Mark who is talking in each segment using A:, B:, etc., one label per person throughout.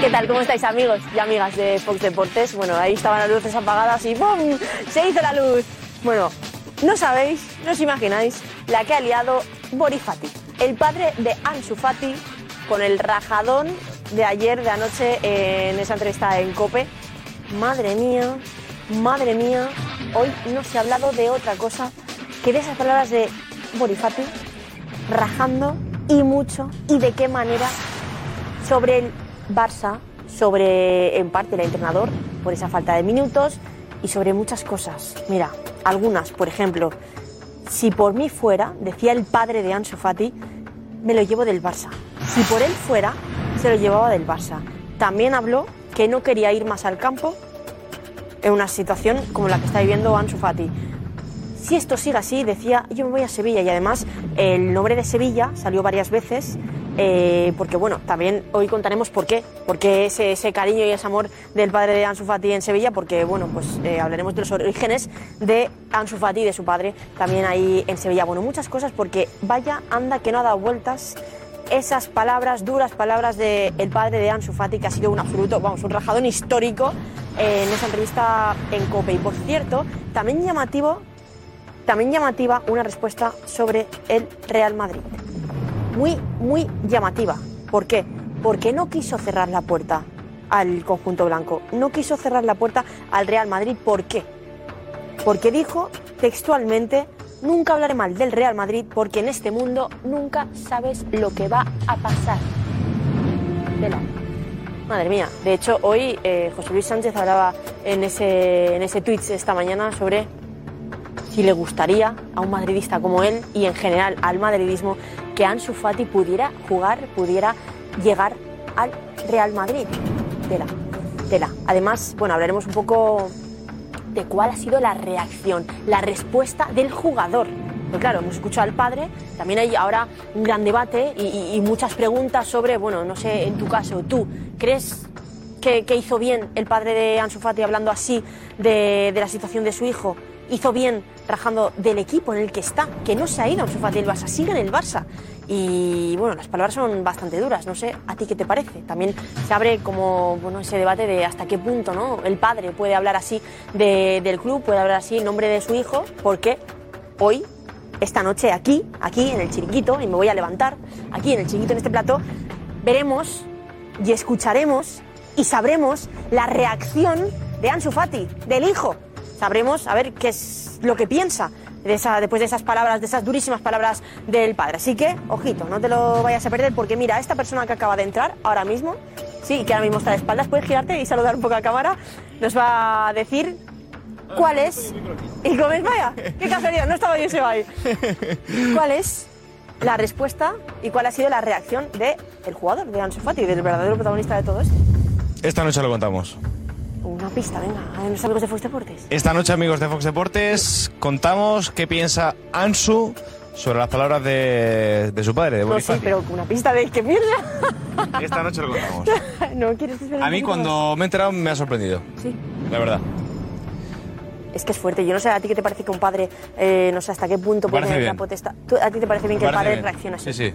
A: ¿Qué tal? ¿Cómo estáis amigos y amigas de Fox Deportes? Bueno, ahí estaban las luces apagadas y ¡bum! Se hizo la luz. Bueno, no sabéis, no os imagináis la que ha liado Boris Fati, el padre de Ansu Fati, con el rajadón de ayer, de anoche, en esa entrevista en COPE. Madre mía, madre mía, hoy no se ha hablado de otra cosa que de esas palabras de Boris Fati, rajando y mucho, y de qué manera, sobre el Barça, sobre en parte el entrenador, por esa falta de minutos y sobre muchas cosas. Mira, algunas, por ejemplo, si por mí fuera, decía el padre de Ansu Fati, me lo llevo del Barça. Si por él fuera, se lo llevaba del Barça. También habló que no quería ir más al campo en una situación como la que está viviendo Ansu Fati. Si esto sigue así, decía, yo me voy a Sevilla y además el nombre de Sevilla salió varias veces eh, porque bueno, también hoy contaremos por qué, porque ese, ese cariño y ese amor del padre de Ansu Fati en Sevilla, porque bueno, pues eh, hablaremos de los orígenes de Ansu Fati y de su padre también ahí en Sevilla. Bueno, muchas cosas porque vaya anda que no ha dado vueltas esas palabras, duras palabras del padre de Ansu Fati, que ha sido un absoluto, vamos, un rajadón histórico eh, en esa entrevista en COPE. Y por cierto, también llamativo, también llamativa una respuesta sobre el Real Madrid muy, muy llamativa. ¿Por qué? Porque no quiso cerrar la puerta al conjunto blanco, no quiso cerrar la puerta al Real Madrid. ¿Por qué? Porque dijo textualmente, nunca hablaré mal del Real Madrid porque en este mundo nunca sabes lo que va a pasar. De la- Madre mía, de hecho hoy eh, José Luis Sánchez hablaba en ese, en ese tweet esta mañana sobre si le gustaría a un madridista como él y en general al madridismo que Ansu Fati pudiera jugar, pudiera llegar al Real Madrid. Tela, tela. Además, bueno, hablaremos un poco de cuál ha sido la reacción, la respuesta del jugador. Pero claro, hemos escuchado al padre, también hay ahora un gran debate y, y- y muchas preguntas sobre, bueno, no sé, en tu caso, tú, ¿crees que, que hizo bien el padre de Ansu Fati hablando así de, de la situación de su hijo? Hizo bien rajando del equipo en el que está, que no se ha ido Ansu Fati del Barça, sigue en el Barça. Y bueno, las palabras son bastante duras, no sé, ¿a ti qué te parece? También se abre como bueno, ese debate de hasta qué punto ¿no? el padre puede hablar así de- del club, puede hablar así en nombre de su hijo, porque hoy, esta noche, aquí, aquí en el chiringuito, y me voy a levantar, aquí en el chiringuito, en este plato, veremos y escucharemos y sabremos la reacción de Ansu Fati, del hijo. Sabremos a ver qué es lo que piensa de esa- después de esas palabras, de esas durísimas palabras del padre. Así que, ojito, no te lo vayas a perder porque mira, esta persona que acaba de entrar ahora mismo, sí, que ahora mismo está de espaldas, puedes girarte y saludar un poco a cámara, nos va a decir cuál es... ¿Y comes vaya? ¿Qué casualidad? No estaba yo ese ahí. ¿Cuál es la respuesta y cuál ha sido la reacción de el jugador, de Ansu Fati, del verdadero protagonista de todo esto?
B: Esta noche lo contamos.
A: Una pista, venga, a nuestros amigos de Fox Deportes.
B: Esta noche, amigos de Fox Deportes, contamos qué piensa Ansu sobre las palabras de, de su padre, de
A: No,
B: Boris
A: sí,
B: Fati.
A: pero con una pista de qué mierda.
B: Esta noche lo contamos.
A: no quieres esperar
B: A
A: un
B: mí,
A: poquito
B: cuando me he enterado, me ha sorprendido.
A: Sí.
B: La verdad.
A: más? Es que es fuerte. Yo no sé a ti qué te parece que un padre, eh, no sé hasta qué punto
B: Me
A: puede
B: parece
A: tener la
B: bien.
A: potestad. ¿Tú- ¿A ti te parece bien
B: Me
A: que el
B: parece
A: padre
B: bien.
A: reaccione así?
B: Sí, sí.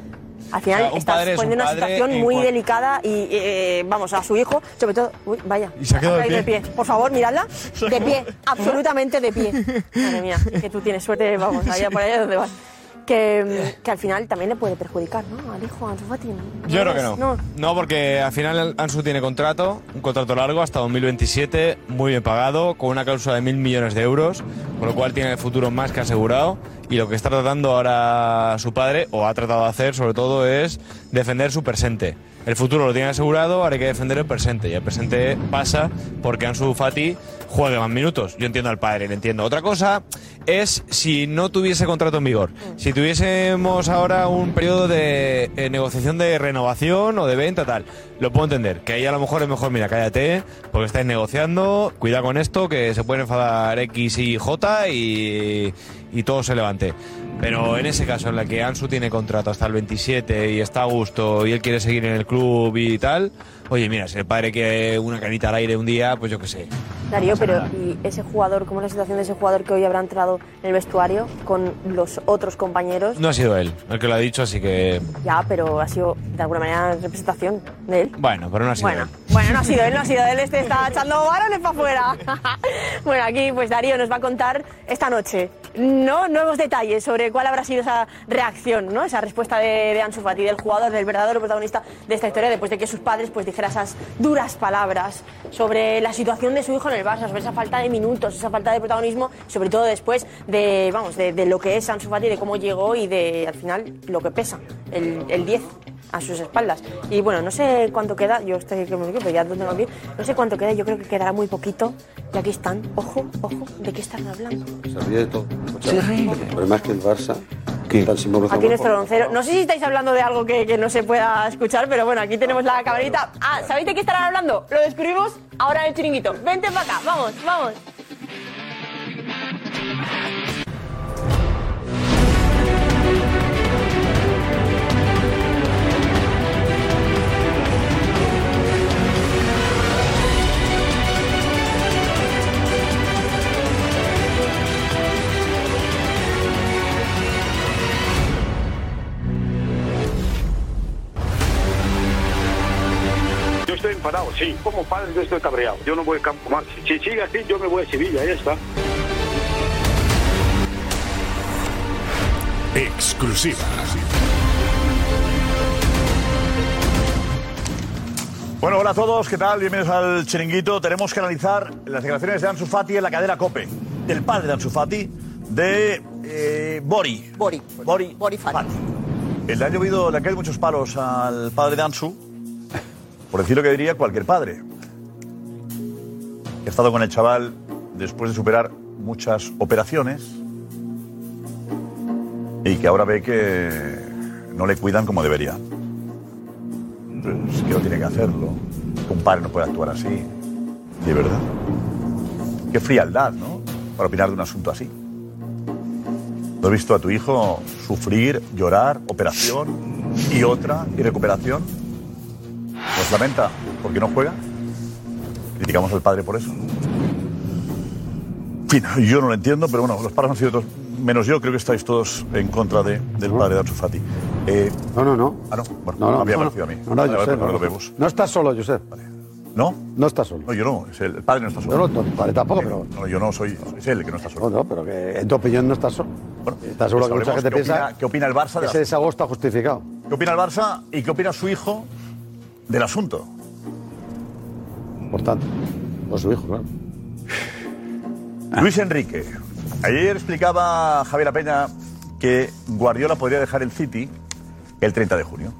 A: Al final
B: O sea, un
A: estás
B: padre es un
A: poniendo una
B: padre
A: situación
B: en
A: muy
B: cual-
A: delicada y, eh, eh, vamos, a su hijo, sobre todo... Uy, vaya.
B: Y se ha quedado de
A: caído
B: pie.
A: Por favor, miradla.
C: ha
A: De pie,
C: quedado-
A: absolutamente de pie. Madre mía, que tú tienes suerte, vamos, allá por allá donde vas. Que, mm, que al final también le puede perjudicar, ¿no? Al hijo, a Ansu Fati. ¿no?
B: Yo creo que no.
A: No.
B: no. porque al final Ansu tiene contrato, un contrato largo hasta 2027, muy bien pagado, con una cláusula de mil millones de euros, con lo cual tiene el futuro más que asegurado. Y lo que está tratando ahora su padre, o ha tratado de hacer sobre todo, es defender su presente. El futuro lo tiene asegurado, ahora hay que defender el presente. Y el presente pasa porque Ansu Fati juegue más minutos. Yo entiendo al padre, le entiendo. Otra cosa es si no tuviese contrato en vigor. Si tuviésemos ahora un periodo de eh, negociación de renovación o de venta, tal, lo puedo entender. Que ahí a lo mejor es mejor, mira, cállate, porque estáis negociando, cuidado con esto, que se pueden enfadar X y J y, y todo se levante. Pero en ese caso, en la que Ansu tiene contrato hasta el 27 y está a gusto y él quiere seguir en el club y tal, oye, mira, si el padre quiere una canita al aire un día, pues yo qué sé.
A: Darío, pero ¿y ese jugador, cómo es la situación de ese jugador que hoy habrá entrado en el vestuario con los otros compañeros?
B: No ha sido él el que lo ha dicho, así que
A: Ya, pero ha sido de alguna manera representación de él.
B: Bueno, pero no ha sido
A: Bueno,
B: él.
A: Bueno, no ha sido él, no ha sido él, este está echando varones para afuera. bueno, aquí pues Darío nos va a contar esta noche no nuevos detalles sobre cuál habrá sido esa reacción, ¿no? Esa respuesta de, de Ansu Fati, del jugador, del verdadero protagonista de esta historia, después de que sus padres pues dijeran esas duras palabras sobre la situación de su hijo en el Barça, sobre esa falta de minutos, esa falta de protagonismo, sobre todo después de, vamos, de, de lo que es Ansu Fati, de cómo llegó y de, al final, lo que pesa, el, el 10 a sus espaldas. Y bueno, no sé cuánto queda, yo estoy que me equivoco, ya lo tengo aquí, no sé cuánto queda, yo creo que quedará muy poquito. Y aquí están, ojo, ojo, ¿de qué están hablando?
D: Se ríe de todo. O sea,
A: Se ríe.
D: El problema es que el Barça está sin Borja
A: Aquí nuestro
D: Macondo.
A: broncero. No sé si estáis hablando de algo que, que no se pueda escuchar, pero bueno, aquí tenemos la camarita. Ah, ¿sabéis de qué estarán hablando? Lo descubrimos ahora en el chiringuito. Vente para acá, vamos, vamos.
E: Yo estoy enfadado, sí. Como padre yo estoy cabreado. Yo no voy a campo más. Si sigue así, yo me voy a Sevilla, ahí está.
F: Exclusiva.
G: Bueno, hola a todos, ¿qué tal? Bienvenidos al Chiringuito. Tenemos que analizar las declaraciones de Ansu Fati en la cadera COPE, del padre de Ansu Fati, de eh, Bori. Bori. Bori. Bori Fati. Eh, Le han llovido, le han caído muchos palos al padre de Ansu, por decir lo que diría cualquier padre. He estado con el chaval después de superar muchas operaciones y que ahora ve que no le cuidan como debería. Es que no tiene que hacerlo. Que un padre no puede actuar así. De verdad. Qué frialdad, ¿no? Para opinar de un asunto así. ¿No has visto a tu hijo sufrir, llorar, operación y otra y recuperación? ¿Nos lamenta porque no juega? Criticamos al padre por eso. En fin, yo no lo entiendo, pero bueno, los padres han sido todos, menos yo, creo que estáis todos en contra de, del padre de Ansu Fati. Eh,
D: No, no, no.
G: ah, no, bueno,
D: No, no,
G: no había
D: no,
G: parecido
D: no.
G: a mí.
D: No, no,
G: Vale,
D: Josep,
G: vale, pues
D: no,
G: lo
D: no.
G: vemos.
D: No estás solo, Josep.
G: ¿No?
D: No estás solo.
G: No, yo no, es el, el padre no está solo. Eh,
D: No, no, el padre tampoco, pero-
G: No, yo no, soy, es él el que no está solo.
D: No, no, pero que en tu opinión no estás solo. estás seguro que
G: Sabremos
D: mucha gente
G: qué
D: piensa
G: opina- qué opina el Barça de
D: que
G: las-
D: ese desahogo está justificado.
G: ¿Qué opina el Barça y qué opina su hijo del asunto?
D: Por tanto. O su hijo, claro.
G: Luis Enrique. Ayer explicaba Javier Peña que Guardiola podría dejar el City el 30 de junio.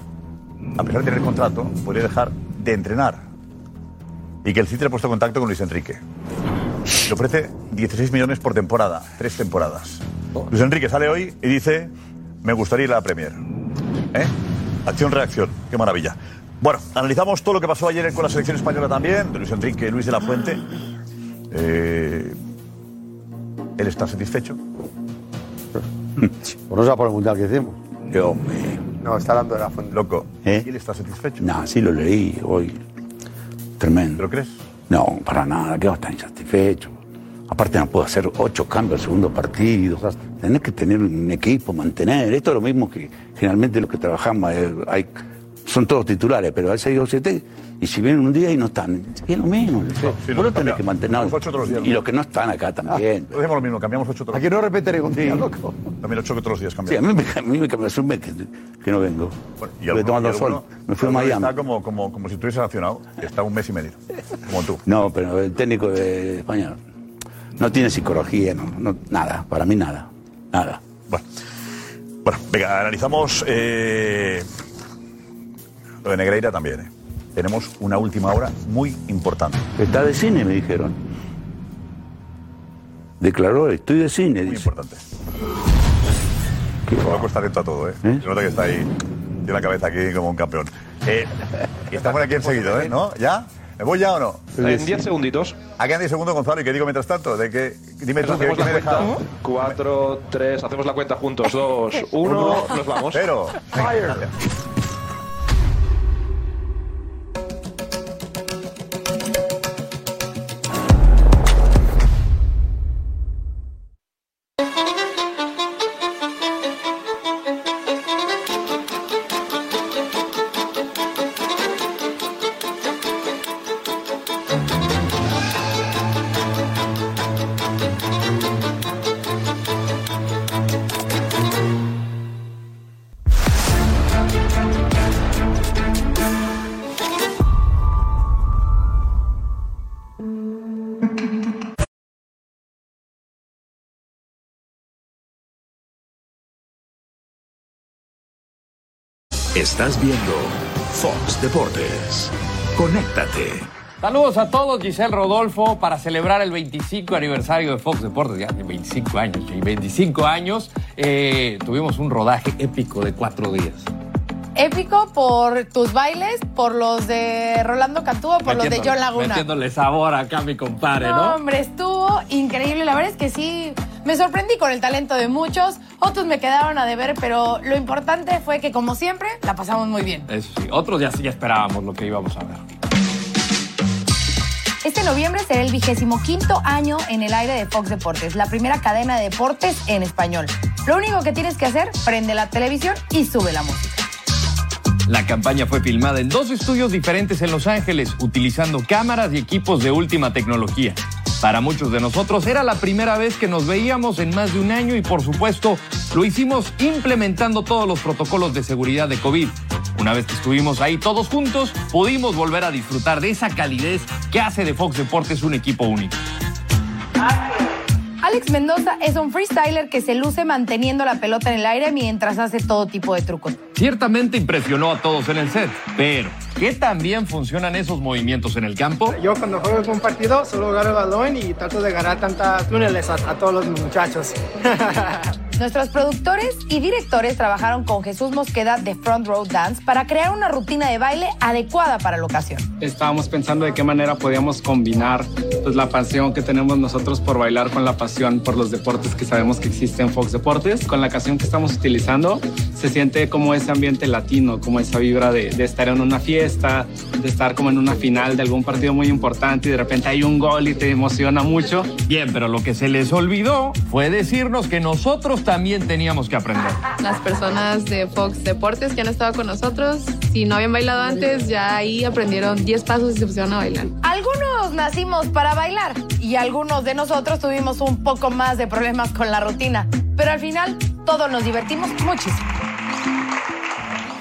G: A pesar de tener contrato, podría dejar de entrenar. Y que el City le ha puesto en contacto con Luis Enrique. Le ofrece 16 millones por temporada, tres temporadas. Luis Enrique sale hoy y dice, me gustaría ir a la Premier. ¿Eh? Acción-reacción, qué maravilla. Bueno, analizamos todo lo que pasó ayer con la selección española también, de Luis Enrique, Luis de la Fuente. Eh, ¿Él está satisfecho?
D: Por Pues no sea por el mundial que hicimos.
H: Yo,
G: No, está hablando de la fuente. Loco.
H: ¿eh?
G: ¿Él está satisfecho?
H: No, sí lo leí hoy. Tremendo.
G: ¿Lo crees?
H: No, para nada, que va a estar insatisfecho. Aparte no puedo hacer ocho cambios al segundo partido. Tenés que tener un equipo, mantener. Esto es lo mismo que generalmente los que trabajamos. eh, hay- son todos titulares, pero hay seis o siete. Y si vienen un día y no están, es lo mismo.
G: sí,
H: Vos
G: no,
H: lo tenés
G: cambia.
H: que mantener.
G: Los ocho todos los días,
H: Y
G: ¿no?
H: los que no están acá también.
G: Hacemos lo mismo, cambiamos ocho toros.
H: Aquí
D: no repite ningún día,
H: loco.
G: Ah, También ocho que otros días
H: Sí, a
G: cambiamos.
H: mí me, a mí me cambió hace un mes que, que no vengo.
G: Y
H: Estuve
G: alguno-
H: tomando
G: y
H: sol.
G: alguno-
H: Me fui a
G: alguno
H: Miami.
G: Está como, como, como si estuviese sancionado. Está un mes y medio. Como tú.
H: No, pero el técnico de España no tiene psicología, no, no- nada, para mí nada, nada.
G: Bueno, venga, analizamos eh, lo de Negreira también. ¿eh? Tenemos una última hora muy importante.
H: Está de cine, me dijeron. Declaró, estoy de cine.
G: Muy importante. Loco está atento a todo, ¿eh? Se nota que está ahí. Tiene la cabeza aquí como un campeón. Eh, estamos aquí enseguida, ¿eh? ¿No? ¿Ya? ¿Me voy ya o no?
I: En 10 segunditos.
G: Aquí en 10 segundos, Gonzalo, ¿y qué digo mientras tanto? De que, dime tú, ¿qué,
I: hacemos
G: qué
I: la
G: me he
I: cuenta.
G: dejado?
I: 4, 3, hacemos la cuenta juntos. 2, 1, nos vamos.
G: Pero.
J: Estás viendo Fox Deportes. Conéctate.
K: Saludos a todos, Giselle Rodolfo, para celebrar el 25 aniversario de Fox Deportes. Ya, 25 años, y 25 años. eh, tuvimos un rodaje épico de cuatro días.
L: Épico por tus bailes, por los de Rolando Cantú o por los de
K: Metiéndole-
L: John Laguna.
K: Metiéndole sabor acá a mi compadre,
L: No,
K: ¿no?
L: hombre, estuvo increíble. La verdad es que sí, me sorprendí con el talento de muchos. Otros me quedaron a deber, pero lo importante fue que, como siempre, la pasamos muy bien.
K: Eso sí, otros ya, ya esperábamos lo que íbamos a ver.
M: Este noviembre será el vigésimo quinto año en el aire de Fox Deportes, la primera cadena de deportes en español. Lo único que tienes que hacer, prende la televisión y sube la música.
K: La campaña fue filmada en dos estudios diferentes en Los Ángeles, utilizando cámaras y equipos de última tecnología. Para muchos de nosotros era la primera vez que nos veíamos en más de un año y por supuesto lo hicimos implementando todos los protocolos de seguridad de COVID. Una vez que estuvimos ahí todos juntos, pudimos volver a disfrutar de esa calidez que hace de Fox Deportes un equipo único.
M: Alex Mendoza es un freestyler que se luce manteniendo la pelota en el aire mientras hace todo tipo de trucos.
K: Ciertamente impresionó a todos en el set, pero ¿qué tan bien funcionan esos movimientos en el campo?
N: Yo cuando juego algún partido solo agarro el balón y trato de ganar tantas túneles a, a todos los muchachos.
M: Nuestros productores y directores trabajaron con Jesús Mosqueda de Front Row Dance para crear una rutina de baile adecuada para la ocasión.
O: Estábamos pensando de qué manera podíamos combinar pues, la pasión que tenemos nosotros por bailar con la pasión por los deportes que sabemos que existen en Fox Deportes. Con la canción que estamos utilizando se siente como ese ambiente latino, como esa vibra de, de estar en una fiesta, de estar como en una final de algún partido muy importante y de repente hay un gol y te emociona mucho.
K: Bien, pero lo que se les olvidó fue decirnos que nosotros también teníamos que aprender.
A: Las personas de Fox Deportes que han estado con nosotros, si no habían bailado antes, ya ahí aprendieron 10 pasos y se pusieron a bailar.
M: Algunos nacimos para bailar y algunos de nosotros tuvimos un poco más de problemas con la rutina, pero al final todos nos divertimos muchísimo.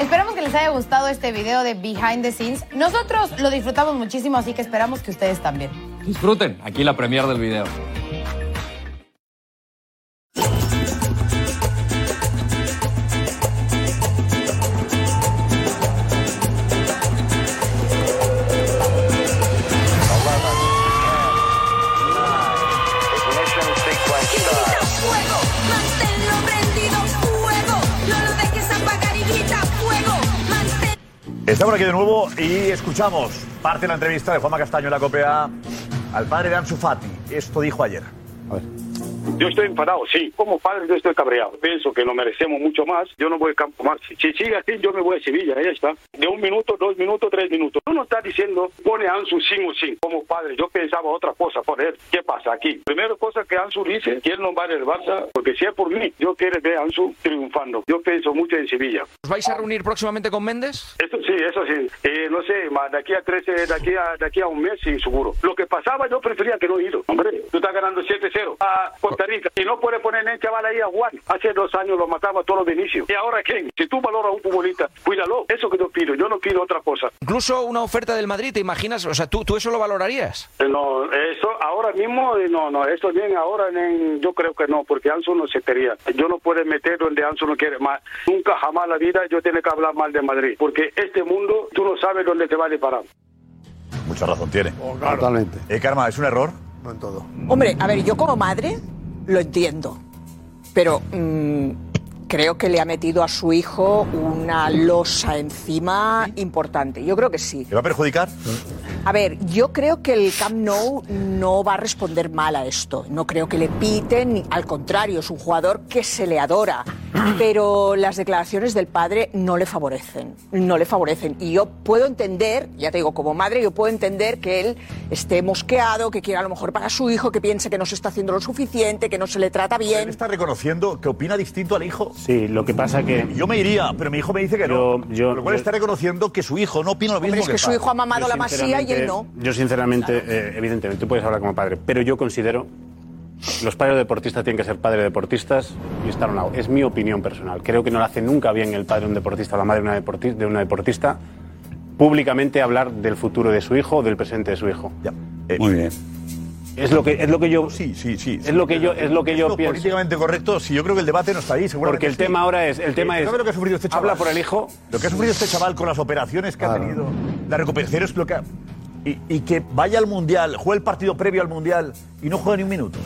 M: Esperamos que les haya gustado este video de Behind the Scenes. Nosotros lo disfrutamos muchísimo, así que esperamos que ustedes también.
K: Disfruten, aquí la premier del video.
P: fuego, manténlo prendido, fuego, no lo dejes apagar y grita fuego, mantén...
G: Estamos aquí de nuevo y escuchamos parte de la entrevista de Juanma Castaño en la COPEA al padre de Ansu Fati. Esto dijo ayer.
E: Yo estoy enfadado, sí. Como padre yo estoy cabreado. Pienso que lo merecemos mucho más. Yo no voy a Campo Marci. Si sigue así, yo me voy a Sevilla. Ahí está. De un minuto, dos minutos, tres minutos. Tú no estás diciendo, pone a Ansu sin o sin. Como padre, yo pensaba otra cosa por él. ¿Qué pasa aquí? Primero cosa que Ansu dice, que él no va del Barça, porque si es por mí, yo quiero ver a Ansu triunfando. Yo pienso mucho en Sevilla.
Q: ¿Os vais a reunir próximamente con Méndez?
E: Eso sí, eso sí. Eh, no sé, más de aquí a 13, de aquí a, de aquí a un mes, sí, seguro. Lo que pasaba, yo prefería que no ir. Hombre, tú estás ganando 7-0 a Costa Rica. Y no puedes poner en el chaval ahí a Juan. Hace dos años lo mataba todo de inicio. ¿Y ahora quién? Si tú valoras a un futbolista, cuídalo. Eso que yo pido. Yo no pido otra cosa.
Q: Incluso una oferta del Madrid, ¿te imaginas? O sea, ¿tú, tú eso lo valorarías?
E: Eh, No, eso ahora mismo, eh, no, no, eso bien ahora, nen, yo creo que no, porque Ansu no se quería. Yo no puedo meter donde Ansu no quiere más. Nunca jamás la vida yo tengo que hablar mal de Madrid, porque este mundo tú no sabes dónde te va a disparar.
G: Mucha razón tiene.
D: Oh, Totalmente.
G: Eh, Karma, ¿es un error?
D: No en todo.
C: Hombre, a ver, yo como madre lo entiendo, pero mm, creo que le ha metido a su hijo una losa encima importante. Yo creo que sí.
G: ¿Te va a perjudicar?
C: A ver, yo creo que el Camp Nou no va a responder mal a esto. No creo que le piten, ni- al contrario, es un jugador que se le adora. Pero las declaraciones del padre no le favorecen, no le favorecen. Y yo puedo entender, ya te digo, como madre, yo puedo entender que él esté mosqueado, que quiera a lo mejor para su hijo, que piense que no se está haciendo lo suficiente, que no se le trata bien.
G: ¿Él está reconociendo que opina distinto al hijo?
F: Sí, lo que pasa que...
G: Yo me iría, pero mi hijo me dice que no.
F: Yo-
G: Con lo cual
F: yo-
G: está reconociendo que su hijo no opina lo mismo
C: es que su
G: él.
C: hijo ha mamado
F: Yo,
C: la masía y él no.
F: sinceramente, Yo sinceramente, eh, evidentemente, tú puedes hablar como padre, pero yo considero los padres deportistas tienen que ser padres deportistas y estar a un lado. Es mi opinión personal. Creo que no lo hace nunca bien el padre de un deportista o la madre de una, deporti- de una deportista
G: Eh,
F: públicamente hablar del futuro de su hijo o del presente de su hijo.
G: Muy
F: bien. Es lo que es lo que yo
G: sí sí sí
F: es lo que yo es lo que yo pienso.
G: políticamente correcto sí yo creo que el debate no está ahí seguramente
F: Porque el
G: sí.
F: tema ahora es- el tema
G: Eh,
F: es-
G: ¿sabe lo que ha sufrido este chaval
F: habla por el hijo.
G: lo que ha sufrido este chaval con las operaciones que ha tenido la recuperación es lo que ha- y, y que vaya al mundial juegue el partido previo al mundial y no juega ni un minuto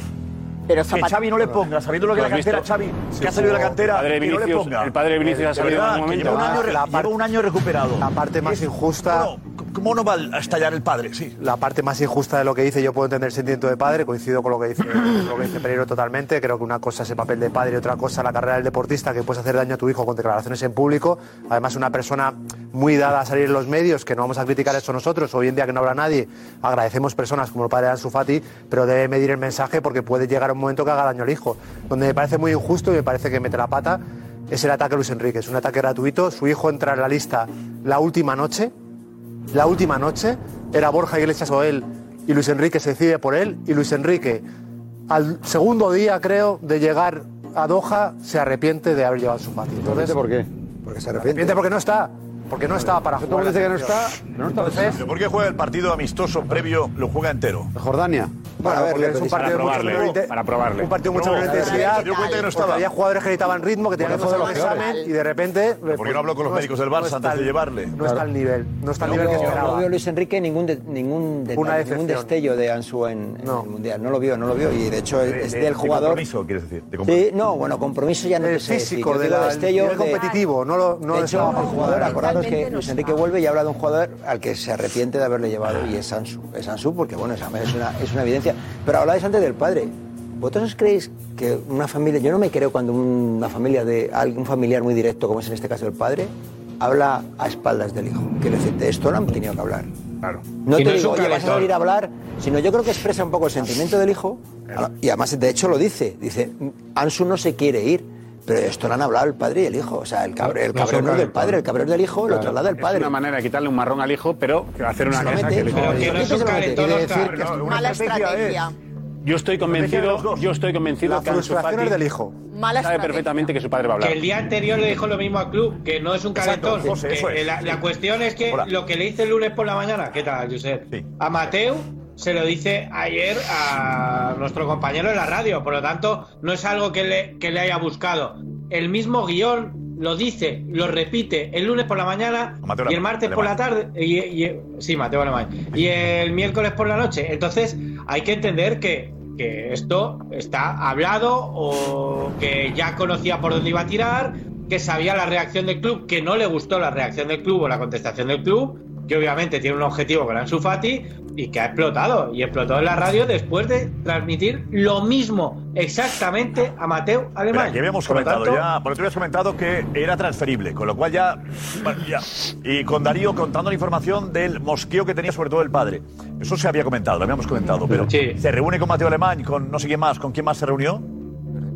C: Pero
G: que
C: Zapata-
G: Xavi no le ponga sabiendo lo que
F: ¿Lo
G: la
F: has
G: cantera
F: visto?
G: Xavi
F: Sí,
G: que ha salido de la
F: como
G: cantera
F: padre de
G: que no le
F: Vinicius,
G: ponga
F: el padre de Vinicius ha
G: De
F: salido en
G: verdad,
F: algún
G: que lleva un
F: momento.
G: año,
F: La
G: lleva un año recuperado la
R: parte más injusta
G: ¿Cómo no va a estallar el padre? Sí.
R: La parte más injusta de lo que dice, yo puedo entender el sentimiento de padre, coincido con lo que dice, con lo que dice Pereiro totalmente. Creo que una cosa es el papel de padre y otra cosa la carrera del deportista que puedes hacer daño a tu hijo con declaraciones en público. Además, una persona muy dada a salir en los medios, que no vamos a criticar eso nosotros, hoy en día que no habrá nadie, agradecemos personas como el padre de Ansu Fati, pero debe medir el mensaje porque puede llegar un momento que haga daño al hijo. Donde me parece muy injusto y me parece que mete la pata es el ataque a Luis Enrique, es un ataque gratuito. Su hijo entra en la lista la última noche la última noche era Borja Iglesias o él y Luis Enrique se decide por él y Luis Enrique al segundo día creo de llegar a Doha se arrepiente de haber llevado su Fati. Entonces,
D: ¿Por qué?
R: Porque se arrepiente porque no está, porque no estaba para jugar. la selección. Entonces,
G: ¿Pero ¿Por qué juega el partido amistoso previo? Lo juega entero.
R: Jordania. Bueno, a ver,
G: porque
R: es un partido de mucha menor inte- Un partido de mucha menor intensidad. porque Había jugadores que necesitaban ritmo, que tenían que
G: Pero fue
R: hacer
G: de
R: un
G: los peores.
R: examen y de repente.
G: ¿Por qué no habló con los
R: es-
G: médicos del
R: no
G: Barça
R: está
G: antes de
R: al-
G: llevarle?
R: No está al nivel, no está al
S: No
R: nivel que
S: veo- no
R: esperaba.
S: vio Luis Enrique ningún, de- ningún
R: Una
S: detalle, ningún
R: decepción.
S: destello de Ansu en, en el Mundial. No lo vio, no lo vio. Y de hecho es,
G: De-
S: es
G: de-
S: del
G: de
S: jugador...
G: compromiso, quieres decir. de
S: Sí,
G: compromiso.
S: no, bueno, compromiso ya no
R: El
S: te sé decir.
R: Eh, físico
S: Yo
R: de
S: digo
R: la-
S: destello
R: nivel
S: de-
R: competitivo, no lo- no
S: de hecho,
R: estaba
S: el jugador,
R: jugando.
S: acordaros que
R: Mentalmente no
S: Luis Enrique
R: estaba.
S: vuelve y habla de un jugador al que se arrepiente de haberle llevado y es Ansu. Es Ansu porque, bueno, es es una, es una evidencia. Pero hablabais antes del padre. ¿Vosotros creéis que una familia, yo no me creo cuando una familia de algún familiar muy directo, como es en este caso el padre, habla a espaldas del hijo? Quiero decir, de esto no han tenido que hablar. Claro. No
R: Y
S: te
R: no es
S: digo,
R: un
S: oye, vas a
R: calentón.
S: salir a hablar, sino yo creo que expresa un poco el sentimiento del hijo. Y además, de hecho, lo dice. Dice, Ansu no se quiere ir, pero esto lo han hablado el padre y el hijo. O sea, el cabrón, el
F: No
S: cabrón
F: son
S: no es del
F: raros,
S: padre, el cabrón del hijo lo
F: Claro.
S: traslada el
F: Es
S: padre.
F: una manera de quitarle un marrón al hijo, pero hacer una
S: Se lo
F: cosa
S: mete.
F: que le
S: No, que no es un calentón,
F: Quiere
S: Oscar,
F: decir que-
S: no,
C: Mala estrategia.
F: Yo estoy
C: Estrategia de
F: convencido,
C: los dos.
F: yo estoy convencido
C: La
F: que Ansu
C: frustración
F: Fati
C: es del hijo. Mala
F: sabe
C: estrategia.
F: perfectamente que su padre va a hablar.
T: Que el día anterior le dijo lo mismo al club, que no es un
F: Exacto,
T: calentón.
F: José,
T: Que
F: eso es.
T: la, la cuestión es que
F: Hola.
T: lo que le dice el lunes por la mañana, ¿qué tal, Josep? A Mateo se lo dice ayer a nuestro compañero en la radio, por lo tanto, no es algo que le, que le haya buscado. El mismo guión lo dice, lo repite el lunes por la mañana
G: A Mateo
T: y el martes por la
G: Alemán.
T: tarde. Y, y- sí, Mateo Alemán. Y el miércoles por la noche. Entonces, hay que entender que, que esto está hablado o que ya conocía por dónde iba a tirar, que sabía la reacción del club, que no le gustó la reacción del club o la contestación del club, que obviamente tiene un objetivo con Ansu Fati y que ha explotado. Y explotó en la radio después de transmitir lo mismo exactamente a Mateo Alemán.
G: Espera, que habíamos
T: Por lo
G: comentado
T: tanto,
G: ya, porque tú habías comentado que era transferible, con lo cual ya, bueno, ya. Y con Darío contando la información del mosqueo que tenía sobre todo el padre. Eso se había comentado, lo habíamos comentado, pero se reúne con Mateo Alemán, con no sé quién más, ¿con quién más se reunió?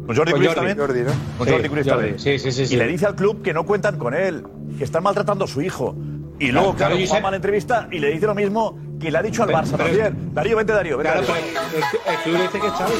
G: ¿Con Jordi
T: Con
G: Cruz
T: Jordi,
G: también?
T: Jordi, ¿no?
G: Con
T: Sí,
G: Jordi Cruz
T: Jordi,
G: también.
T: sí, sí, sí,
G: y
T: sí.
G: le dice al club que no cuentan con él, que están maltratando a su hijo. Y luego, claro,
T: Claro, Josep.
G: Juanma la entrevista y le dice lo mismo que le ha dicho al
T: Pero-
G: Barça
T: pero-
G: también. Darío, vente Darío, vente
T: Claro,
G: Darío.
T: pues, el, el club le dice que es Xavi.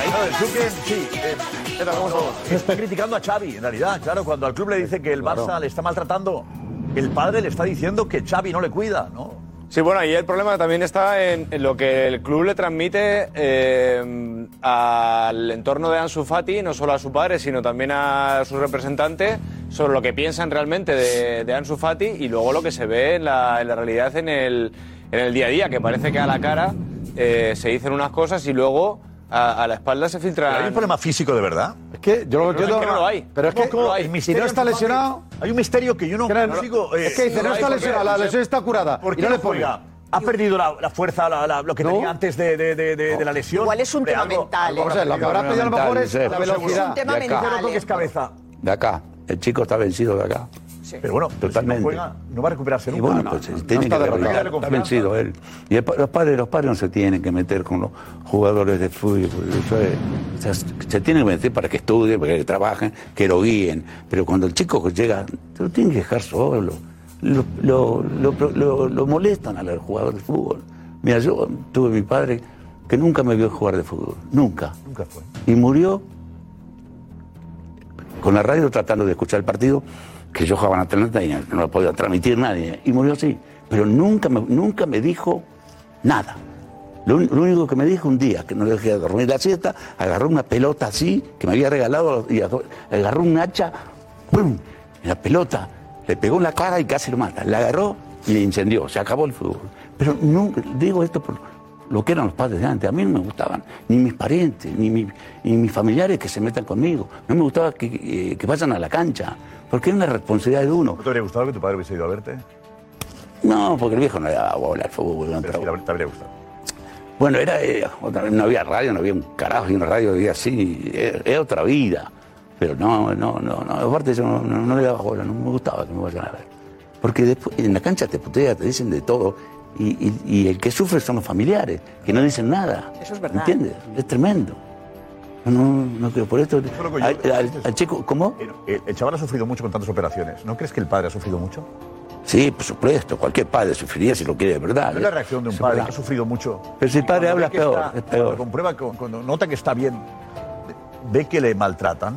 G: Ahí, el club que- sí, eh, espera, vamos a ver. Está criticando a Xavi, en realidad, claro, cuando al club le dice que el Barça
F: Claro.
G: le está maltratando, el padre le está diciendo que Xavi no le cuida, ¿no?
U: Sí, bueno, y el problema también está en, en lo que el club le transmite eh, al entorno de Ansu Fati, no solo a su padre, sino también a su representante, sobre lo que piensan realmente de, de Ansu Fati y luego lo que se ve en la, en la realidad en el, en el día a día, que parece que a la cara eh, se dicen unas cosas y luego a, a la espalda se
G: ¿Hay
U: filtran.
G: un problema físico de verdad?
R: Es que yo
U: lo entiendo-
G: no lo hay.
U: pero es que
G: ¿Cómo, cómo?
U: lo hay.
G: El
U: Si
G: misterio
U: no está
G: en tu
U: lesionado-
G: madre. Hay un misterio que yo no
U: Claro,
G: consigo.
U: es que dice, no está
G: hay por qué,
U: lesionado, la
G: sé.
U: lesión está curada,
G: ¿Por
U: y
G: qué
U: no
G: no
U: le pone.
G: juega? ¿Ha perdido la, la fuerza, la- la- lo que tenía antes de, de- de- de- de la lesión?
C: Igual es un tema mental, ¿eh?
G: Vamos a ver, lo que habrá pedido a lo mejor es la velocidad.
C: un tema
G: Y acá.
C: mental,
G: Yo no creo que es cabeza.
H: De acá. El chico está vencido de acá.
G: Pero bueno, pues
H: totalmente.
G: Si no juega, no va a recuperarse
H: Y
G: nunca.
H: bueno,
G: No,
H: pues
G: no, no
H: tiene
G: está
H: que
G: derrotado.
H: rehabilitar.
G: Dale
H: Está
G: confianza.
H: vencido él. Y el pa- los padres, los padres no se tienen que meter con los jugadores de fútbol. Eso es- o sea, se tienen que meter para que estudien, para que trabajen, que lo guíen. Pero cuando el chico llega, te lo tienen que dejar solo. Lo, lo- lo- lo- lo molestan al jugador de fútbol. Mira, yo tuve mi padre que nunca me vio jugar de fútbol. Nunca.
G: Nunca fue.
H: Y murió con la radio tratando de escuchar el partido que yo jugaba en Atlanta y no lo podía transmitir nadie. Y murió así. Pero nunca me, nunca me dijo nada. Lo, un- lo único que me dijo un día, que no le dejé dormir la siesta, agarró una pelota así, que me había regalado, y agarró- agarró un hacha, ¡pum! En la pelota, le pegó en la cara y casi lo mata. La agarró y le incendió, se acabó el fútbol. Pero nunca, digo esto por lo que eran los padres de antes, a mí no me gustaban, ni mis parientes, ni, mi- ni mis familiares que se metan conmigo, no me gustaba que, eh, que vayan a la cancha, porque es una responsabilidad de uno.
G: ¿No te habría gustado que tu padre hubiese ido a verte?
H: No, porque el viejo no le daba bola al fútbol. no entraba.
G: Te habría gustado.
H: Bueno, era, eh, otra- no había radio, no había un carajo, y una radio vivía así, era, era otra vida. Pero no, no, no, no, aparte yo no, no- no le daba bola, no me gustaba que me vayan a ver. Porque después, en la cancha te putea, te dicen de todo, y, y- y el que sufre son los familiares, que no dicen nada.
C: Eso es verdad.
H: ¿Entiendes? Es tremendo. No, no, no creo, por esto... al- al- al chico, ¿cómo?
G: El, el chaval ha sufrido mucho con tantas operaciones. ¿No crees que el padre ha sufrido mucho?
H: Sí, por supuesto, cualquier padre sufriría si lo quiere de verdad. eh.
G: ¿No es la reacción de un
H: Es
G: padre
H: verdad.
G: que ha sufrido mucho?
H: Pero si el
G: Y
H: padre
G: cuando
H: habla
G: ve que
H: peor,
G: está-
H: es peor.
G: Cuando comprueba, cu- cuando nota que está bien, ve que le maltratan.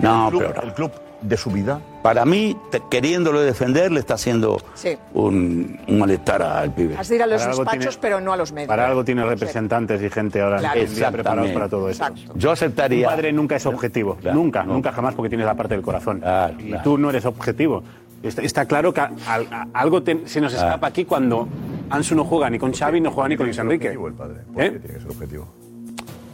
H: No,
G: el club,
H: pero-
G: El club de su vida.
H: Para mí, te- queriéndolo defender, le está haciendo
C: Sí.
H: un, un malestar al pibe.
C: Has de ir a los
H: Para algo
C: despachos,
H: tiene-
C: pero no a los medios.
F: Para algo tiene representantes y gente ahora
C: Claro.
F: que están
H: Exactamente.
F: preparados para todo eso.
C: Exacto.
H: Yo aceptaría.
F: Un padre nunca es objetivo. nunca, nunca jamás, porque tienes la parte del corazón. y tú no eres objetivo. Está, está claro que a- a- algo te- se nos
H: Ah.
F: escapa aquí cuando Ansu no juega ni con Xavi, no juega ni con Luis Enrique. ¿Eh?
G: objetivo el padre?
F: ¿Por qué
G: tiene que ser objetivo?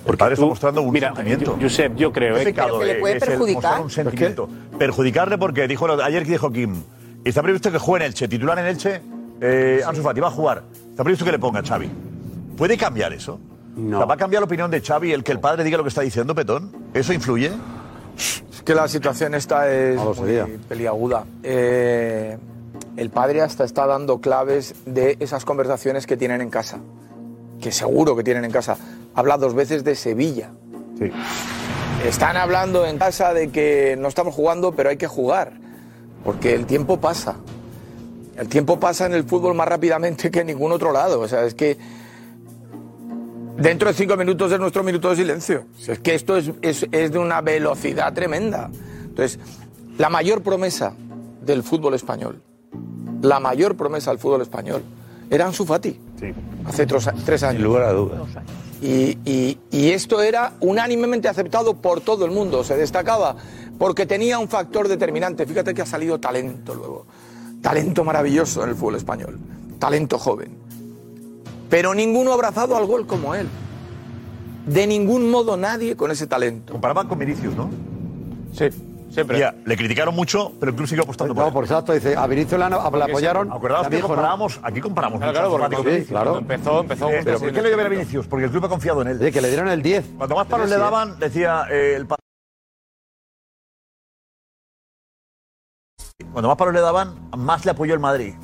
F: Porque
G: padre está mostrando un sentimiento.
F: Yo, Josep, yo creo.
G: Es
F: eh,
G: pecado, eh, es el mostrar un sentimiento. Perjudicarle porque dijo lo- ayer que dijo Kim. Está previsto que juegue en Elche, titular en Elche, eh, Ansu Fati va a jugar. Está previsto que le ponga Xavi. ¿Puede cambiar eso? O sea, ¿Va a cambiar la opinión de Xavi el que el padre diga lo que está diciendo, Petón? ¿Eso influye?
V: Es que la situación esta es
G: No lo
V: muy
G: sabía.
V: peliaguda. Eh, el padre hasta está dando claves de esas conversaciones que tienen en casa, que seguro que tienen en casa. Habla dos veces de Sevilla. Están hablando en casa de que no estamos jugando, pero hay que jugar, porque el tiempo pasa. El tiempo pasa en el fútbol más rápidamente que en ningún otro lado. O sea, es que dentro de cinco minutos es nuestro minuto de silencio. O sea, Es que esto es, es- es de una velocidad tremenda. Entonces, la mayor promesa del fútbol español, la mayor promesa del fútbol español, era Ansu Fati. Hace tres, tres años.
H: Sin lugar a dudas.
V: Y, y- y esto era unánimemente aceptado por todo el mundo. Se destacaba porque tenía un factor determinante. Fíjate que ha salido talento luego. Talento maravilloso en el fútbol español. Talento joven. Pero ninguno abrazado al gol como él. De ningún modo nadie con ese talento.
G: Comparaban con Vinicius, ¿no?
V: Sí,
G: siempre. Ya, le criticaron mucho, pero el club sigue apostando por
D: No, por exacto, dice, a Vinicius le, han- le apoyaron.
G: Acordaos que
D: también dijo, ¿no?
G: comparábamos, aquí comparamos.
D: Claro,
G: mucho a
D: claro,
G: Ansu Fati
D: porque-
G: con
D: sí, claro.
G: Vinicius.
D: Empezó- empezó
G: Eh,
D: pero-
G: ¿Por qué le dio a Vinicius? Porque el club ha confiado en él.
D: Sí, que le dieron el 10.
G: Cuanto más palos
D: Sí, sí,
G: le
D: eh.
G: daban, decía eh, el padre. Cuando más palos le daban, más le apoyó el Madrid.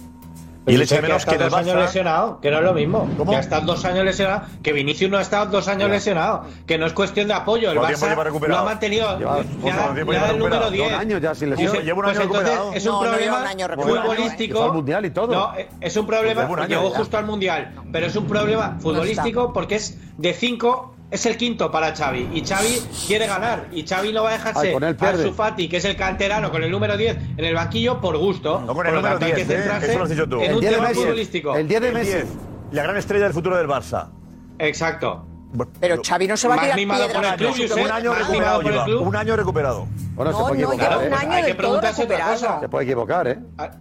G: Y él echa
T: Dice
G: de
T: que
G: menos
T: ha
G: que en el
T: estado dos años
G: Barça.
T: lesionado, que no es lo mismo.
G: ¿Cómo?
T: Que ha estado dos años lesionado, que Vinicius no ha estado dos años lesionado, que no es cuestión de apoyo. El
G: ¿Cuánto tiempo
T: Barça
G: lleva
T: lo
G: recuperado?
T: ha mantenido.
G: Lleva-
T: le ha-
G: ¿cuánto tiempo
T: le
G: lleva
T: ha dado el número
G: recuperado?
T: 10.
D: Un año ya sin lesión.
T: Pues,
D: Lleva un año
T: pues entonces
D: recuperado.
T: es un
D: No, no
T: problema
D: lleva un año recuperado.
T: futbolístico.
D: Fue al Mundial y todo.
T: No, eh, es un problema.
D: Fue un año
T: llegó
D: ya.
T: justo al mundial, pero es un problema futbolístico porque es de 5. Es el quinto para Xavi y Xavi quiere ganar y Xavi no va a dejarse
D: Ay, con él
T: a
D: pierde.
T: su Fati, que es el canterano con el número 10 en el banquillo por gusto.
G: No con el
T: Por lo
G: número
T: tanto, hay
G: 10,
T: que
G: ¿eh?
T: centrarse
G: Eso lo has dicho tú.
T: en un tema futbolístico.
G: El 10 de Messi. La gran estrella del futuro del Barça.
T: Exacto.
C: Pero Xavi no se va a tirar piedras.
G: Un
T: ¿eh?
G: año recuperado lleva. Un año recuperado.
D: Bueno,
T: No,
D: se puede
T: no,
D: equivocar.
T: lleva un
D: ¿eh?
T: año Hay que del todo preguntarse otra recuperado. cosa.
D: Se puede equivocar, ¿eh?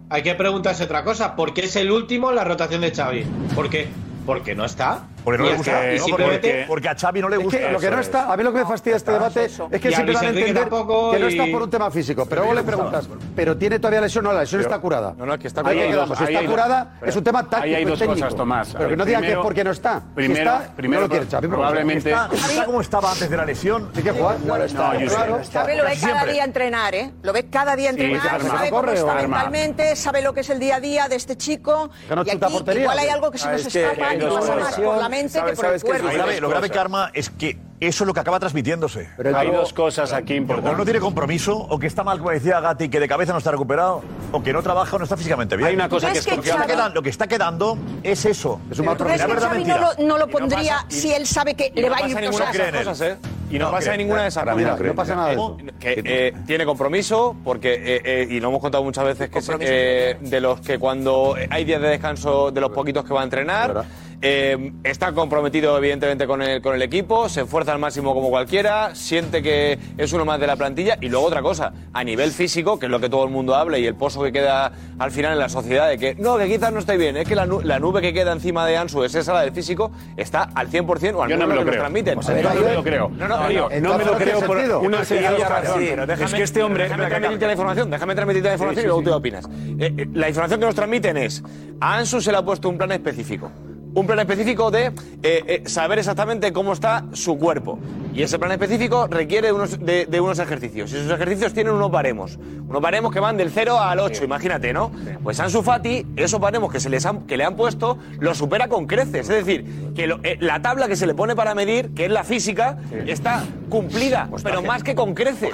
T: Hay que preguntarse otra cosa, ¿por qué es el último en la rotación de Xavi? ¿Por qué? Porque no está.
G: Porque no
T: Y
G: le
T: ya
G: gusta.
T: está. Y
G: No,
T: simplemente-
G: porque- Porque a Xavi no le
D: Es
G: gusta.
D: que lo que no está, a mí lo que me fastidia este debate es que
G: Y a
D: siempre
G: Luis
D: van a
G: Enrique
D: entender
G: tampoco
D: que no
G: y-
D: está por un tema físico, pero luego le preguntas, pero tiene todavía lesión, no, la lesión
F: Pero-
D: está curada.
F: No, no, es que está
D: Ahí
F: curada.
D: quedamos,
F: Ahí
D: Si
F: hay
D: está
F: dos-
D: curada,
F: pero-
D: es un tema
F: ahí
D: táctico
F: hay
D: y
F: dos
D: técnico.
F: cosas, Tomás. A
D: Pero
F: ver,
D: que no digan que es
F: primero-
D: porque no está. si
F: primero-
D: está,
F: primero,
D: no lo quiere Xavi. porque-
F: probablemente-
G: Está, está como estaba antes de la lesión. Hay que jugar. No,
F: está, Josep. claro.
C: Xavi lo ve
G: Casi
C: cada
G: siempre.
C: día entrenar, ¿eh? Lo ve cada día
G: Sí,
C: entrenar,
G: Arma.
C: sabe cómo
G: Corre o
C: está
G: Arma.
C: mentalmente, sabe lo que es el día a día de este chico.
G: Que no
C: y
G: chuta
C: aquí
G: portería.
C: igual hay algo que se
G: Ah,
C: nos
G: es que
C: escapa
G: hay
C: y
G: dos
C: pasa más
G: cosas.
C: por la mente que por el cuerpo.
G: Lo grave, lo grave, Karma, es que eso es lo que acaba transmitiéndose.
F: Pero el Hay tipo- dos cosas aquí importantes.
G: O no tiene compromiso, o que está mal, como decía Gatti, que de cabeza no está recuperado, o que no trabaja o no está físicamente bien.
F: Hay una cosa ¿Tú
C: crees que es que
G: lo está
C: Xavi-
G: quedando- lo que está quedando es eso. Es
C: ¿Tú crees que Xavi no lo, no lo pondría si él sabe que
U: Y
C: le
U: no
C: va a ir
U: pasa
C: cosas?
U: ninguna de esas cosas, ¿eh? Y no,
C: No
U: pasa
C: creen.
U: ninguna de esas
C: Para mí no
U: cosas.
C: creen. No pasa nada de eso.
U: Que, eh, tiene compromiso, porque, eh, eh, y lo hemos contado muchas veces, que es eh, de los que cuando hay días de descanso, de los poquitos que va a entrenar,
B: Eh, está comprometido, evidentemente, con el, con el equipo, se esfuerza al máximo como cualquiera, siente que es uno más de la plantilla. Y luego otra cosa, a nivel físico, que es lo que todo el mundo habla y el pozo que queda al final en la sociedad, de que no, que quizás no esté bien, es que la, nu- la nube que queda encima de Ansu es esa, la del físico, está al 100% o al
F: Yo no
B: menos lo
F: me lo
B: que nos
F: creo.
B: transmiten.
F: O sea, yo no me lo creo.
B: No, no,
F: No,
B: digo,
F: no,
B: no me lo
F: ¿entonces
B: creo
F: qué
B: por
F: sentido?
B: una
F: No,
B: señal
F: sí,
B: de
F: sí,
B: razón.
F: sí, pero déjame-
B: Es que este hombre.
F: déjame
B: Déjame
F: acabar.
B: transmitirte la información, déjame transmitirte la
F: Sí,
B: información
F: sí,
B: y luego
F: sí.
B: tú opinas. Eh, eh, la información que nos transmiten es: a Ansu se le ha puesto un plan específico. Un plan específico de eh, eh, saber exactamente cómo está su cuerpo. Y ese plan específico requiere unos- de, de unos ejercicios. Y esos ejercicios tienen unos baremos. Unos baremos que van del 0 al 8, imagínate, ¿no? Pues Ansu Fati, esos baremos que, se les han- que le han puesto, los supera con creces. Es decir, que lo- eh, la tabla que se le pone para medir, que es la física, está cumplida, pero más que con creces.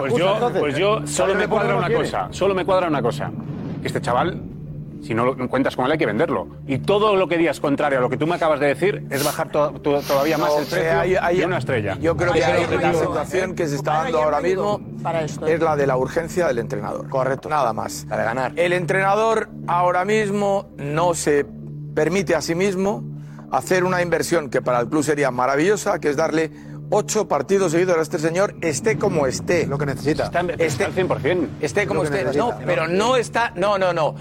F: Pues yo, pues yo solo me cuadra una cosa. Solo me cuadra una cosa. Que este chaval, si no lo cuentas con él, hay que venderlo. Y todo lo que digas contrario a lo que tú me acabas de decir es bajar to- to- todavía más
V: No,
R: eh,
F: el
V: o sea,
F: precio
V: hay- hay-
F: de una estrella.
V: Yo creo que hay- la
F: digo-
V: situación que se está dando ahora mismo es la de la urgencia del entrenador. Correcto. Nada más. Para ganar. El entrenador ahora mismo no se permite a sí mismo hacer una inversión que para el club sería maravillosa, que es darle ocho partidos seguidos a este señor, esté como esté. Lo que necesita. esté al
F: 100%.
V: Esté como
F: Lo que
V: esté. No,
F: necesita.
V: pero no está... No, no, no.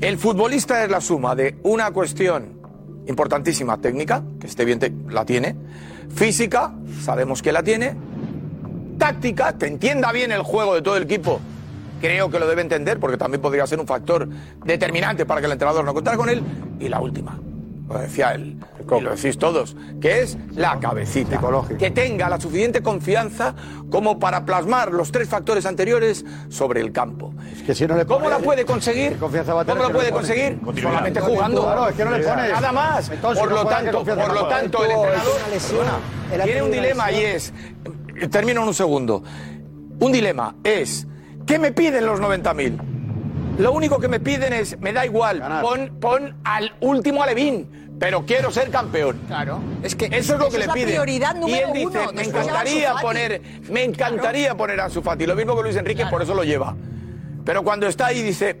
V: El futbolista es la suma de una cuestión importantísima técnica, que esté bien, te- la tiene. Física, sabemos que la tiene. Táctica, que entienda bien el juego de todo el equipo. Creo que lo debe entender, porque también podría ser un factor determinante para que el entrenador no contara con él. Y la última, lo decía él, y lo decís todos, que es la cabecita. Que tenga la suficiente confianza como para plasmar los tres factores anteriores sobre el campo.
D: Que si no le
V: ¿Cómo
D: pone-
V: la puede conseguir?
D: ¿Qué confianza va a tener
V: ¿Cómo la
D: si no
V: puede
D: le pone?
V: conseguir?
D: Continuidad.
V: Solamente jugando.
D: Claro, es que no le pone.
V: Nada más.
D: Entonces,
V: por
D: no
V: lo
D: juega, ¿qué
V: tanto,
D: confianza
V: por lo
D: va a tener?
V: tanto el
D: Tuvo- él
V: entrenador
D: tuvo una lesión. Él
V: tiene
D: ha tenido
V: un
D: una
V: dilema y
D: lesión.
V: es termino en un segundo. Un dilema es ¿qué me piden los 90.000? Lo único que me piden es me da igual, pon, pon al último Alevín, pero quiero ser campeón. Claro. Es que eso es lo
C: esa
V: que
C: es
V: le
C: la
V: piden.
C: prioridad
V: y él
C: número
V: dice,
C: uno,
V: me
C: después de
V: encantaría
C: Ansu Fati".
V: poner me encantaría poner a Ansu Fati, lo mismo que Luis Enrique, por eso lo lleva. Pero cuando está ahí dice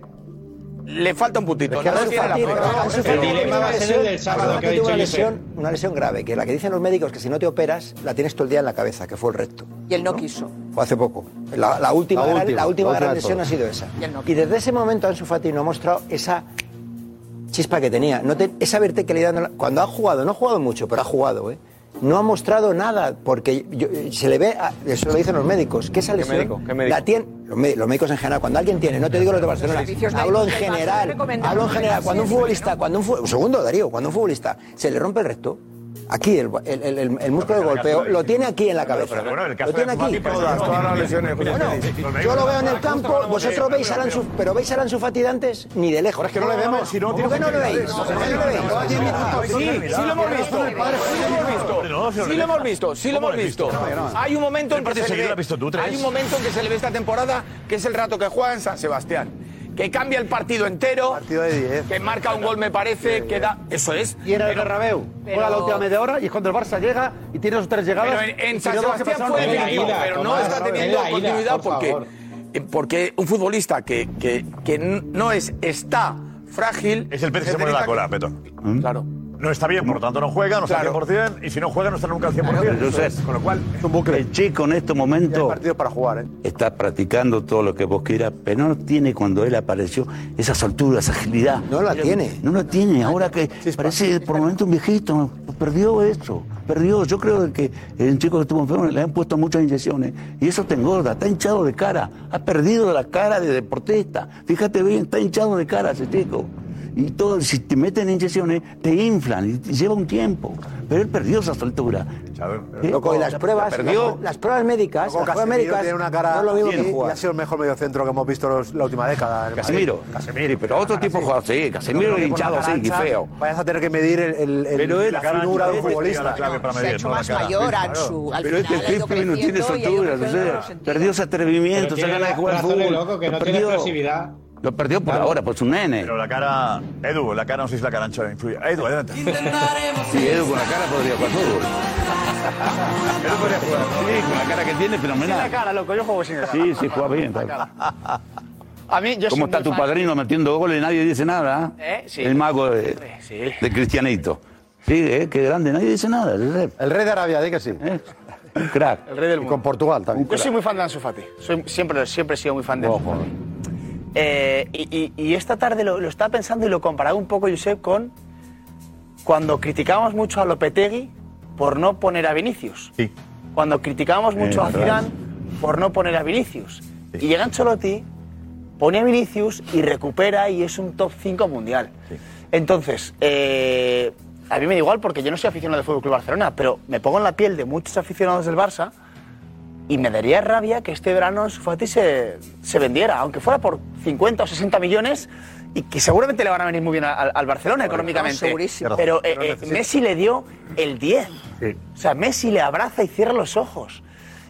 V: le falta un putito,
S: que
V: no
S: Ansu
V: tiene la
S: Fati-
V: prueba.
S: Ansu Fati tuvo una lesión- Ansu Fati tuvo una lesión, una lesión grave, que la que dicen los médicos que si no te operas, la tienes todo el día en la cabeza, que fue el recto.
C: Y él no quiso.
S: Fue hace poco. La, la última,
C: La
S: gran-
C: última,
S: la última
C: la última
S: gran
C: de
S: lesión ha
C: todas.
S: sido esa.
C: Y él no
S: Y desde ese momento Ansu Fati no ha mostrado esa chispa que tenía. No te- esa verticalidad. no la- Cuando ha jugado, no ha jugado mucho, pero ha jugado, ¿eh? No ha mostrado nada, porque yo- se le ve, a- eso lo dicen los médicos, que esa
B: ¿Qué
S: lesión
B: médico? ¿Qué médico?
S: la tiene, los, mé- los médicos en general, cuando alguien tiene, no te digo lo de Barcelona,
C: servicios
S: hablo en
C: médicos del Barça
S: general,
C: recomendan
S: hablo en general,
C: operarse
S: cuando un
C: siempre,
S: futbolista, cuando un, fu- un segundo Darío, cuando un futbolista se le rompe el recto, aquí el, el- el- el- el músculo de golpeo lo tiene aquí en la cabeza,
G: Pero bueno, el caso
S: lo tiene
G: de
S: aquí.
G: Ansu Fati,
V: Todas, todas las lesiones.
S: Yo lo veo en el campo, vosotros veis a Ansu, pero veis a Ansu Fati de antes ni de lejos. es que no le vemos, si no ¿Por qué no lo veis? ¿Por qué no lo veis?
V: Ah, Sí, sí lo hemos visto. Sí lo hemos visto, sí lo hemos visto. Hay un momento en que se le ve, hay un momento en que se le ve esta temporada que es el rato que juega en San Sebastián, que cambia el partido entero, que marca un gol me parece, que da, eso es.
D: Y era el
V: Pero-
D: Bernabéu. Juega la última media hora y es cuando el Barça llega y tiene sus tres llegadas.
V: Pero en, en
D: y
V: San
D: tiene dos que
V: Sebastián
D: pasaron
V: fue
D: de
V: de la
D: equipo.
V: ida, pero no
D: Tomás,
V: está
D: Robert,
V: teniendo
D: en la ida,
V: continuidad
D: por
V: porque,
D: favor.
V: eh, porque un futbolista que, que, que n- no es está frágil.
G: Es el pez que se pone la cola, Peto.
C: ¿Mm?
V: Claro.
G: No está bien, por lo tanto no juega, no está al 100%, y si no juega no está nunca al 100%.
H: Josep,
G: Con lo cual,
H: El chico en estos momentos
R: para jugar, ¿eh?
H: está practicando todo lo que vos quieras, pero no tiene cuando él apareció esa soltura, esa agilidad. No la tiene. No la tiene. Ahora que parece por momento un viejito, perdió eso. Perdió. Yo creo que el chico que estuvo enfermo le han puesto muchas inyecciones y eso te engorda. Está hinchado de cara. Ha perdido la cara de deportista. Fíjate bien, está hinchado de cara ese chico. Y todo, si te meten inyecciones, te inflan y te lleva un tiempo. Pero él perdió esa soltura.
S: Loco, y las pruebas,
H: eh, Perdió.
S: las pruebas médicas,
R: Luego
S: las pruebas
R: Casemiro
S: médicas
R: tiene una cara
S: no es lo mismo
R: y-
S: que
R: y
S: jugar.
R: ha sido el mejor mediocentro que hemos visto los- la última década. en
H: Casemiro.
R: Madrid.
H: Casemiro, pero otro tipo de jugador, sí.
R: Pero
H: Casemiro
R: que con
H: hinchado,
R: la
H: así,
R: cara
H: y
R: ancha
H: feo.
R: Vayas a tener que medir el, el- el-
H: Pero él-
R: la
H: la cara
R: figura de
H: ancha
R: un
H: es
R: futbolista.
H: la clave para Se ha medir, hecho no la más cara. mayor,
C: Ansu. Al
H: Pero
C: final
H: este
C: ha ido
H: Crispin no tiene
C: creciendo y ha ido
H: soltura, no
C: creciendo en
H: sé.
C: otro sentido.
H: Perdió esa atrevimiento, esa
C: tiene
H: ganas de
C: la-
H: jugar al
C: razón
H: fútbol.
C: el loco, que
H: Lo
C: no tiene
H: perdió.
C: explosividad.
H: Lo perdió por ahora, por su nene.
G: Pero la cara. Edu, la cara no sé si la cara ancha influye. Edu, adelante.
H: Sí, Edu con la cara podría jugar fútbol. Edu podría jugar. Sí, con la cara que tiene, fenomenal.
R: cara, loco, yo juego sin la
H: Sí, sí, juega bien.
J: A mí, yo
H: ¿Cómo
J: soy
H: está
J: muy
H: tu
J: fan-
H: padrino metiendo goles y nadie dice nada?
J: ¿Eh? Sí.
H: El mago de,
J: Sí.
H: de Cristianito. Sí, eh, qué grande, nadie dice nada. El rey de Arabia, di que sí. Un crack.
J: El rey del
H: Y con Portugal también.
J: Yo soy muy fan de Ansu Fati. Soy, siempre, siempre he sido muy fan de Ansu Fati. Eh, y, y- y esta tarde lo, lo estaba pensando y lo comparaba un poco, Josep, con cuando criticábamos mucho a Lopetegui por no poner a Vinicius. Cuando criticábamos
H: Eh,
J: mucho a
G: verdad.
J: Zidane por no poner a Vinicius. Y llega Ancelotti, pone a Vinicius y recupera y es un top 5 mundial. Entonces, eh, a mí me da igual porque yo no soy aficionado del Fútbol Club Barcelona, pero me pongo en la piel de muchos aficionados del Barça y me daría rabia que este verano Ansu Fati se, se vendiera, aunque fuera por 50 o 60 millones, y que seguramente le van a venir muy bien al, al Barcelona económicamente.
C: segurísimo.
J: Pero
C: Pero
J: eh, eh,
C: necesita.
J: Messi le dio el 10. O sea, Messi le abraza y cierra los ojos.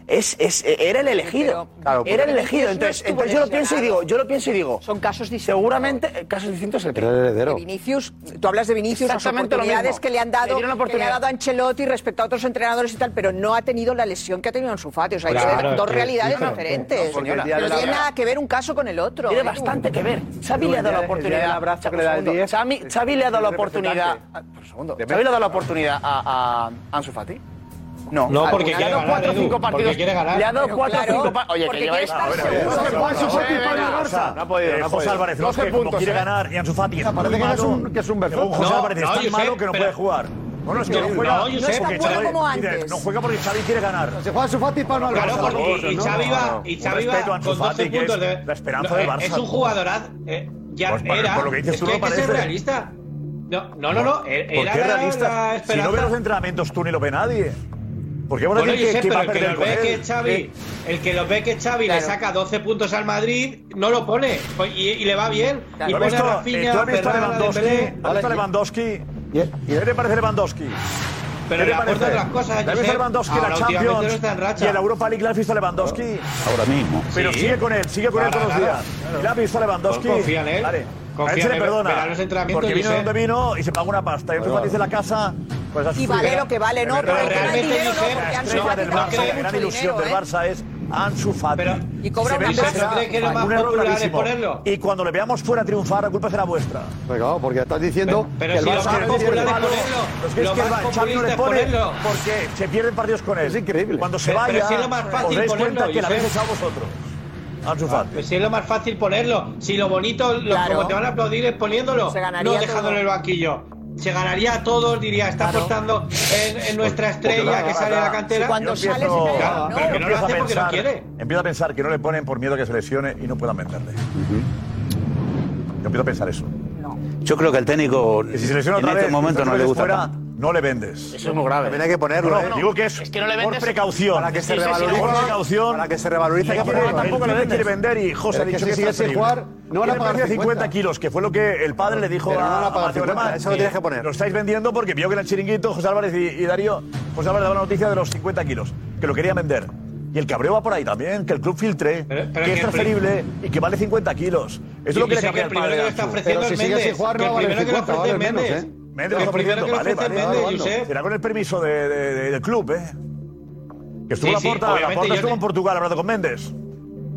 J: Es, es- eh, era el elegido.
C: Claro,
J: era el
C: pero-
J: elegido.
C: Vinicius no
J: Entonces,
C: estuvo
J: entonces yo lo pienso y
C: lesionado.
J: digo, yo lo pienso y digo.
C: Son casos distintos.
J: Seguramente eh, casos distintos el
H: Era el heredero.
C: Vinicius, tú hablas de Vinicius, las
J: Exactamente lo
C: oportunidades
J: mismo.
C: que le han
J: Le
C: dado,
J: dieron la
C: que le ha
J: oportunidad.
C: dado Ancelotti respecto a otros entrenadores y tal, pero no ha tenido la lesión que ha tenido Ansu Fati. O sea, hay
J: Claro,
C: dos- dos
J: que-
C: realidades
J: claro,
C: diferentes.
J: no, porque el
C: no
J: día de la
C: tiene
J: verdad-
C: nada que ver un caso con el otro.
J: Tiene
C: ¿eh, tú?
J: bastante que ver. Xavi
C: El
J: le ha dado la
C: día- el día del
J: oportunidad.
C: abrazo que
J: Un
C: le da el
J: segundo.
C: 10,
J: Xavi, Xavi le ha dado la
C: el representante.
J: oportunidad. Ah, por segundo. Xavi le ha dado la oportunidad a, a Ansu Fati. No,
T: No,
J: al-
T: porque
J: le ha
T: quiere
J: dado
T: ganar,
J: cuatro o
T: Edu,
J: cinco
T: porque
J: partidos.
T: quiere ganar.
J: Le ha dado
T: Pero
J: cuatro o
T: claro,
J: cinco partidos. Oye, que
T: porque
J: lleva
T: quiere
J: eso.
T: estar seguro.
J: Bueno,
T: Es que Juan Ansu Fati para el Barça.
J: No ha podido, no
G: Eh,
J: ha
G: José
J: podido.
G: Álvarez, no
J: 12
G: es que como
J: puntos,
G: quiere
J: ¿eh?
G: ganar y Ansu Fati
J: Parece
G: es tan
J: que no es
G: malo,
J: un- que es un
G: según
J: vergüenza.
G: José
J: No,
G: Álvarez es
J: no,
G: tan
J: Josep,
G: malo que no
J: pero-
G: puede jugar. No, no, es que
J: No,
G: no juega.
J: Josep, no es tan
G: porque
J: bueno
G: Xavi-
J: como
G: dices,
J: antes.
G: No juega porque Xavi quiere ganar.
R: Se juega Ansu Fati y palma al
G: Claro,
R: Barça. Las
G: porque-
R: cosas,
G: y
R: ¿no?
G: Xavi
R: No,
G: va-
R: no, no.
G: y
R: Un
G: Xavi
R: respeto
G: va
R: a Ansu
G: con
R: Fati,
G: 12
R: que es
G: puntos de- la esperanza
R: No,
G: del
R: eh,
G: Barça.
R: es
T: Es un jugadoraz. eh, ya
G: Pues, por-
T: era.
G: por lo que dices
T: es
G: tú,
T: que
G: no
T: hay que ser
G: parece.
T: realista. No, no, no. eh, no.
G: ¿Por
T: Era
G: qué
T: la- la
G: realistas? Si
T: esperanza.
G: no ve los entrenamientos tú ni lo ve nadie. ¿Por qué vas a
T: Bueno,
G: decir
T: yo sé,
G: que, que va
T: pero
G: a
T: el que
G: perder
T: los
G: con
T: ve
G: él? Eh,
T: que Xavi, el que los ve que Xavi le saca 12 puntos al Madrid, no lo pone Pues, y, y le va bien. Y
G: ¿Tú has
T: pone
G: visto,
T: a
G: eh,
T: Rafinha,
G: ¿tú has visto a
T: Ferran,
G: Lewandowski?
T: Dembélé.
G: ¿Has visto a Lewandowski? ¿Qué te parece Lewandowski?
T: Pero
G: ¿Qué
T: le aporta
G: parece?
T: otras cosas,
G: ¿Te has
T: Josep?
G: visto a Lewandowski en
T: Ahora,
G: la
T: últimamente no
G: Champions
T: está en
G: y
T: racha.
G: en la Europa League? ¿La has visto a Lewandowski?
H: Ahora mismo.
G: Pero
T: Sí.
G: sigue con él, sigue con él
T: Para
G: todos los
T: nada.
G: días. Y la ha visto a Lewandowski.
T: No, confía en él.
G: Vale.
T: Confía
G: a Pues él se
T: en
G: le
T: él, verá los
G: perdona.
T: entrenamientos,
G: Porque vino
T: Josep.
G: donde vino y se pagó una pasta. Y
T: Bueno.
G: otro dice la casa. Pues
C: Y vale lo que vale, ¿no?
G: Pero
C: Porque
G: realmente
C: el dinero no,
G: Josep,
C: porque
G: la
C: Ansu
G: estrella
C: Fati
G: del
C: cobra
G: Barça, la
C: mucho
G: gran ilusión
C: dinero,
G: del
C: ¿eh?
G: Barça es Ansu Fati.
C: Y cobra
G: Se ve
C: una
G: empezar
C: pasta. ¿Crees que lo más
G: un error
C: popular es
G: clarísimo.
C: ponerlo?
G: Y cuando le veamos fuera triunfar, la culpa será vuestra.
R: Pues claro, porque estás diciendo
G: Pero
R: que
G: si
R: el
G: lo
R: Barça
G: más
R: no tiene
G: popular es
R: malo.
G: ponerlo.
R: Pero es que
G: Lo
R: es que el
G: más
R: Barça- Xavi no le
G: populista es
R: pone
G: ponerlo.
R: porque
G: se pierden partidos con él.
R: Es increíble.
G: Cuando se
T: Pero-
G: vaya,
T: pero si es lo más fácil
G: os dais cuenta
T: ponerlo,
G: que la
T: Josep.
G: habéis echado vosotros. Ansu Fati.
T: Pues si es lo más fácil ponerlo. Si lo bonito, lo,
G: Claro.
T: como te van a aplaudir es poniéndolo,
G: Se ganaría
T: no dejándolo
G: todo.
T: en el banquillo. Se ganaría a todos, diría, está apostando en, en nuestra
G: Pues,
T: estrella que sale de la cantera.
G: Yo empiezo-
T: Claro, pero que no
G: empiezo
T: lo
G: a
T: hace porque no
G: pensar-
T: quiere.
G: Empiezo a pensar que no le ponen por miedo a que se lesione y no puedan venderle. Yo empiezo a pensar eso.
H: Yo creo que el técnico
G: Que si se lesiona
H: en
G: otra
H: este
G: vez,
H: momento no
G: otra
H: le
G: vez
H: gusta.
G: fuera,
H: tanto.
G: no le vendes.
R: Eso es muy grave. También hay que ponerlo,
G: No,
R: ¿eh?
G: no, digo que es,
R: no le
G: por
R: vendes-
G: precaución.
R: Para que se
G: Sí, sí, sí,
R: revalorice.
G: Por precaución.
R: Para que se revalorice,
G: Nadie
R: hay que
G: quiere-
R: ponerlo.
G: Tampoco le quiere vender y José ha
R: Pero es
G: dicho
R: que
G: que
R: si
G: está
R: sigue sin
G: terrible.
R: jugar, no van a
G: Quiere
R: pagar
G: vender
R: 50
G: kilos, que fue lo que el padre le dijo
R: Pero no van a
G: a
R: pagar
G: Mateo
R: 50,
G: Alemán.
R: eso lo tienes que poner.
G: Lo estáis vendiendo porque vio que en el chiringuito José Álvarez y, y Darío, José Álvarez daba la noticia de los 50 kilos, que lo quería vender. Y el cabreo va por ahí también, que el club filtre,
T: pero
G: que
T: que
G: es
T: el
G: transferible y que vale 50 kilos. Eso es
T: Y
G: lo que le
T: dice
G: cambia
T: que el
G: al
T: primero
G: padre.
T: que lo está
G: Ansu.
T: ofreciendo Pero si es sigue Méndez, sin jugar, no que el vale primero que lo 50, ofrece vale es Méndez. Méndez.
G: Méndez
T: Que
G: lo
T: el
G: está
T: primero
G: ofreciendo,
T: que lo
G: vale,
T: ofrece
G: vale.
T: es Méndez,
G: vale.
T: Josep.
G: Será con el permiso de- de- de- del club, ¿eh? Que estuvo
T: Sí,
G: la
T: sí,
G: porta, la
T: obviamente,
G: porta
T: yo
G: estuvo
T: te-
G: en Portugal hablando con Méndez.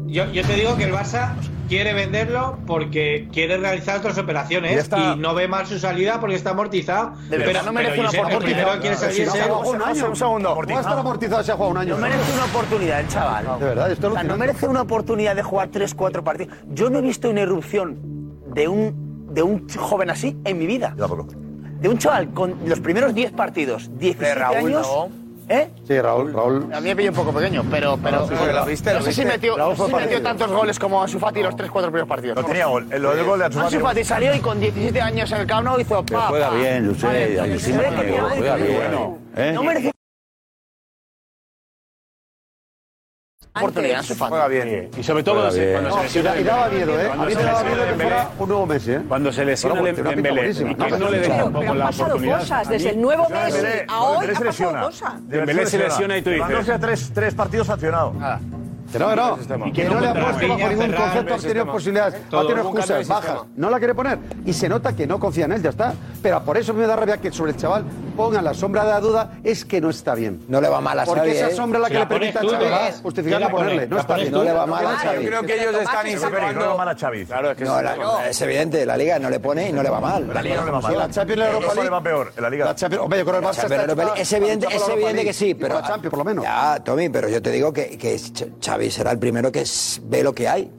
T: Yo, yo te digo que el Barça quiere venderlo porque quiere realizar otras operaciones y,
G: Y esta-
T: no ve mal su salida porque está amortizado.
R: De verdad, no merece una
T: Josep, el
R: oportunidad.
T: primero que quiere
R: Pero si
T: salir
R: no
T: es
R: se
T: él.
R: jugó un año.
J: Un segundo.
R: Va a estar amortizado si ha jugado un año.
J: No merece una oportunidad el chaval.
R: De verdad, esto es
J: O sea, no
R: alucinante.
J: merece una oportunidad de jugar 3, 4 partidos. Yo no he visto una irrupción de un, de un joven así en mi vida. De un chaval con los primeros 10 partidos, 17
R: Raúl,
J: años. ¿Eh?
R: Sí, Raúl, Raúl.
J: A mí me pilló un poco pequeño, pero. pero
R: sí, porque lo viste,
J: no
R: lo
J: sé si
R: viste.
J: metió,
R: Raúl
J: no sé
R: fue
J: si metió
R: parecido.
J: tantos goles como Ansu Fati los 3-4 primeros partidos.
G: No tenía gol. El, el gol de Ansu Fati.
J: Ansu Fati salió y con 17 años en el Camp Nou hizo.
H: Pero
J: pa,
H: juega
J: pa.
H: bien,
J: Vale,
H: usted. alucina
J: se ve que
H: conmigo,
J: tiene-
H: Juega bien.
J: bueno.
H: ¿eh?
J: No merece oportunidad Ansu Fati.
R: Juega bien.
F: Y sobre todo cuando se, cuando se
R: No, y
F: lesiona
R: da- y daba
F: Dembélé.
R: miedo, ¿eh?
F: Cuando
R: A mí
F: se
R: me daba
F: lesiona
R: miedo que
F: Dembélé,
R: fuera un nuevo Messi, ¿eh?
F: Cuando se lesiona
R: Bueno,
F: Dem-
R: tiene una pinta
F: Dembélé,
R: buenísima.
F: y que no le den
R: Pero-
F: tampoco
R: pero
F: la
R: han pasado
F: oportunidad.
R: cosas,
F: a mí-
C: desde el nuevo
F: Dembélé-
C: Messi
F: Dembélé
C: a hoy ha
F: se
C: pasado
F: lesiona.
C: cosas.
F: Dembélé se lesiona y tú
G: Levándose
F: dices...
G: a tres, tres partidos sancionados.
R: Que no, que no. Y que no le ha puesto bajo ningún concepto, ha tenido posibilidades, ha tenido excusas bajas. No la quiere poner. Y se nota que no confía en él, ya está. Pero por eso me da rabia que sobre el chaval
L: ponga la sombra de la duda es que no está bien.
S: No le va mal a
L: Porque
S: Xavi,
L: esa
S: ¿eh?
L: sombra es la
S: Si
L: que
S: la
L: le permite a
S: pones tú,
L: Xavi
S: ¿ves?
L: justificarla
S: ¿Quién la
L: ponerle.
S: pone?
L: No
S: ¿La
L: está
S: pones
L: bien.
S: tú? No le va mal a Xavi.
V: Yo creo que ellos están
G: Pero no le va mal a Xavi. Claro,
S: No, la- es evidente, la Liga no le pone y no le va mal.
G: La Liga no le va mal.
S: La Champions, la Europa
G: Eso le va peor. En la Liga.
S: La Champions, hombre, yo creo que el Barça
G: Champions,
S: está
G: Europa
S: hecho
G: League.
S: Es evidente,
G: Está
S: es
G: hecho para
S: evidente
G: Europa
S: que sí,
G: League.
S: pero.
G: Y por la Champions,
S: por lo menos. Ya, Tommy, pero yo te digo que, que Ch- Xavi será el primero que s- ve lo que hay.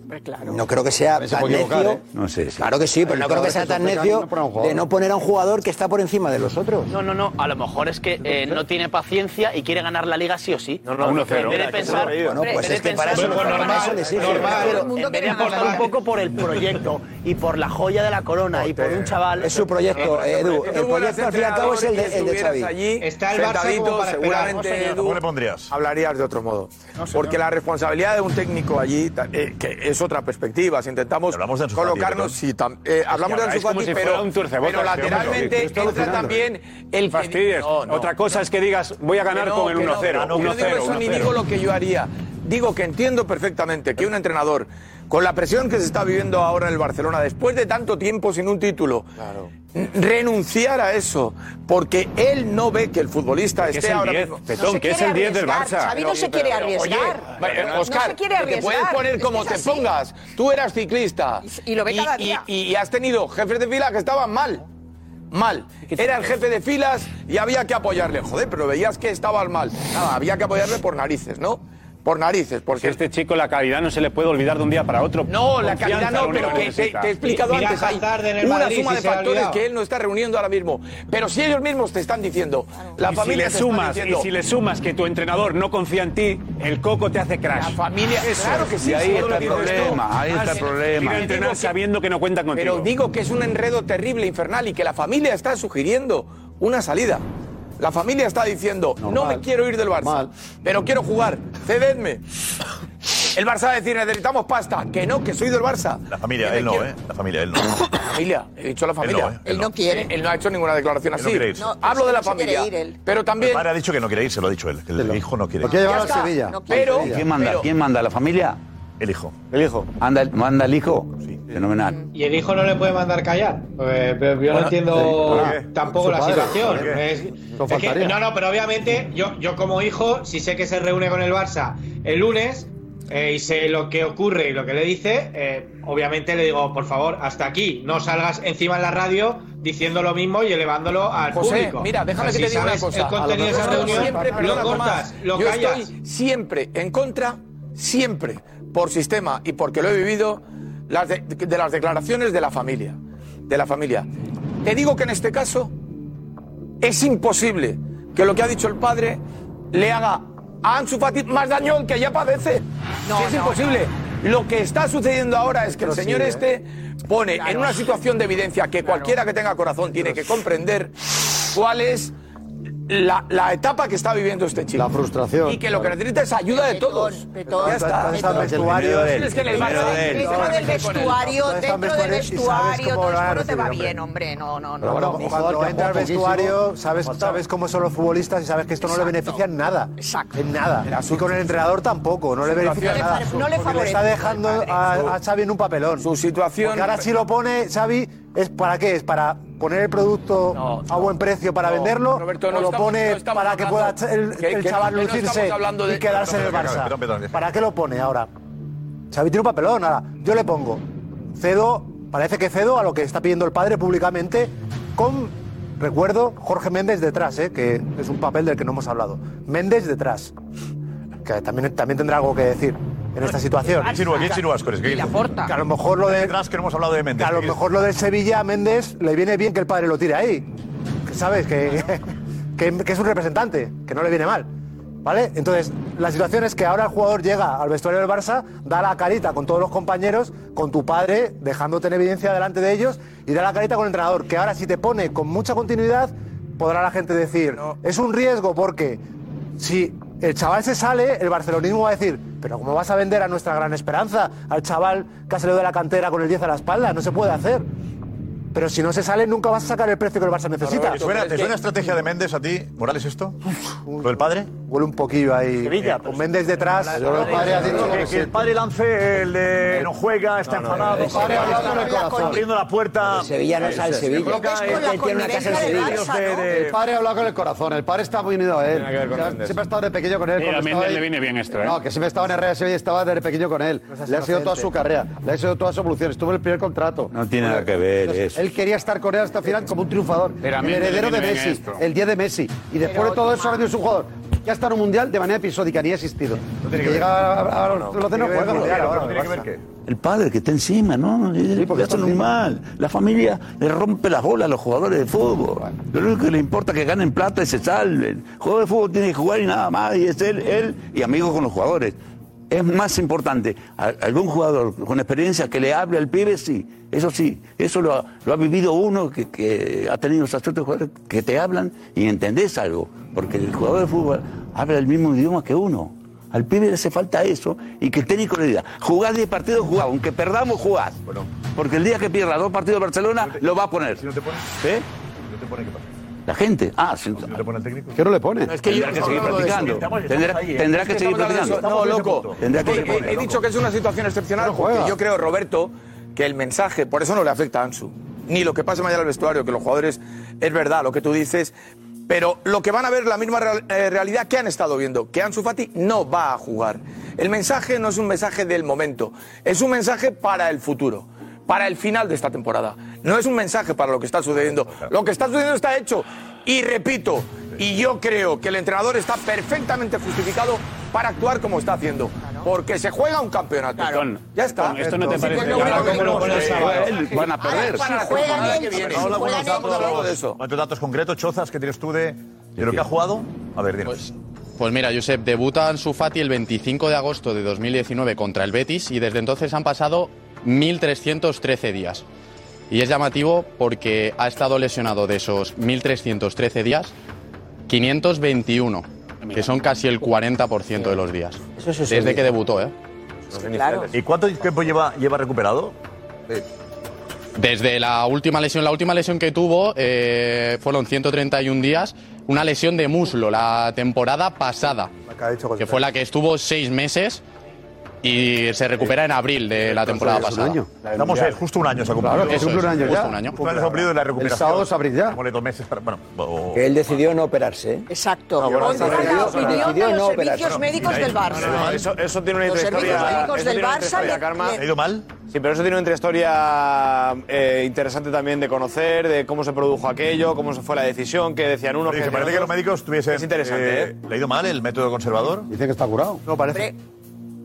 S: No creo que sea
H: A veces
S: tan
H: puede equivocar,
S: necio.
H: ¿eh? No sé, sí.
S: Claro que sí, pero
H: Hay
S: no creo que
H: jugadores
S: sea
H: que
S: tan
H: se ofendan y
S: necio
H: no ponen a un jugador.
S: de no poner a un jugador que está por encima de los otros.
J: No, no, no. A lo mejor es que eh, no tiene paciencia y quiere ganar la liga sí o sí. No,
S: no, 1-0.
J: En vez de pensar.
S: Bueno, pues es que para eso no- para eso le sirve.
J: Pero en vez de apostar un poco por el proyecto y por la joya de la corona y por un chaval.
S: Este, Es su proyecto, eh, Edu. El proyecto al fin y al cabo es el de, el de Xavi.
V: Está el sentadito, seguramente Edu,
G: ¿Cómo le pondrías?
V: hablarías de otro modo. Porque la responsabilidad de un técnico allí, ta- eh, que es otra perspectiva, si intentamos colocarnos,
G: Fati,
V: sí, tam- eh,
G: que
V: hablamos de
G: habláis
V: Ansu
G: como
V: Fati,
G: si fuera
V: pero,
G: un tuercebotas,
V: pero
G: este hombre.
V: lateralmente
G: Te
V: entra
G: estoy alucinando.
V: también el que...
F: Fastidies. Otra cosa es que digas, voy a ganar con el 1-0,
V: No, que no digo
F: 1-0,
V: eso ni
F: 1-0.
V: digo lo que yo haría. Digo que entiendo perfectamente que un entrenador, con la presión que se está viviendo ahora en el Barcelona, después de tanto tiempo sin un título, n- renunciar a eso, porque él no ve que el futbolista
F: Que es
V: esté
F: el
V: ahora
F: 10,
V: mismo-
F: Petón, No se que es el quiere 10 del arriesgar, Barça.
C: Xavi no se quiere
V: pero, oye,
C: arriesgar.
V: vaya,
C: No se
V: Oscar,
C: quiere
V: que te puedes
C: arriesgar,
V: poner
C: es
V: como
C: que
V: te
C: es así.
V: pongas. Tú eras ciclista.
C: Y- y lo ve cada día.
V: Y, y has tenido jefes de fila que estaban mal. Mal. Era el jefe de filas y había que apoyarle. Joder, pero veías que estabas mal. Nada, había que apoyarle por narices, ¿no? Por narices, porque...
F: Este chico, la calidad no se le puede olvidar de un día para otro.
V: No, la
F: Confianza
V: calidad no,
F: lo único
V: pero que te,
F: necesita.
V: te he explicado
F: Mira
V: antes.
F: a
V: Hay
F: Hazard en el
V: una
F: Madrid,
V: suma de
F: si se le ha
V: factores
F: olvidado.
V: que él no está reuniendo ahora mismo. Pero si ellos mismos te están diciendo, la
F: y
V: familia
F: si
V: te
F: le
V: está
F: sumas
V: diciendo,
F: y si le sumas que tu entrenador no confía en ti el coco te hace crash la
V: familia claro que sí
F: y ahí
V: seguro
F: está
V: que
F: el
V: tienes tú.
F: problema ahí
G: Este
F: está el problema
V: Digo
F: entrenar
V: que-
F: sabiendo que no cuentan contigo
V: Pero digo que es un enredo terrible, infernal, y que la familia está sugiriendo una salida. La familia está diciendo, no me quiero ir del Barça, pero quiero jugar, cededme. El Barça va a decir, necesitamos pasta. Que no, que soy del Barça.
G: La familia,
V: Que
G: él
V: me
G: no,
V: quiero-
G: ¿eh? La familia, él no.
V: familia, he dicho la
G: Él
V: familia.
G: no, ¿eh? Él no
V: quiere. Él no ha hecho ninguna declaración
G: Él no
V: así.
G: quiere irse. No,
V: Hablo de la
G: no se quiere
V: familia.
G: ir él.
V: Pero
G: El
V: también.
G: padre ha dicho que no quiere irse, lo ha dicho él. que El hijo no quiere
H: Lo quiere
G: irse.
H: llevar a Sevilla.
V: Pero-
H: ¿Quién manda?
V: pero-
H: ¿Quién manda? ¿La familia?
G: El hijo.
H: El hijo. Anda, ¿Manda el hijo? Sí. Fenomenal.
T: Y el hijo no le puede mandar callar. Pues, pero yo no entiendo
H: ¿por qué?
T: tampoco
H: Su
T: la
H: padre,
T: situación. eh.
H: ¿por qué?
T: Es-
H: Lo
T: es que-
H: faltaría.
T: no, no, pero obviamente yo, yo como hijo, si sé que se reúne con el Barça el lunes eh, y sé lo que ocurre y lo que le dice, eh, obviamente le digo, por favor, hasta aquí, no salgas encima en la radio diciendo lo mismo y elevándolo al
V: José,
T: público.
V: mira, déjame
T: O sea,
V: que te
T: si
V: diga una
T: sabes
V: cosa.
T: El contenido de esa
V: Yo
T: reunión
V: siempre,
T: lo
V: perdona,
T: cortas,
V: Tomás,
T: lo
V: yo
T: callas.
V: estoy siempre en contra, siempre, por sistema y porque lo he vivido, las de, de las declaraciones de la familia. De la familia. Te digo que en este caso es imposible que lo que ha dicho el padre le haga a Ansu Fati más daño al que ya padece. Si es imposible. Lo que está sucediendo ahora es que el
Q: Pero sí,
V: señor
Q: ¿eh?
V: este pone en
Q: Claro.
V: una situación de evidencia que cualquiera que tenga corazón tiene que comprender cuál es la, la etapa que está viviendo este chico. La frustración. Y que lo que
R: claro.
V: necesita es ayuda de todos.
C: Petón,
V: ya está.
R: Petón. Está en vestuario.
V: Sí, Es que en el
R: Primero
V: Barça-
R: de él.
V: se
C: Dentro
V: van a
C: del
V: meter con él.
C: vestuario,
R: Está en
C: dentro del
R: vestuario y sabes
C: vestuario,
R: cómo
C: todo
R: lo van a
C: esto no te va
R: recibir,
C: bien, hombre. No, no,
R: Pero
C: no.
R: bueno,
C: no,
R: un
C: no.
R: jugador que entra al vestuario, sabes, sabes cómo son los futbolistas y sabes que esto no le beneficia en nada. Exacto. En nada. Y con el entrenador tampoco, no le beneficia en
C: No
R: nada.
C: le favorece, no le
R: Porque
C: favorece.
R: está dejando a, a Xavi en un papelón. Su
V: situación.
R: Porque ahora si lo pone Xavi, ¿es para qué? ¿Es para poner el producto a buen precio para
V: No,
R: venderlo?
V: Roberto, no
R: ¿O lo
V: estamos-
R: pone
V: no estamos
R: para que pueda
V: hablando-
R: el,
V: que-
R: el
V: que-
R: chaval
V: que no estamos
R: lucirse
V: hablando de-
R: y quedarse en el
V: Perdón, perdón,
R: Barça?
V: perdón, perdón.
R: ¿Para qué lo pone ahora? Xavi tiene un papelón ahora. Yo le pongo. Cedo, parece que cedo a lo que está pidiendo el padre públicamente con, recuerdo, Jorge Méndez detrás, ¿eh? que es un papel del que no hemos hablado. Méndez detrás. Que también, también tendrá algo que decir en esta situación.
G: ¿Qué insinúas? ¿Qué insinúas con eso? ¿Qué dices?
R: Que a lo mejor lo de.
G: Detrás que no hemos hablado de Méndez.
R: que a lo
G: ¿Qué
R: mejor lo del Sevilla a Méndez le viene bien que el padre lo tire ahí. Que sabes que, que, que es un representante, que no le viene mal. ¿Vale? Entonces, la situación es que ahora el jugador llega al vestuario del Barça, da la carita con todos los compañeros, con tu padre, dejándote en evidencia delante de ellos, y da la carita con el entrenador, que ahora si te pone con mucha continuidad, podrá la gente decir, es un riesgo porque si el chaval se sale, el barcelonismo va a decir, pero ¿cómo vas a vender a nuestra gran esperanza? Al chaval que ha salido de la cantera con el 10 a la espalda, no se puede hacer. Pero si no se sale, nunca vas a sacar el precio que el Barça necesita.
G: ¿Te suena, te suena estrategia de Méndez a ti, Morales, esto? ¿Lo del padre?
R: Huele un poquillo ahí.
G: Sevilla,
R: eh, con Méndez detrás.
G: Yo creo que el padre ha dicho lo que Que el siente. padre lance el de no juega, está enfadado,
R: el padre
G: está
R: habla con el corazón.
G: abriendo la puerta.
S: El Sevilla no es al
G: Se
S: Sevilla.
G: coloca,
S: Es
G: eh,
S: con la
G: que tiene una casa en Sevilla.
S: de-
L: El padre habla con el corazón, el padre está muy unido a él.
G: Tiene que ver con
L: Ya
G: Mendes.
L: Siempre ha estado de pequeño con él.
F: Sí,
L: cuando
F: a Mendes
L: estaba
F: le
L: ahí-
F: viene bien esto, ¿eh?
L: No, que siempre estaba en RSB y estaba desde pequeño con él.
R: seas
L: Le ha sido toda
R: inocente.
L: su carrera, le ha sido toda su evolución, estuvo en el primer contrato.
H: No tiene nada que ver
L: Entonces,
H: eso.
L: Él quería estar con él hasta el final como un triunfador.
H: Pero a
L: el
H: mí me
L: heredero de
H: viene bien
L: Messi,
H: esto.
L: el 10 de Messi. Y después
H: Pero,
L: de todo eso ha venido su jugador. que ha estado en un mundial de manera episódica, ni ha existido. que, llega a, a- a los no
G: Tiene que ver
L: juega
G: con
L: mundial
G: el
L: ahora.
G: mundial,
L: me
G: tiene que ver
L: pasa.
G: qué.
H: El padre que está encima, ¿no?
L: porque
H: Eso
L: está
H: es normal. La familia le rompe las bolas a los jugadores de fútbol. Lo único que le importa es que ganen plata y se salven. Juego de fútbol tiene que jugar y nada más. Y es él, él y amigos con los jugadores. Es más importante a- algún jugador con experiencia que le hable al pibe, sí. Eso sí, eso lo ha, lo ha vivido uno que, que ha tenido esa suerte de jugadores que te hablan y entendés algo. Porque el jugador de fútbol habla el mismo idioma que uno. Al pibe le hace falta eso y que el técnico le diga, jugás 10 partidos, jugá, aunque perdamos, jugás. Porque el día que pierda dos partidos Barcelona, lo va a poner. ¿Eh? La gente. Ah, si no te
G: pone el técnico.
H: ¿Qué no le pone? Es que yo
V: Tendrá
H: que
V: que
H: seguir
V: seguir practicando.
H: practicando. Tendrá, tendrá que seguir practicando.
V: No, loco.
H: Tendrá que
V: He-
H: seguir
V: he- He,
H: practicando.
V: dicho que es una situación excepcional porque yo creo, Roberto, que el mensaje, por eso no le afecta a Ansu, ni lo que pase mañana al vestuario, que los jugadores, es verdad lo que tú dices, pero lo que van a ver es la misma real- eh, realidad que han estado viendo, que Ansu Fati no va a jugar. El mensaje no es un mensaje del momento, es un mensaje para el futuro. Para el final de esta temporada. No es un mensaje para lo que está sucediendo. Lo que está sucediendo está hecho. Y repito, y yo creo que el entrenador está perfectamente justificado para actuar como está haciendo. Porque se juega un campeonato. ya está.
F: esto no te
V: Entonces,
F: parece-
V: yo creo
F: Ahora,
V: que
F: ¿cómo lo
V: no,
F: pones
V: sí,
F: ahora?
V: él van
H: Ah,
V: a perder.
G: Ahora,
V: Si juegan ellos,
G: ahora,
V: si
G: ahora, ahora,
V: juegan
G: ahora,
V: ellos,
G: ahora,
V: hablamos de eso.
G: ¿Cuántos datos concretos, Chozas, que tienes tú de, de lo que ha jugado? A ver, dinos.
N: Pues mira, Josep, debuta Ansu Fati el 25 de agosto de 2019 contra el Betis y desde entonces han pasado 1.313 días. Y es llamativo porque ha estado lesionado de esos 1.313 días 521, que son casi el 40% de los días.
G: Eso Ah, sí es
N: Desde
G: un
N: que
G: día.
N: debutó, ¿eh?
G: Claro. ¿Y cuánto tiempo lleva, lleva recuperado?
N: Desde la última lesión, la última lesión que tuvo eh, fueron 131 días, una lesión de muslo la temporada pasada, que fue la que estuvo seis meses y se recupera en abril de la temporada
G: Es un
N: pasada.
G: año. Estamos, eh, justo un año se ha cumplido.
N: Claro, que
G: Eso
N: cumple
G: es,
N: un año
G: justo
N: ya.
G: un año. Justo un año se ha cumplido de la recuperación.
S: sábado se
G: abrirá. Démosle dos meses para... Bueno, o-
S: Que él decidió no operarse. ¿eh?
C: Exacto.
S: No, bueno,
C: Contra
S: decidió-
C: la opinión
S: decidió
C: de
S: no
C: los
S: operar.
C: servicios
S: Bueno,
C: médicos
S: mira,
C: del Barça.
B: Eso, eso tiene una
C: Los servicios
B: historia.
C: médicos del Barça le- le-
B: ido mal? Sí, pero eso tiene una historia eh, interesante también de conocer, de cómo se produjo aquello, cómo se fue la decisión, que decían unos.
G: Oye, que parece que los médicos tuviesen...
B: Es interesante, ¿eh?
G: ¿Le ha ido mal el método conservador? Dicen que está curado. No, parece.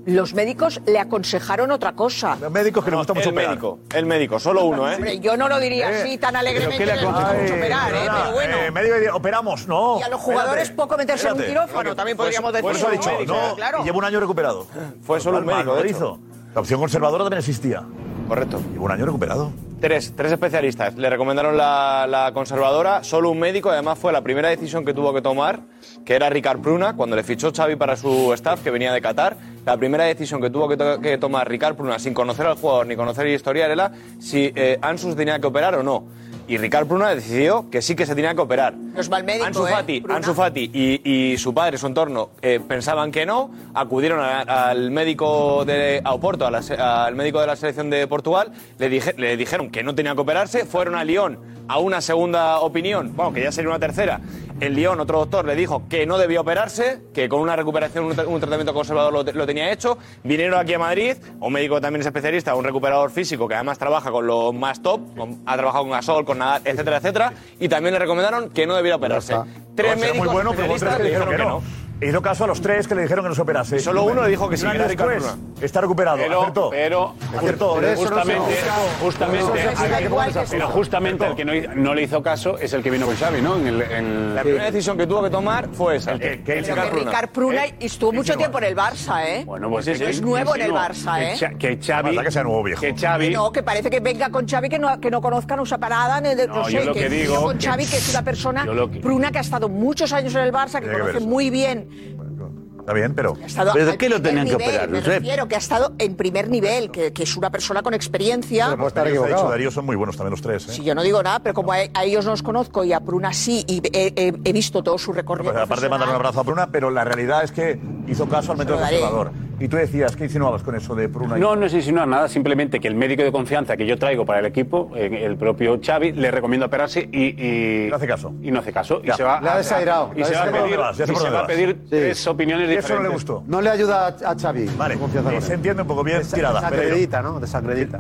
C: Los médicos le aconsejaron otra cosa.
G: Los médicos que nos gusta mucho
B: el
G: operar.
B: médico, el médico, solo uno, ¿eh?
C: Hombre, yo no lo diría así tan alegremente.
B: ¿Pero qué le
C: que nos gusta mucho operar, ¿eh? Pero bueno.
G: Eh, médico dice, operamos, no.
C: Y a los jugadores poco meterse en un quirófano, también podríamos
G: decir. Por eso ha
C: decirlo,
G: dicho,
C: ¿no?
G: no,
C: Claro.
G: y llevo un año recuperado. Fue
B: solo un médico, de hecho.
G: La opción conservadora también existía.
B: Correcto.
G: Llevo un año recuperado.
B: Tres, tres especialistas. Le recomendaron la, la conservadora, solo un médico. Además, fue la primera decisión que tuvo que tomar, que era Ricard Pruna, cuando le fichó Xavi para su staff, que venía de Qatar. La primera decisión que tuvo que, to- que tomar Ricard Pruna, sin conocer al jugador ni conocer el historial, era si eh, Ansu se tenía que operar o no. Y Ricard Pruna decidió que sí que se tenía que operar.
C: Los mal
B: Ansu Fati, Ansu Fati y, y su padre, su entorno, eh, pensaban que no, acudieron a- al médico de a Oporto, a la se- al médico de la selección de Portugal, le, dije- le dijeron que no tenía que operarse, fueron a Lyon a una segunda opinión, bueno, que ya sería una tercera. En Lyon otro doctor le dijo que no debía operarse, que con una recuperación, un, tra- un tratamiento conservador lo, te- lo tenía hecho. Vinieron aquí a Madrid, un médico que también es especialista, un recuperador físico que además trabaja con los más top, con- ha trabajado con Gasol, con Nadal, etcétera, etcétera, y también le recomendaron que no debiera operarse. Tres
G: No, será
B: médicos
G: muy bueno, pero hubo tres
B: especialistas
G: que
B: le
G: le dijeron que no. Hizo caso a los tres que le dijeron que no se operase.
B: Y solo uno le dijo que sí,
G: Un año
B: que era Ricardo
G: después,
B: Luna.
G: está recuperado. ¿eh?
B: Pero-
G: acertó.
B: pero-
G: acertó.
F: Pero eso no
G: justamente.
F: se busca.
G: justamente-
F: Pero
G: Al que-
F: Pero justamente el que no, hi- no le hizo caso es el que vino con Xavi, ¿no? En el, en-
B: La primera decisión que tuvo que tomar fue esa.
F: que él
C: Pero que Ricard Pruna y estuvo mucho tiempo en el Barça, ¿eh?
F: Bueno, pues sí, sí.
C: Es nuevo en el Barça,
F: Que
C: ¿eh?
F: Xa- Que Xavi... que sea nuevo, viejo. Que Xavi...
C: No, que parece que venga con Xavi que no, que no conozca, no se parada, no, no
F: No,
C: sé,
F: yo lo que digo
C: con
F: que-
C: Xavi que es una persona
F: Yo lo que-
C: Pruna que ha estado muchos años en el Barça, que
F: Tiene que
C: conoce
F: ver eso.
C: muy bien
G: Está bien, pero.
C: Ha estado
G: ¿Pero
C: al
G: de qué lo
C: primer
G: tenían que
C: nivel,
G: operar,
C: Me
G: Josep?
C: refiero que ha estado en primer nivel, que, que es una persona con experiencia.
G: Pero Darío se ha dicho, Darío son muy buenos también los tres. ¿eh?
C: Si yo no digo nada, pero como a, a ellos no los conozco y a Pruna sí, y he, he- he visto todo su recorrido.
G: Pues aparte de mandar un abrazo a Pruna, pero la realidad es que hizo caso al método
C: Saludaré.
G: conservador. Y tú decías, ¿qué insinuabas con eso de Pruna? y-
F: No, no es insinuar nada, simplemente que el médico de confianza que yo traigo para el equipo, eh, el propio Xavi, le recomienda operarse y, y-
G: No hace caso.
F: Y no hace caso.
G: Ya.
F: Y se va
G: Le ha
F: a-
G: desairado,
F: Y
G: le ha
F: se va a
G: desairado.
F: pedir,
G: Ya sé
F: y
G: por
F: se
G: dónde
F: va a
G: vas.
F: pedir
G: Sí.
F: tres opiniones
G: Y
F: diferentes.
G: eso no le gustó.
L: No le ayuda a, a Xavi. Vale,
G: eh, se entiende un poco bien tirada, pero-
L: Desacredita, ¿no? Desacredita.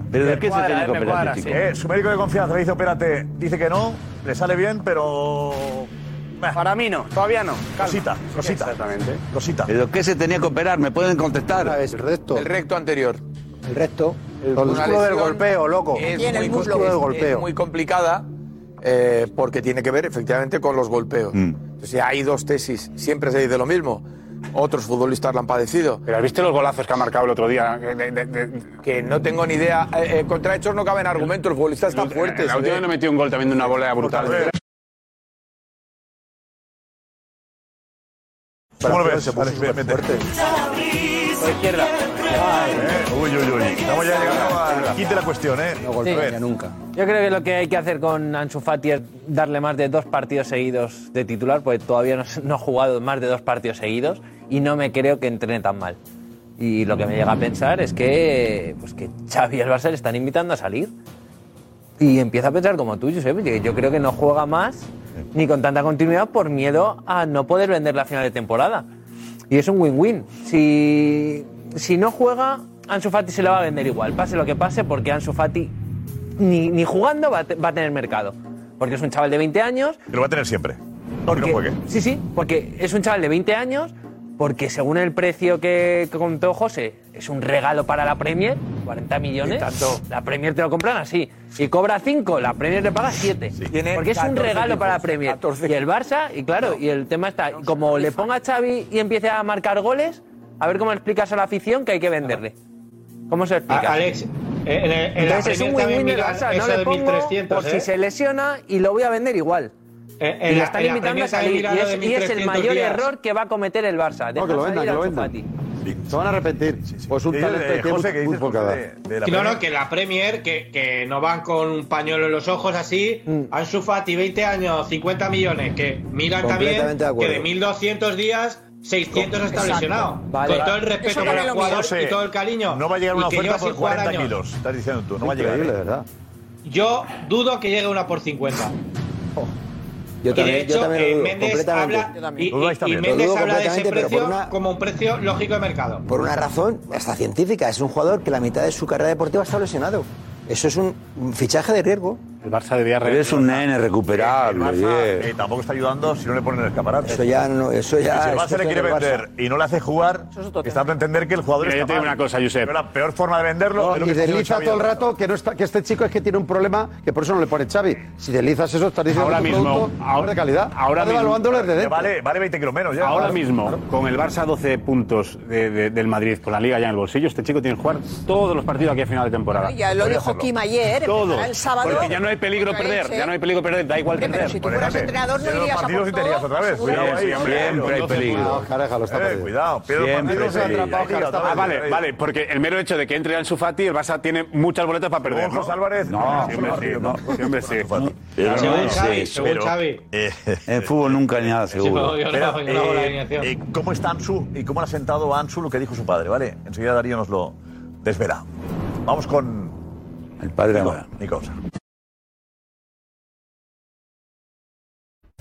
G: Eh, su médico de confianza le dice, opérate, dice que no, le sale bien, pero...
J: Para mí no, todavía no.
G: Cosita, cosita. Exactamente. Cosita.
D: ¿Pero qué se tenía que operar? ¿Me pueden contestar?
H: Ah,
V: El recto. El recto anterior.
S: El recto.
V: El
S: músculo del golpeo,
V: loco.
S: Y
V: Es,
S: en el
V: muy,
S: muslo.
V: es-
S: del
V: es
S: golpeo.
V: muy complicada eh, porque tiene que ver efectivamente con los golpeos.
F: Mm.
V: Entonces, hay dos tesis, siempre se dice lo mismo. Otros futbolistas la han padecido.
F: Pero ¿viste los golazos que ha marcado el otro día? De- de- de-
V: Que no tengo ni idea. Eh, eh, contra hechos no caben argumentos. El futbolista está fuerte.
F: eh, La última no metió un gol también de una volea brutal.
G: ¿Cómo lo ves? Pues,
L: Pues,
G: Vale, vete.
P: Por izquierda.
G: Uy, uy, uy. Estamos ya llegando al kit de la cuestión, ¿eh? No
O: golpea
G: nunca.
O: Yo creo que lo que hay que hacer con Ansu Fati es darle más de dos partidos seguidos de titular, porque todavía no, no ha jugado más de dos partidos seguidos y no me creo que entrene tan mal. Y lo que me llega a pensar es que, pues que Xavi y el Barça le están invitando a salir. Y empieza a pensar como tú, Josep, que yo creo que no juega más ni con tanta continuidad por miedo a no poder vender la final de temporada. Y es un win-win. Si, si no juega, Ansu Fati se la va a vender igual, pase lo que pase, porque Ansu Fati ni, ni jugando va a, te- va a tener mercado. Porque es un chaval de 20 años.
G: Lo va a tener siempre.
O: Porque, Sí, sí, porque es un chaval de 20 años, porque según el precio que, que contó José, es un regalo para la Premier, 40 millones.
V: tanto.
O: La Premier te lo compran así. Y cobra 5, la Premier te paga 7.
V: Tiene
O: Porque es un
V: 14
O: regalo
V: equipos,
O: para la Premier. Y el Barça, y claro, y el tema está, como le ponga a Xavi y empiece a marcar goles, a ver cómo le explicas a la afición que hay que venderle. ¿Cómo se lo explicas?
T: A- Alex, en- en- en la
O: Entonces es un
T: Premier
O: win-win
T: también
O: del
T: miran
O: Barça.
T: eso
O: No le
T: de
O: pongo
T: 1300,
O: por
T: ¿eh?
O: si se lesiona y lo voy a vender igual.
T: Eh,
O: y
T: en
O: le
T: la-
O: están
T: en la
O: invitando a
T: Premier
O: salir. Y
T: también miran
O: es,
T: lo de
O: y es el
T: 1300
O: mayor
T: días.
O: error que va a cometer el Barça.
L: No, que lo vendan, que lo vendan. Se van a arrepentir. Pues un
T: Sí,
L: talento
T: eh,
L: que
T: José,
L: hay
T: ¿qué dices,
L: fútbol que
T: José,
L: dar.
T: no, no, que la Premier, que, que no van con un pañuelo en los ojos así.
S: Mm.
T: Ansu Fati, 20 años, 50 millones. Que miran también
S: Completamente de
T: que
S: acuerdo.
T: de 1.200 días, 600 está
G: Exacto.
T: lesionado.
G: Vale.
T: Con todo el respeto para el jugador
G: José,
T: y todo el cariño.
G: No va a llegar
T: y
G: una
T: que
G: oferta
T: lleva sin
G: por
T: jugar
G: 40
T: años.
G: kilos, estás diciendo tú. No va a llegar.
T: Increíble,
G: verdad.
T: Yo dudo que llegue una por 50.
S: Yo
T: Y
S: también,
T: de hecho,
S: yo también lo
T: eh,
S: dudo,
T: Méndez
S: completamente.
T: habla, y, y- y
S: Lo
T: Méndez
S: dudo
T: habla de
S: completamente,
T: ese
S: pero por
T: precio
S: una-
T: como un precio lógico de mercado.
S: por una razón hasta científica. Es un jugador que la mitad de su carrera deportiva está lesionado. Eso es un un fichaje de riesgo.
F: El Barça debía
S: Pero es un nene
G: El
S: recuperable.
G: Barça eh, tampoco está ayudando si no le ponen el escaparate.
S: Eso ya no- eso ya
G: Y Si
S: es
G: el Barça le
S: cuestión
G: quiere
S: del Barça.
G: vender y no le hace jugar, está para entender que el jugador
F: Mira,
G: es
F: yo te digo
G: capaz.
F: una cosa, Josep.
G: Pero la peor forma de venderlo es lo
L: Y
G: que tiene
L: desliza
G: Xavi
L: todo el
G: ahora.
L: rato que, no está, que este chico es que tiene un problema que por eso no le pone Xavi. Si deslizas eso, estás diciendo
F: Ahora
L: que tu
F: mismo,
L: producto
F: ahora-
L: no es de calidad.
F: ahora
L: Estás
F: mismo.
L: devaluándolo desde
F: Que
L: dentro.
F: vale-
G: Vale 20 kilos menos ya.
F: Ahora
G: Claro.
F: mismo, con el Barça 12 puntos de, de- del Madrid, con la Liga ya en el bolsillo, este chico tiene que jugar todos los partidos aquí a final de temporada.
C: Ya lo
F: Podría
C: dijo
F: hacerlo.
C: Kim ayer,
F: Todos.
C: empezará el sábado.
F: Porque ya no hay peligro
C: contra
F: perder,
C: Elche.
F: ya no hay peligro perder, da igual perder.
C: si tú fueras
F: Espérate.
G: ¿eh?
C: entrenador, no
F: Pero
C: irías a por
F: y te lías otra vez.
G: Cuidado ahí, hombre.
F: siempre hay peligro.
G: Eh, Cuidado, pero los
F: Siempre
G: partidos se
F: peligro.
G: atrapan,
F: Ah,
G: tío, toma,
F: vale,
G: tío.
F: vale, porque el mero hecho de que entre Ansu Fati, el Barça tiene muchas boletas para perder.
G: José Álvarez,
F: No,
G: no,
F: siempre sí, no, siempre sí.
H: Pero
F: Según
H: no,
F: Xavi,
H: sí,
F: según
H: pero-
F: Xavi.
G: Eh,
H: En fútbol nunca ni nada seguro.
G: Espera,
H: Pero,
G: eh,
H: eh,
G: eh, ¿Cómo está Ansu y cómo le ha sentado a Ansu lo que dijo su padre? ¿Vale? Enseguida Darío nos lo desvela. Vamos con.
H: El padre
G: Nico, Nico Osa.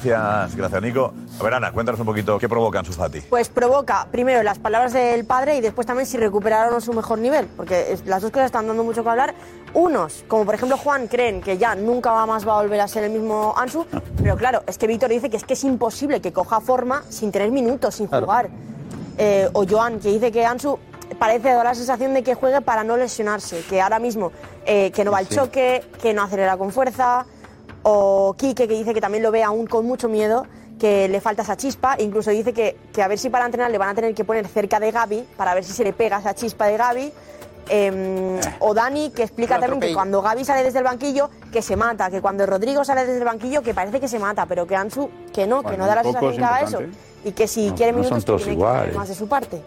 G: Gracias, gracias, Nico. A ver, Ana, cuéntanos un poquito qué provoca Ansu Fati.
A: Pues provoca primero las palabras del padre y después también si recuperaron o no su mejor nivel, porque es- las dos cosas están dando mucho que hablar. Unos, como por ejemplo Juan, creen que ya nunca va más va a volver a ser el mismo Ansu, pero claro, es que Víctor dice que es que es imposible que coja forma sin tener minutos, sin jugar. Eh, o Joan, que dice que Ansu parece dar la sensación de que juegue para no lesionarse, que ahora mismo eh, que no va al
W: Sí.
A: choque, que no acelera con fuerza, o Quique, que dice que también lo ve aún con mucho miedo, que le falta esa chispa. Incluso dice que, que a ver si para entrenar le van a tener que poner cerca de Gaby para ver si se le pega esa chispa de Gaby. Em, o Dani, que explica
W: Lo
A: también que
W: atropella.
A: cuando Gaby sale desde el banquillo, que se mata. Que cuando Rodrigo sale desde el banquillo, que parece que se mata. Pero que Ansu, que no, que
W: Bueno,
A: no da la
W: un poco
A: sensación
W: es
A: que haga eso.
W: importante.
A: y que si quiere
H: no son
A: minutos
H: todos
A: tiene que
H: iguales.
A: poner más de su parte.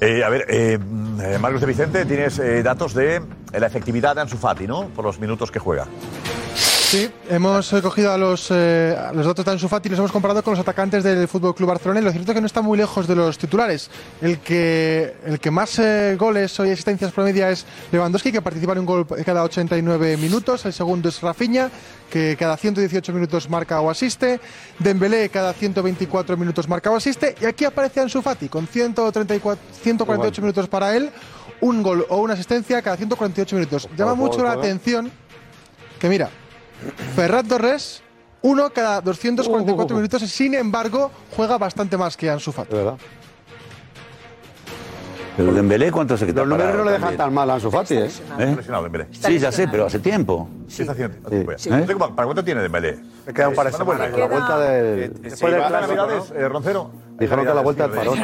G: Eh, a ver, eh, eh, Marcos de Vicente, tienes eh, datos de la efectividad de Ansu Fati, ¿no? Por los minutos que juega.
X: Sí, hemos eh, cogido a los, eh, a los datos de Ansu Fati y los hemos comparado con los atacantes del Fútbol Club Barcelona. Y lo cierto es que no está muy lejos de los titulares. El que, el que más eh, goles o asistencias promedia es Lewandowski, que participa en un gol cada 89 minutos. El segundo es Rafinha, que cada 118 minutos marca o asiste. Dembélé cada 124 minutos marca o asiste. Y aquí aparece Ansu Fati con 134, 148 minutos para él, un gol o una asistencia cada 148 minutos. Llama mucho la
R: ojo, eh.
X: atención que mira, Ferrat Torres, uno cada 244 minutos, sin embargo, juega bastante más que Ansu Fati.
H: Pero Dembélé, ¿cuánto se queda
X: Los números
H: parado
X: no le dejan
H: también?
X: tan mal a Ansu Fati, ¿eh?
H: ¿Eh?
G: Lesionado, Dembélé.
H: Sí, ya sé, pero hace tiempo.
G: Sí. Está haciendo hace tiempo ya.
H: Sí.
G: No sé cómo- ¿Para cuánto tiene Eh, Dembélé? Me quedan
X: ¿Eh? un par de semanas, con la vuelta del-
G: Después
X: después del
G: de
X: clásico,
G: Navidades, eh, Roncero.
X: Dijeron que a la vuelta
G: del
X: del Nos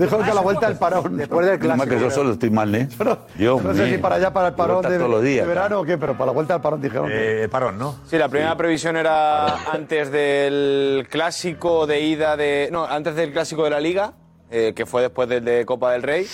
X: dijeron que a la vuelta del parón, después del
H: Más que
X: clásico.
H: yo solo estoy mal, ¿eh? Yo,
X: No sé si para allá, para el parón de,
H: todos los días.
X: de verano o qué, pero para la vuelta del parón dijeron.
G: Eh, parón, ¿no?
B: Sí, la primera previsión era antes del clásico de ida de. No, antes del clásico de la Liga, eh, que fue después del de Copa del Rey.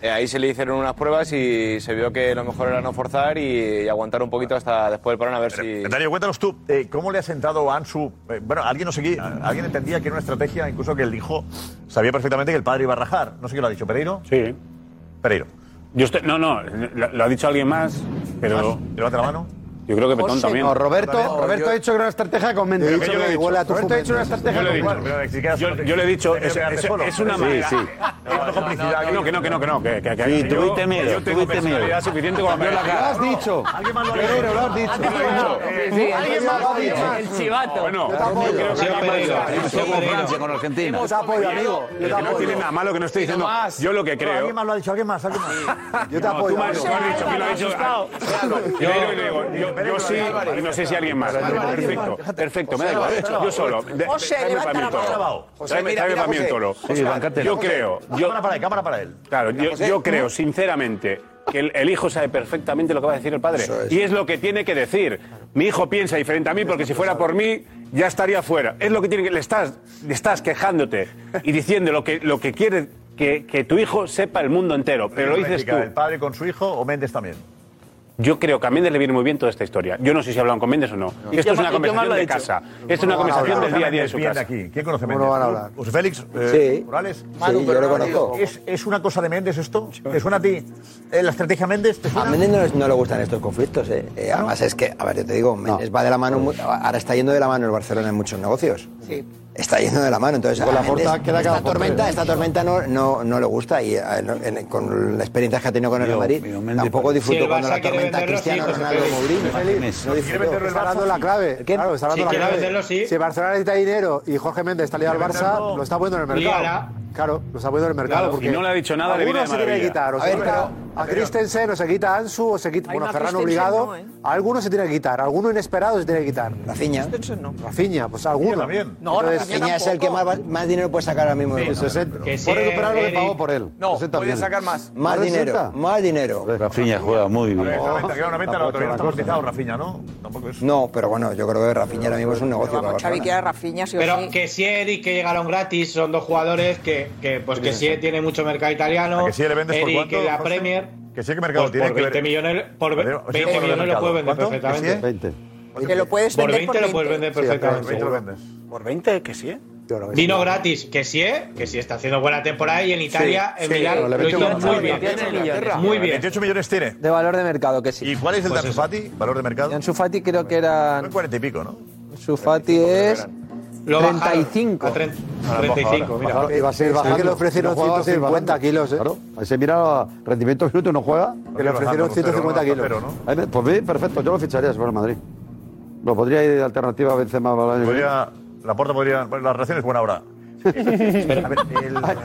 B: Eh, ahí se le hicieron unas pruebas y se vio que lo mejor era no forzar y, y aguantar un poquito hasta después del parón a ver si.
G: Darío, cuéntanos tú, eh, ¿cómo le ha sentado a Ansu? Eh, bueno, alguien no sé qué, alguien entendía que era una estrategia, incluso que él dijo, sabía perfectamente que el padre iba a rajar. No sé quién lo ha dicho, Pereiro.
F: Sí.
G: Pereiro.
F: Yo estoy, no, no, lo, lo ha dicho alguien más, pero.
G: ¿Levanta la mano?
F: Yo creo que Petón
D: José,
F: también.
D: no, Roberto, Roberto ha hecho una estrategia con Mendy.
F: Yo he dicho que
D: Igual a tu
F: Roberto
D: Roberto
F: ha
D: ha hecho una estrategia
F: Yo
D: con
F: le he dicho,
D: Mendy.
F: yo, yo le he dicho, es,
D: quedarte
F: es-
D: solo.
F: es una
D: Sí,
F: manera.
D: sí.
F: Que no, que no, que no, que no. Que, que, que
D: Sí,
F: yo-
D: tuviste miedo,
F: Yo tengo
D: tuviste miedo.
F: personalidad suficiente como para
D: Lo
F: cambiar la
D: has
F: cara.
D: dicho.
G: Alguien
D: más lo ha dicho. Pero lo has dicho.
F: Alguien más lo ha dicho. El chivato. Bueno, yo creo que alguien más lo ha dicho.
H: con Argentina.
D: Yo te apoyo, amigo. Yo
F: Que
D: te
F: no
D: apoyo.
F: tiene nada malo que no estoy diciendo. Yo lo que creo. ¿eh?
G: Alguien más lo ha dicho, alguien más, alguien más.
D: Yo te
F: No, tú
D: apoyo.
F: me has- tú has dicho, ¿quién lo ha dicho? Yo, yo, yo, yo sí, y no sé si alguien más. Perfecto, perfecto, me da igual. Yo solo. De-
C: José,
F: tráeme
C: levanta
F: para mí
C: la
F: un toro.
C: mano.
G: José,
F: Tráeme
G: mira,
F: tráeme
G: mira,
F: para mí un
G: José.
F: toro.
G: Sí, bancátela.
F: Yo
G: José,
F: creo.
G: cámara para él, cámara para él.
F: Claro, yo,
G: José.
F: yo creo, sinceramente, que el, el hijo sabe perfectamente lo que va a decir el padre. Y es lo que tiene que decir. Mi hijo piensa diferente a mí porque si fuera por mí ya estaría fuera. Es lo que tiene que. Le estás, le estás quejándote y diciendo lo que, lo que quiere que, que tu hijo sepa el mundo entero. Pero lo dices tú.
G: ¿El padre con su hijo o Méndez también?
F: Yo creo que a Méndez le viene muy bien toda esta historia. Yo no sé si hablaron con Méndez o no. Esto es una conversación de casa. Esto es una conversación del día a día de su
G: Bien
F: casa.
G: aquí. ¿Quién conoce a Méndez?
F: ¿Cómo no van a hablar?
G: ¿José Félix? eh,
F: Sí.
G: ¿Morales?
F: Manu, Sí, yo pero lo no lo conozco. digo.
G: ¿Es, ¿Es una cosa de Méndez esto? ¿Te suena a ti eh, la estrategia Méndez? ¿Te
S: A
G: suena?
S: Méndez no, les- no le gustan estos conflictos. eh. Eh, además, es que, a ver, yo te digo, Méndez va de la mano. mu- Ahora está yendo de la mano el Barcelona en muchos negocios.
C: Sí.
S: Está yendo de la mano. Entonces,
D: Con
S: a
D: la
S: Méndez
D: Porta queda
S: esta,
D: cada por
S: tormenta,
D: tres.
S: esta tormenta no, no, no le gusta. Y eh, no- en- con la experiencia que ha tenido con el Real Madrid, tampoco disfrutó
D: Si el
S: cuando
D: Barça
S: la
D: quiere
S: tormenta
D: venderlo,
S: Cristiano
D: sí, José
S: Ronaldo
D: Félix.
S: Mourinho.
D: José Félix.
S: No disfrutó.
D: Está dando la clave. Claro, está dando
S: Si
D: la
S: quiere
D: clave.
S: venderlo, sí.
D: Si el Barcelona necesita dinero y Jorge Méndez está liado al
S: Quiere
D: Barça,
S: venderlo,
D: lo está poniendo en el mercado.
S: líala.
D: Claro, lo está poniendo en el mercado.
F: Claro,
D: porque
F: si no le ha dicho nada, le viene
D: alguno
F: de
D: se tiene que
F: maravilla.
D: quitar. O
F: A
D: se
F: ver,
D: quita
F: pero-
D: a Christensen, o se quita a Ansu, o se quita.
Y: Ay,
D: Bueno,
Y: no,
D: Ferran
Y: Christensen
D: obligado.
Y: no, ¿eh?
D: A alguno se tiene que quitar. a Alguno inesperado se tiene que quitar.
S: Rafinha.
D: no. Rafinha, pues alguno.
S: también.
D: No, Entonces,
S: Peña es el que más, más dinero puede sacar ahora mismo.
D: Sí,
S: del Barcelona.
D: 60. Que Por sí, recuperar lo que Eric. pagó por él.
S: No,
D: 60 puede millones. sacar más.
S: Más
D: ¿Por
S: dinero,
D: 60?
S: más dinero.
H: Rafinha juega muy bien.
G: Está a la venta, que era una venta, la
S: Tampoco
G: autoridad
S: es
G: está
S: una
G: amortizado, Rafinha, ¿no? Tampoco es...
S: No, pero bueno, yo creo que Rafinha ahora mismo es un negocio para
T: Xavi
S: Barcelona.
T: quiere
C: Rafinha, sí o
T: Pero
C: sí.
T: que si Eric que llegaron gratis son dos jugadores que, que pues que sí tiene mucho mercado italiano.
G: ¿A que sí le vendes por
T: Eric
G: cuánto,
T: en la
G: José?
T: Premier.
G: ¿Que sí que mercado
T: pues
G: tiene
T: por
G: que
T: 20
G: ver?
T: millones por ve-
G: Pero, o sea,
T: 20
G: por
T: millones lo
G: mercado.
T: puedes vender
G: ¿Cuánto? eh?
T: perfectamente.
D: 20.
C: Que lo puedes
T: Por
C: vender
T: 20 lo puedes vender perfectamente.
G: Por 20 lo
T: seguro.
G: vendes.
J: Por 20, que sí, ¿eh?
T: Vino gratis, que sí, eh, que sí está haciendo buena temporada y en Italia, en Milán, lo hizo muy bien. Muy bien. Pues
G: 28 millones tiene.
R: De valor de mercado, que sí.
G: ¿Y cuál es el de Ansu Fati? ¿Valor de mercado?
R: Ansu Fati creo que eran...
G: 40 y pico, ¿no?
R: Ansu Fati es...
T: Lo bajaron
R: 35.
T: a 30 35, mira.
R: Bajaron.
D: Iba a ser
R: Sí,
D: bajando.
R: que le ofrecieron
D: No jugaba
R: 150
D: 150 kilos, ¿eh? Claro. Se mira rendimiento minuto y no juega. Que
R: Bajando,
D: le ofrecieron
R: cero,
D: 150
R: ¿no?
D: kilos.
R: Cero,
D: Ahí me- Pues bien, perfecto. Yo lo ficharía si fuera el Madrid. Lo podría ir de alternativa a Benzema. para el año que viene.
G: Podría, la puerta podría. Bueno, la relación es buena ahora.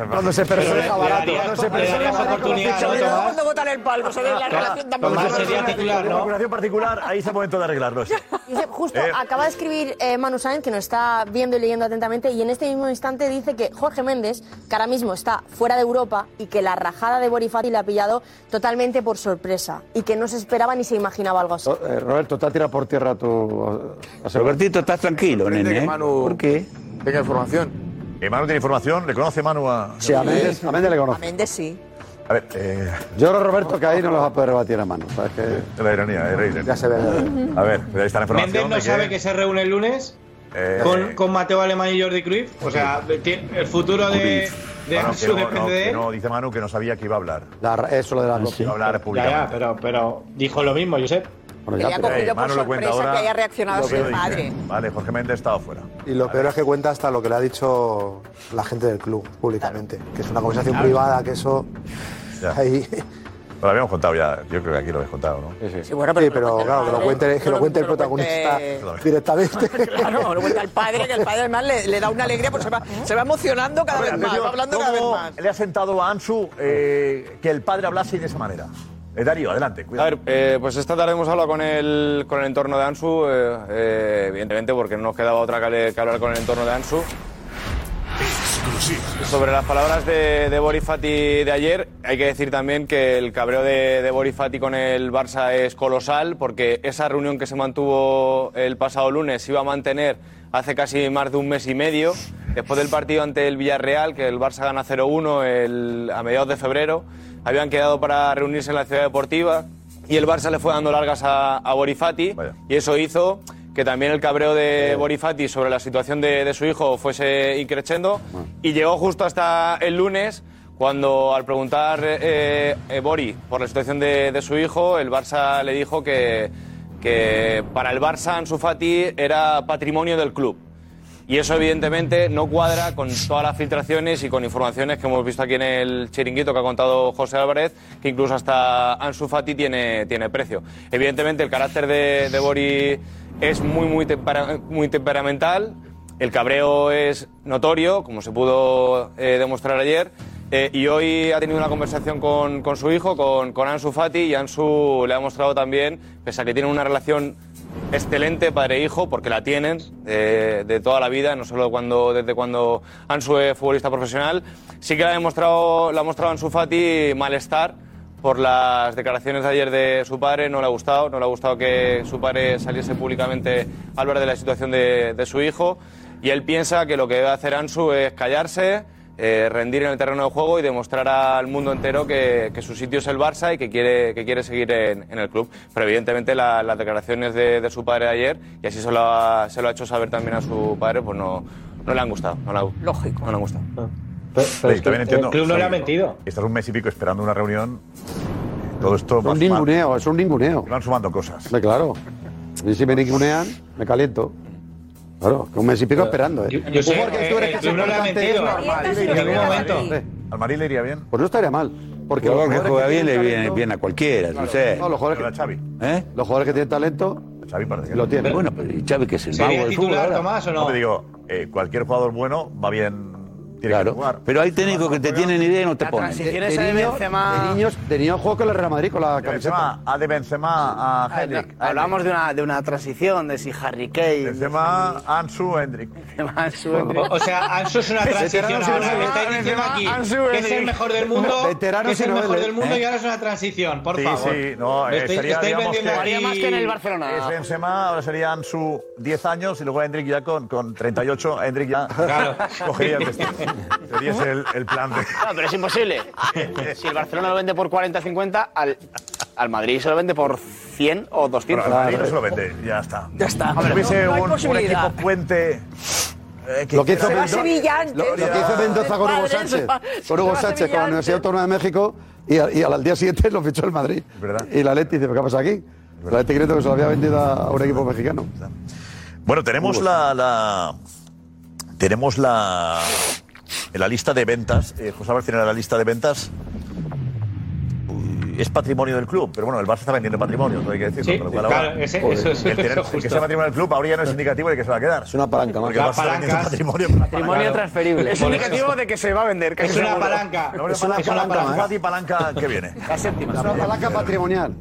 D: Cuando se persona barato.
T: darías-
D: Cuando se
T: le darías oportunidad, ¿no, Tomás?
C: ¿Cuándo votan el palmo? Se ve la relación tan
G: Tomás
C: bonita.
G: sería titular, ¿no? relación particular, ahí es el momento de arreglarlo. sí.
A: Dice, justo
G: Eh.
A: acaba de escribir eh, Manu Sáenz, que nos está viendo y leyendo atentamente, y en este mismo instante dice que Jorge Méndez, que ahora mismo está fuera de Europa, y que la rajada de Borifati la ha pillado totalmente por sorpresa, y que no se esperaba ni se imaginaba algo así.
D: Eh, Roberto, te ha tirado por tierra tu.
H: Robertito, estás tranquilo, nene. ¿eh? ¿Por qué?
Z: Tenga información.
G: Eh, Manu tiene información, le conoce Manu a.
R: Sí, a Méndez, a Méndez le
C: A
R: conozco.
C: Méndez sí.
G: A ver, eh,
R: Yo creo, Roberto, que ahí no los va a poder batir a mano. ¿sabes qué?
G: la ironía, eh, rey,
R: Ya se ve.
G: A ver, ahí está la información.
R: Méndez
G: de
R: no
G: que-
R: sabe
T: que se reúne el lunes
G: eh,
T: con, con Mateo Alemán y Jordi Cruyff. O sea, ti- el futuro de, de
G: Manu, que
T: Ansu
G: no, no,
T: depende de
G: que
T: él.
G: no, dice Manu que no sabía que iba a hablar.
R: eso lo de las
G: Iba a hablar
T: Ya,
G: públicamente. eh,
T: ya, pero, pero dijo lo mismo, Josep.
C: Que le ha cogido por
G: Manu lo cuenta
C: sorpresa
G: ahora.
C: que haya reaccionado
G: Lo
C: así
G: que
C: el
G: dice.
C: padre.
G: Vale, Jorge Méndez estaba fuera.
R: Y lo peor es que cuenta hasta lo que le ha dicho la gente del club públicamente, que es una conversación
G: Claro.
R: privada, que eso
G: Ya.
R: ahí.
G: Lo habíamos contado ya, yo creo que aquí lo habéis contado, ¿no?
C: Sí, bueno, pero,
R: claro, que lo cuente, que lo cuente el protagonista directamente.
C: Claro, lo cuenta el padre, que el padre además le, le da una alegría, porque se va, se va emocionando cada vez más, va hablando cada vez
G: ¿Cómo
C: más.
G: Le ha sentado a Ansu eh, que el padre hablase de esa manera. Eh, Darío, adelante, cuidado.
B: A ver, eh, pues esta tarde hemos hablado con el, con el entorno de Ansu, eh, eh, evidentemente, porque no nos quedaba otra que, le- que hablar con el entorno de Ansu. Sobre las palabras de, de Boris Fati de ayer, hay que decir también que el cabreo de, de Boris Fati con el Barça es colosal, porque esa reunión que se mantuvo el pasado lunes se iba a mantener hace casi más de un mes y medio, después del partido ante el Villarreal, que el Barça gana 0-1 el- a mediados de febrero. Habían quedado para reunirse en la ciudad deportiva y el Barça le fue dando largas a, a Borifati y eso hizo que también el cabreo de Borifati sobre la situación de, de su hijo fuese increciendo y llegó justo hasta el lunes cuando al preguntar eh, eh, Bori por la situación de, de su hijo el Barça le dijo que, que para el Barça Ansu Fati era patrimonio del club y eso evidentemente no cuadra con todas las filtraciones y con informaciones que hemos visto aquí en el chiringuito que ha contado José Álvarez, que incluso hasta Ansu Fati tiene, tiene precio. Evidentemente el carácter de, de Bori es muy, muy, tempera- muy temperamental, el cabreo es notorio, como se pudo eh, demostrar ayer, eh, y hoy ha tenido una conversación con, con su hijo, con, con Ansu Fati, y Ansu le ha mostrado también, pese a que tienen una relación excelente padre-hijo, porque la tienen eh, de toda la vida, no solo cuando, desde cuando Ansu es futbolista profesional, sí que le ha demostrado, le ha mostrado Ansu Fati malestar por las declaraciones de ayer de su padre, no le ha gustado, no le ha gustado que su padre saliese públicamente a hablar de la situación de, de su hijo y él piensa que lo que debe hacer Ansu es callarse, eh, rendir en el terreno de juego y demostrar al mundo entero que, que su sitio es el Barça y que quiere, que quiere seguir en, en el club. Pero evidentemente la- las declaraciones de, de su padre de ayer, y así se lo, ha, se lo ha hecho saber también a su padre, pues no, no le han gustado. No Lógico. No le han gustado.
T: Ah.
G: Sí, también entiendo.
T: le
G: Soy-
T: ha mentido.
G: Estás un mes y pico esperando una reunión. Todo esto
R: un ninguneo, es un ninguneo.
G: Van sumando cosas.
R: claro. Y si me ningunean, me caliento. Claro, que un mes y pico esperando, ¿eh?
T: Yo sé, eh, el club no le ha mentido. En ningún momento.
G: Al Marí le iría bien.
R: Pues no estaría mal. Porque
H: Jugador
R: los
H: que
R: jugadores
H: juega bien le
R: tienen
H: viene
R: talento-
H: bien a cualquiera, no
R: Claro,
H: sé.
R: no, los jugadores
G: que, Xavi.
H: ¿Eh?
R: Los jugadores que tienen talento lo tienen.
H: Bueno, pero ¿y Xavi que es el mago del fútbol ahora?
G: No te digo, eh, cualquier jugador bueno va bien. Tiene que jugar.
H: Pero hay técnicos que te tienen idea y no te ponen.
G: transición esa de Benzema-
R: de Pues, niños, de niños juego con el Real Madrid con la camiseta.
G: Benzema, a de Benzema, a
J: Ah, no,
G: Hendrik.
J: Hablábamos de una, de una transición, de si Harry Kane.
G: Benzema, Ansu, Hendrik.
T: O sea, Ansu es una transición.
J: Veteranos y
T: Ahora
J: noveles.
T: me estáis diciendo aquí
J: Ansu
T: que es
J: Fati.
T: el mejor del mundo,
J: Veteranos
T: que es
J: y
T: el mejor
J: noveles,
T: del mundo
G: ¿eh?
T: y ahora es una transición, por
G: sí,
T: favor.
G: sí, no,
T: Me
G: eh,
T: estáis-
G: sería,
T: estáis
G: digamos
T: vendiendo aquí-
G: Es Benzema, ahora sería Ansu 10 años y luego Hendrik ya con, con 38, Hendrik ya
T: Claro.
G: cogería el destino. Sería ese el, el plan de...
J: No, Ah, pero es imposible. Si el Barcelona lo vende por 40-50, al, al Madrid se lo vende por 100 o 200.
G: Bueno, al Madrid no se lo vende, ya está.
J: Ya está.
G: Si
J: No,
G: hubiese
J: no hay
G: un, un
J: posibilidad.
G: equipo puente... eh,
R: Lo que hizo
G: hiciera-
R: Mendoza- lo- lo que hizo Mendoza con Hugo Sánchez. Con Hugo Sánchez, con la Universidad Autónoma de México. Y al, y al día siguiente lo fichó el Madrid.
G: verdad.
R: Y la Leti dice, ¿qué pasa aquí? La Leti creyendo que se lo había vendido a un equipo mexicano.
G: Bueno, tenemos
R: Hugo.
G: la, la- tenemos la la lista de ventas. Eh, José Álvarez tiene la lista de ventas. Uy, Es patrimonio del club, pero bueno, el Barça está vendiendo patrimonio, eso hay que decirlo.
T: Sí,
G: con lo cual ahora,
T: claro, ese- eso es-
G: el, tener-
T: eso es
G: el que
T: justo.
G: sea patrimonio del club ahora ya no es indicativo de que se va a quedar. Es
S: una palanca,
G: Porque el Barça
T: La
G: está vendiendo
T: palanca.
G: patrimonio. pero
T: Patrimonio transferible.
B: Es
G: Por
B: indicativo de que se va a vender.
G: casi
T: Es una
G: seguro.
T: palanca.
G: No,
T: Es una palanca ¿eh? más.
G: Fati, palanca que viene.
J: La séptima.
R: Es una palanca patrimonial.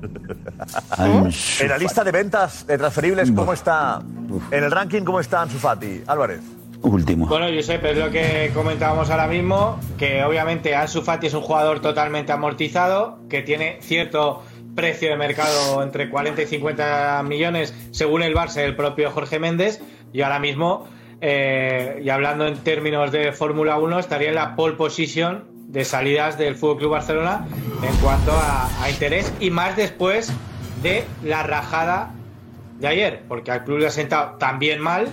G: En la lista de ventas de transferibles, ¿cómo está? En el ranking, ¿cómo está Ansu Fati? Álvarez.
H: Último.
T: Bueno, Josep, es lo que comentábamos ahora mismo, que obviamente Ansu Fati es un jugador totalmente amortizado, que tiene cierto precio de mercado entre 40 y 50 millones, según el Barça y el propio Jorge Méndez, y ahora mismo eh, y hablando en términos de Fórmula 1, estaría en la pole position de salidas del Fútbol Club Barcelona en cuanto a, a interés y más después de la rajada de ayer, porque al club le ha sentado tan bien mal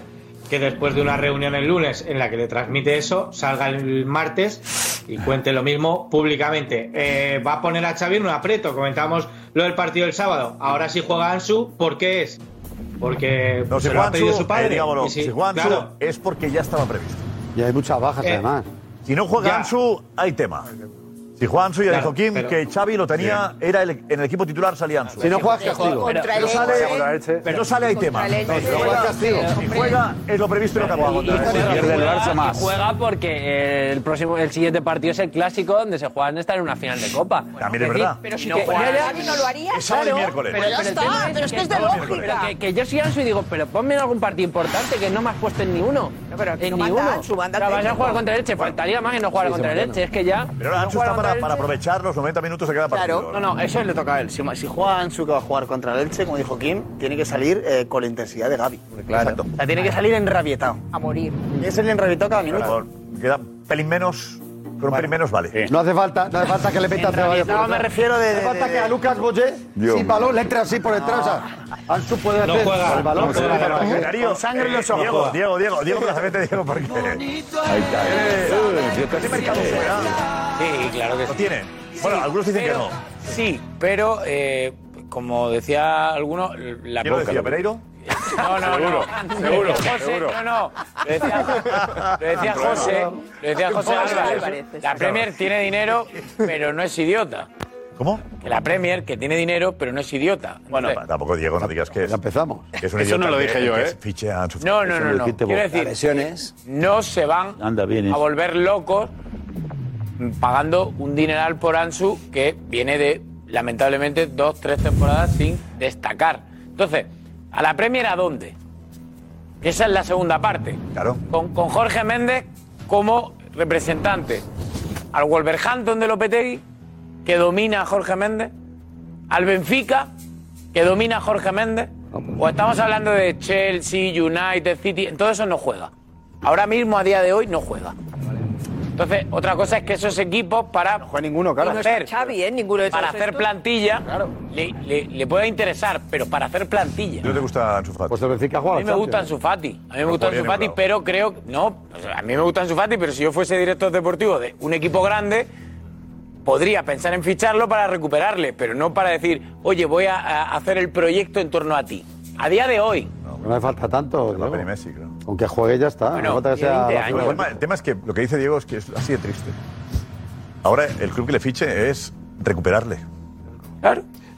T: que después de una reunión el lunes en la que le transmite eso, salga el martes y cuente lo mismo públicamente. Eh, va a poner a Xavi en un aprieto, comentábamos lo del partido del sábado. Ahora sí juega Ansu, ¿por qué es? Porque
G: No, si
T: se lo ha
G: Juansu,
T: pedido su
G: eh,
T: padre.
G: digámoslo,
T: Y sí,
G: si Juansu
T: claro.
G: es porque ya estaba previsto.
R: Y hay muchas bajas,
G: Eh,
R: además.
G: Si no juega
T: Ya.
G: Ansu, hay tema. Si juega Ansu, ya
R: Claro,
G: dijo Kim
R: pero-
G: que Xavi lo tenía, era el- en el equipo titular salía Ansu.
R: Si no juegas, castigo.
G: Si
R: Contra
G: no
R: el
G: sale,
R: Elche.
G: Contra el Elche.
R: Pero-
G: no sale, hay
R: contra
G: tema.
R: el Elche.
G: No, si no juegas, castigo.
O: Pero,
G: Si
O: hombre.
G: juega, es lo previsto y lo que ha jugado contra el Elche.
O: y juega porque el próximo, el siguiente partido es el clásico donde se juegan estar en una final de copa.
G: También es
O: decir,
G: verdad.
O: pero si
G: No
O: que-
G: juegas.
O: no,
G: Xavi no lo haría, Es sábado y miércoles.
C: Pues
O: Pero,
G: Pero ya
O: pero el
G: está,
O: tema
G: pero es que es de
O: Sábado y
G: lógica.
O: miércoles. Pero Que, que yo soy Ansu y digo, pero ponme en algún partido importante que no me has puesto en ninguno. en
U: no manda
O: ninguno.
U: Ansu, manda
O: O sea, vas a
U: técnico.
O: jugar contra el Elche, faltaría más que no jugar
G: Sí,
O: contra el
G: Mariano.
O: Elche. Es que ya.
G: Pero ahora
O: no
G: Ansu
O: jugar
G: está
O: contra
G: para,
O: el
G: para
O: Elche.
G: aprovechar los 90 minutos de cada partido.
J: No, no, eso le toca a él. Si, si juega Ansu, que va a jugar contra el Elche, como dijo Kim, tiene que salir eh, con la intensidad de Gaby.
G: Exacto.
J: O sea, tiene que salir enrabietado.
C: A morir.
J: Es el enrabietado cada
G: Por
J: minuto.
G: favor, Queda pelín menos, con un pelín menos vale.
R: No hace falta, no hace falta que le metas
G: En realidad,
R: por
G: no, me
R: detrás.
G: refiero de-
R: No hace
G: de-
R: falta
G: de-
R: que a Lucas Boyé,
G: Dios
R: sin balón, le entre así por detrás. O sea, Ansu puede
G: No
R: hacer
G: juega,
R: el balón.
G: no juega,
R: pero-
G: no juega. Darío, Con sangre en los eh, ojos. Diego, Diego, Diego, Diego, plazamente, Diego, ¿por qué? Ahí está. eh. Eh, eh, casi mercado fuera.
U: Sí, claro que sí.
G: Lo tienen. Bueno, algunos dicen que no.
U: Sí, pero eh, como decía alguno, la
G: ¿Quién lo
U: boca.
G: decía, Pereiro?
U: No, no,
G: Seguro,
U: no.
G: seguro,
U: José,
G: seguro.
U: No, no. Lo decía, lo decía José, lo decía José
P: José
U: Álvarez.
P: Álvarez.
U: La Premier tiene dinero, pero no es idiota.
G: ¿Cómo?
U: Que la Premier, que tiene dinero, pero no es idiota. Bueno,
G: Tampoco, Diego, no digas que es.
R: empezamos.
G: Es un
U: Eso
G: idiota
U: no lo
G: que-
U: dije yo,
G: que
U: ¿eh?
G: Fiche a Ansu.
U: No, no,
G: Eso
U: no,
G: lo
U: no.
G: dijiste
U: Quiero
G: vos.
U: decir, no se van
H: Anda bien. ¿eh?
U: a volver locos pagando un dineral por Ansu que viene de, lamentablemente, dos, tres temporadas sin destacar. Entonces, ¿a la Premier a dónde? Esa es la segunda parte.
G: Claro.
U: Con, con Jorge Méndez como representante. Al Wolverhampton de Lopetegui, que domina a Jorge Méndez. Al Benfica, que domina a Jorge Méndez. O estamos hablando de Chelsea, United, City. En todo eso no juega. Ahora mismo, a día de hoy, no juega. Entonces, otra cosa es que esos equipos para ninguno,
J: claro.
U: para
J: Y no está
U: hacer,
J: Xavi, ¿eh? Ninguno de
U: para
J: todos
U: hacer
J: estos.
U: plantilla le, le, le pueda interesar, pero para hacer plantilla.
G: ¿No te gusta Ansu Fati?
R: Pues el Benfica
U: A
R: juega
U: mí me gusta Ansu Fati, a mí me gusta
G: jugaría
U: Ansu
G: en
U: Fati,
G: el
U: pero creo no, o sea, a mí me gusta Ansu Fati, pero si yo fuese director deportivo de un equipo grande podría pensar en ficharlo para recuperarle, pero no para decir, "Oye, voy a, a hacer el proyecto en torno a ti." A día de hoy,
R: No hace falta tanto. Diego. Aunque juegue ya está. no hace falta que
U: tiene
R: sea.
U: 20
R: la
U: años.
R: figura.
G: El tema- El tema es que lo que dice Diego es que es así de triste. Ahora el club que le fiche es recuperarle.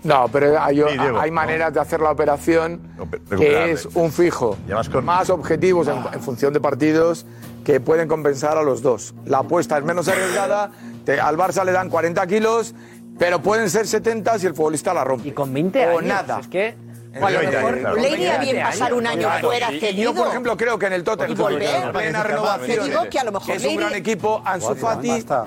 V: No, pero hay,
G: Sí, Diego,
V: hay
G: ¿no?
V: maneras de hacer la operación que
G: recuperable.
V: es un fijo, más objetivos en, en función de partidos que pueden compensar a los dos. La apuesta es menos arriesgada, te- al Barça le dan 40 kilos, pero pueden ser 70 si el futbolista la rompe. Y con 20
O: años,
V: O nada.
O: es que-
V: En el mejor-
C: Le iría bien pasar un año
V: Claro,
C: fuera
V: y- y Yo,
C: cedido.
V: por ejemplo, creo que en el
C: Y
V: Tottenham,
C: volver.
V: en plena
C: Te
V: renovación,
C: digo que a lo mejor
V: es
C: le
V: un gran
C: iría-
V: equipo, Ansu
C: Guardia,
V: Fati
C: basta.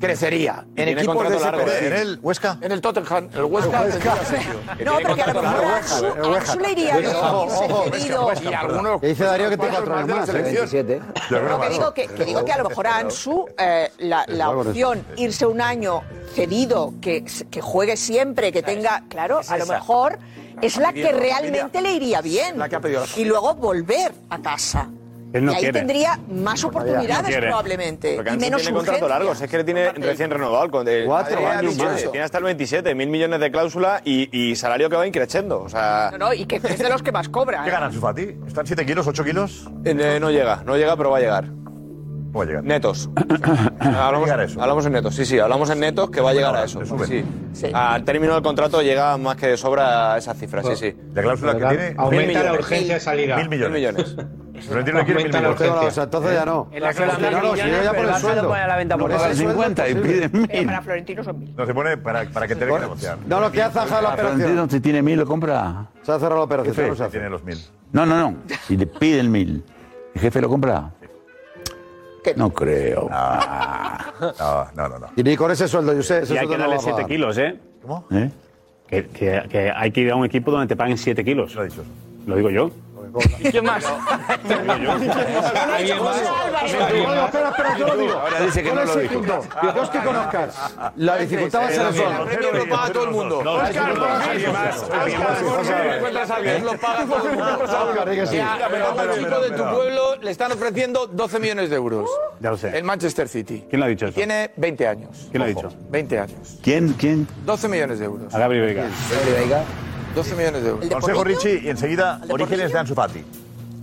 V: crecería. En
G: Tiene
V: equipos de
G: contrato
V: ese
G: largo,
V: perfil.
G: ¿eh? ¿En el Huesca?
V: En el Tottenham, el Huesca. tendría sitio.
C: No, pero que a lo mejor Ansu, Ansu le iría bien ser cedido.
V: Y algunos
R: Que dice Darío que tiene cuatro años
S: ¿eh?
R: más.
V: de la selección.
C: No, que digo que, que digo que a lo mejor a Ansu eh, la, la
R: Álvarez.
C: opción irse un año cedido, que, que juegue siempre, que tenga, claro, a lo
V: esa.
C: mejor es la que
V: pidiendo la
C: realmente le iría bien.
V: La que ha pedido la
C: Y
V: familia.
C: luego volver a casa.
B: Él no
C: y ahí
B: quiere.
C: tendría más
B: No
C: oportunidades
B: quiere.
C: probablemente.
B: Porque
C: Y
B: Ansu
C: menos
B: tiene contrato
C: urgencia.
B: largo, es que le tiene recién renovado. el con- el-
C: Cuatro
B: tiene
C: años
B: hasta el
C: más.
B: 27, Tiene hasta el 27, mil millones de cláusula y, y salario que va increciendo. O sea,
C: No, no, y que es de los que más cobra. ¿eh?
G: ¿Qué gana Ansu Fati? ¿Están 7 kilos, 8 kilos?
B: eh, no llega, no llega, pero va a llegar.
G: Va a llegar.
B: Netos. hablamos, hablamos en netos, sí, sí, hablamos en netos que va a llegar a eso. Sí. Al término del contrato llega más que de sobra esa cifra, sí, sí.
G: La cláusula que tiene.
B: Mil
T: Pues, Aumenta la
B: millones.
T: urgencia de salida.
G: Mil millones. Florentino le quiere mil
T: Aumenta la
G: millones.
T: urgencia.
R: O sea, entonces ya no.
O: En la cláusula
R: no, no, si yo ya por el sueldo. No paga el sueldo, imposible.
C: para Florentino son mil.
G: No se pone para, para que tenga que negociar.
R: No, lo que ha zajado la operación.
H: Florentino, si tiene mil, lo compra.
R: Se ha cerrado la
H: Qué feo.
R: operación.
H: Sí,
G: tiene los mil.
H: No, no, no. Si le piden mil, ¿el jefe lo compra? No creo.
G: Ah. No, no, no. no.
R: Y ni con ese sueldo, yo sé. Ese
F: Y hay
R: sueldo no
F: que
R: lo
F: darle
R: va a
F: 7
R: pagar.
F: kilos, ¿eh?
H: ¿Eh?
F: Que, que- que hay que ir a un equipo donde te paguen 7 kilos. Lo
G: dicho.
F: Lo digo yo.
U: ¿Y quién más?
L: espera, espera, yo lo digo.
P: Ahora dice que
L: Yo
P: no
L: les
P: lo dijo.
L: entiendo. Yo es que conozcas. La dificultad va a ser
P: También,
L: eso.
P: el premio lo paga todo el mundo.
L: No, Oscar,
P: Oscar,
L: por
P: alguien
L: fin.
P: más,
L: Oscar,
P: alguien más.
L: por fin.
P: Oscar, encuentras a alguien, lo paga todo el mundo.
L: Oscar, di que sí.
P: Ya,
L: Pero,
P: pero
L: pero,
P: al chico
L: pero,
P: de tu
L: pero.
V: pueblo le están ofreciendo 12 millones de euros.
G: Ya lo sé.
V: El Manchester City.
F: ¿Quién lo ha dicho eso?
V: Tiene 20 años.
F: ¿Quién lo ha
V: Ojo,
F: dicho?
V: 20 años.
H: ¿Quién? ¿Quién?
V: 12 millones de euros.
F: A Gabri Veiga.
V: 12 millones de euros.
G: Consejo Richie y enseguida Orígenes de Ansu Fati.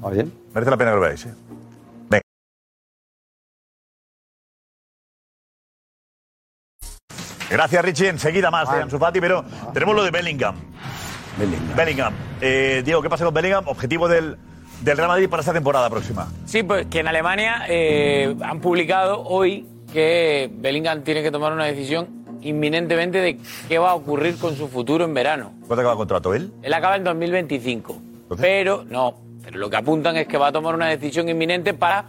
R: ¿Ah,
G: Merece la pena que lo veáis. ¿eh? Venga. Gracias Richie, enseguida más de Ansu Fati, pero tenemos lo de Bellingham. Bellingham. Eh, Diego, ¿qué pasa con Bellingham? Objetivo del, del Real Madrid para esta temporada próxima.
U: Sí, pues que en Alemania eh, han publicado hoy que Bellingham tiene que tomar una decisión inminentemente de qué va a ocurrir con su futuro en verano.
G: ¿Cuánto acaba el contrato él?
U: Él acaba en 2025. Pero, no, pero lo que apuntan es que va a tomar una decisión inminente para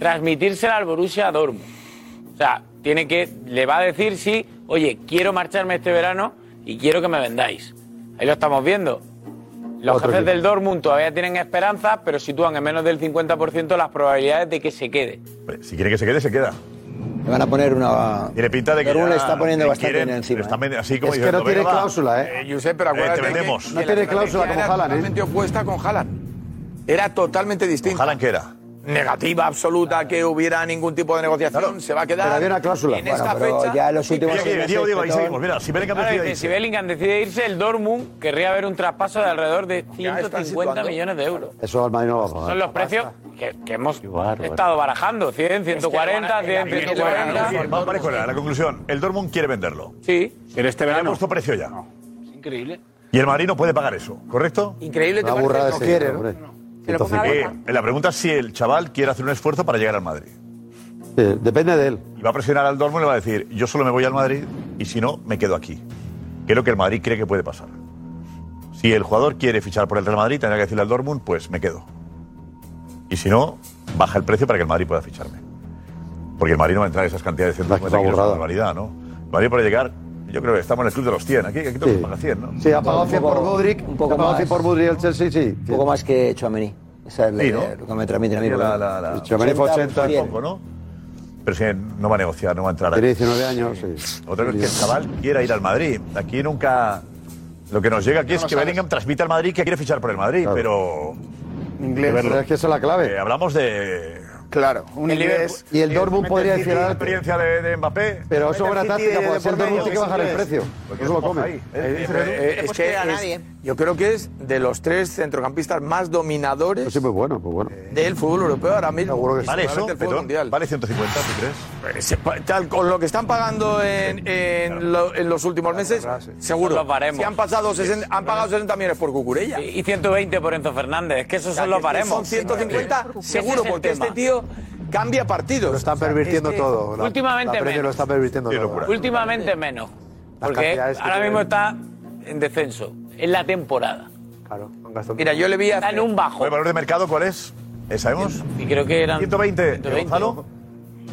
U: transmitírsela al Borussia Dortmund. O sea, tiene que, le va a decir sí, oye, quiero marcharme este verano y quiero que me vendáis. Ahí lo estamos viendo. Los
E: Otro
U: jefes
E: equipo.
U: del Dortmund todavía tienen esperanza, pero sitúan en menos del 50% las probabilidades de que se quede.
G: Pues, Si quiere que se quede, se queda.
S: Le van a poner una.
G: Tiene pinta de que
S: Pero
G: ya
S: le está poniendo
G: le
S: bastante
G: quieren,
S: bien encima. ¿eh?
G: le están metiendo así como
S: Es que
G: diciendo,
S: no tiene
G: "Venga, va".
S: cláusula,
V: Eh, Josep, pero
G: Eh, te
V: acuérdate que-
G: vendemos.
V: que
G: No
V: la
G: tiene
V: estrategia
G: cláusula como
V: era
G: Haaland, ¿eh?
V: totalmente opuesta con Haaland. Era totalmente distinta. ¿Con
G: Haaland qué era?
V: Negativa absoluta que hubiera ningún tipo de negociación. Se va a quedar
S: Pero había una cláusula.
V: en
S: Bueno,
V: esta
S: pero
V: fecha.
S: ya en los últimos
G: Diego, Diego, Diego, ahí seguimos. Mira, si Bellingham
U: Ahora
G: decide
U: dice,
G: irse-
U: si Bellingham decide irse, el Dortmund querría ver un traspaso de alrededor de 150 millones de euros.
R: Eso al Madrid no va a pagar.
U: Son los precios que, que hemos
R: bárbaro.
U: estado barajando. 100,
G: Bueno,
U: 140, 100,
G: el- el- el-
U: 140.
G: el- Vamos, Parejo, la la conclusión. El Dortmund quiere venderlo.
U: Sí.
G: Pero este verano. ha puesto precio ya.
U: Increíble.
G: Y el Madrid no puede pagar eso, ¿correcto?
U: Increíble,
R: Una burrada de ese dinero, hombre.
G: Eh, la pregunta es si el chaval quiere hacer un esfuerzo para llegar al Madrid.
R: Sí, depende de él.
G: Y va a presionar al Dortmund y le va a decir, yo solo me voy al Madrid y si no, me quedo aquí. Que es lo que el Madrid cree que puede pasar. Si el jugador quiere fichar por el Real Madrid, tendrá que decirle al Dortmund, pues me quedo. Y si no, baja el precio para que el Madrid pueda ficharme. Porque el Madrid no va a entrar en esas cantidades de centros.
R: que es una
G: barbaridad, ¿no? El Madrid para llegar, yo creo que estamos en el club de los 100. Aquí, aquí todos pagan 100, ¿no?
R: Sí, ha pagado 100 por Modric,
S: un
R: un
S: poco
R: poco ha pagado
S: más.
R: 100 por Modric el Chelsea, sí.
S: Un poco más que Chouameni. Esa es la
G: Sí, ¿no?
S: idea, lo que me transmiten a mí.
G: Sí,
S: porque-
G: la- la- la-
S: Tchouaméni fue 80,
G: poco, ¿no? Pero si no va a negociar, no va a entrar.
R: Tiene
G: aquí.
R: 19 años, sí.
G: Otra cosa es que el chaval quiera ir al Madrid. Aquí nunca. Lo que nos llega aquí
R: No
G: es
R: lo
G: que
R: sabes.
G: Bellingham transmite al Madrid que quiere fichar por el Madrid, pero.
R: Inglés, es que esa es la clave.
G: Eh, hablamos de.
R: Claro,
G: un
R: inglés. Y el Dortmund podría decir
G: La
R: algo.
G: experiencia de, de Mbappé.
R: Pero eso es buena
G: Mete el City
R: táctica,
G: de-
R: porque si el
G: por medio,
R: Dortmund tiene que bajar el
G: inglés.
R: precio.
G: Porque
R: No se lo
G: eso
R: come.
G: ahí.
V: Eh, eh,
G: Eh, eh,
V: es que es- yo creo que es de los tres centrocampistas más dominadores Eh,
R: Sí, pues bueno, pues bueno.
V: del fútbol europeo ahora mismo. y
G: Vale eso,
V: seguramente el fútbol
G: Petón? vale 150, ¿tú crees?
V: Se pa- Tal, con lo que están pagando en, en lo- en los últimos meses, seguro.
U: Son los baremos.
V: Si han, pasado 60 han pagado 60 millones por Cucurella.
U: Y y 120 por Enzo Fernández. Es que esos son los baremos.
V: este Son 150,
U: Ese es
V: seguro,
U: el
V: porque
U: tema.
V: este tío cambia partidos. Lo
R: están pervirtiendo todo. La-
U: últimamente
R: la Premier
U: menos.
R: lo está pervirtiendo todo.
U: Últimamente menos. Porque
R: cantidades que
U: ahora
R: tienen.
U: mismo está en descenso. En la temporada.
R: Claro.
U: Mira, yo le vi hacer- Está en un bajo.
G: ¿El valor de mercado cuál es? Eh, ¿Sabemos?
U: Y creo que eran.
G: 120,
U: 120.
G: Gonzalo.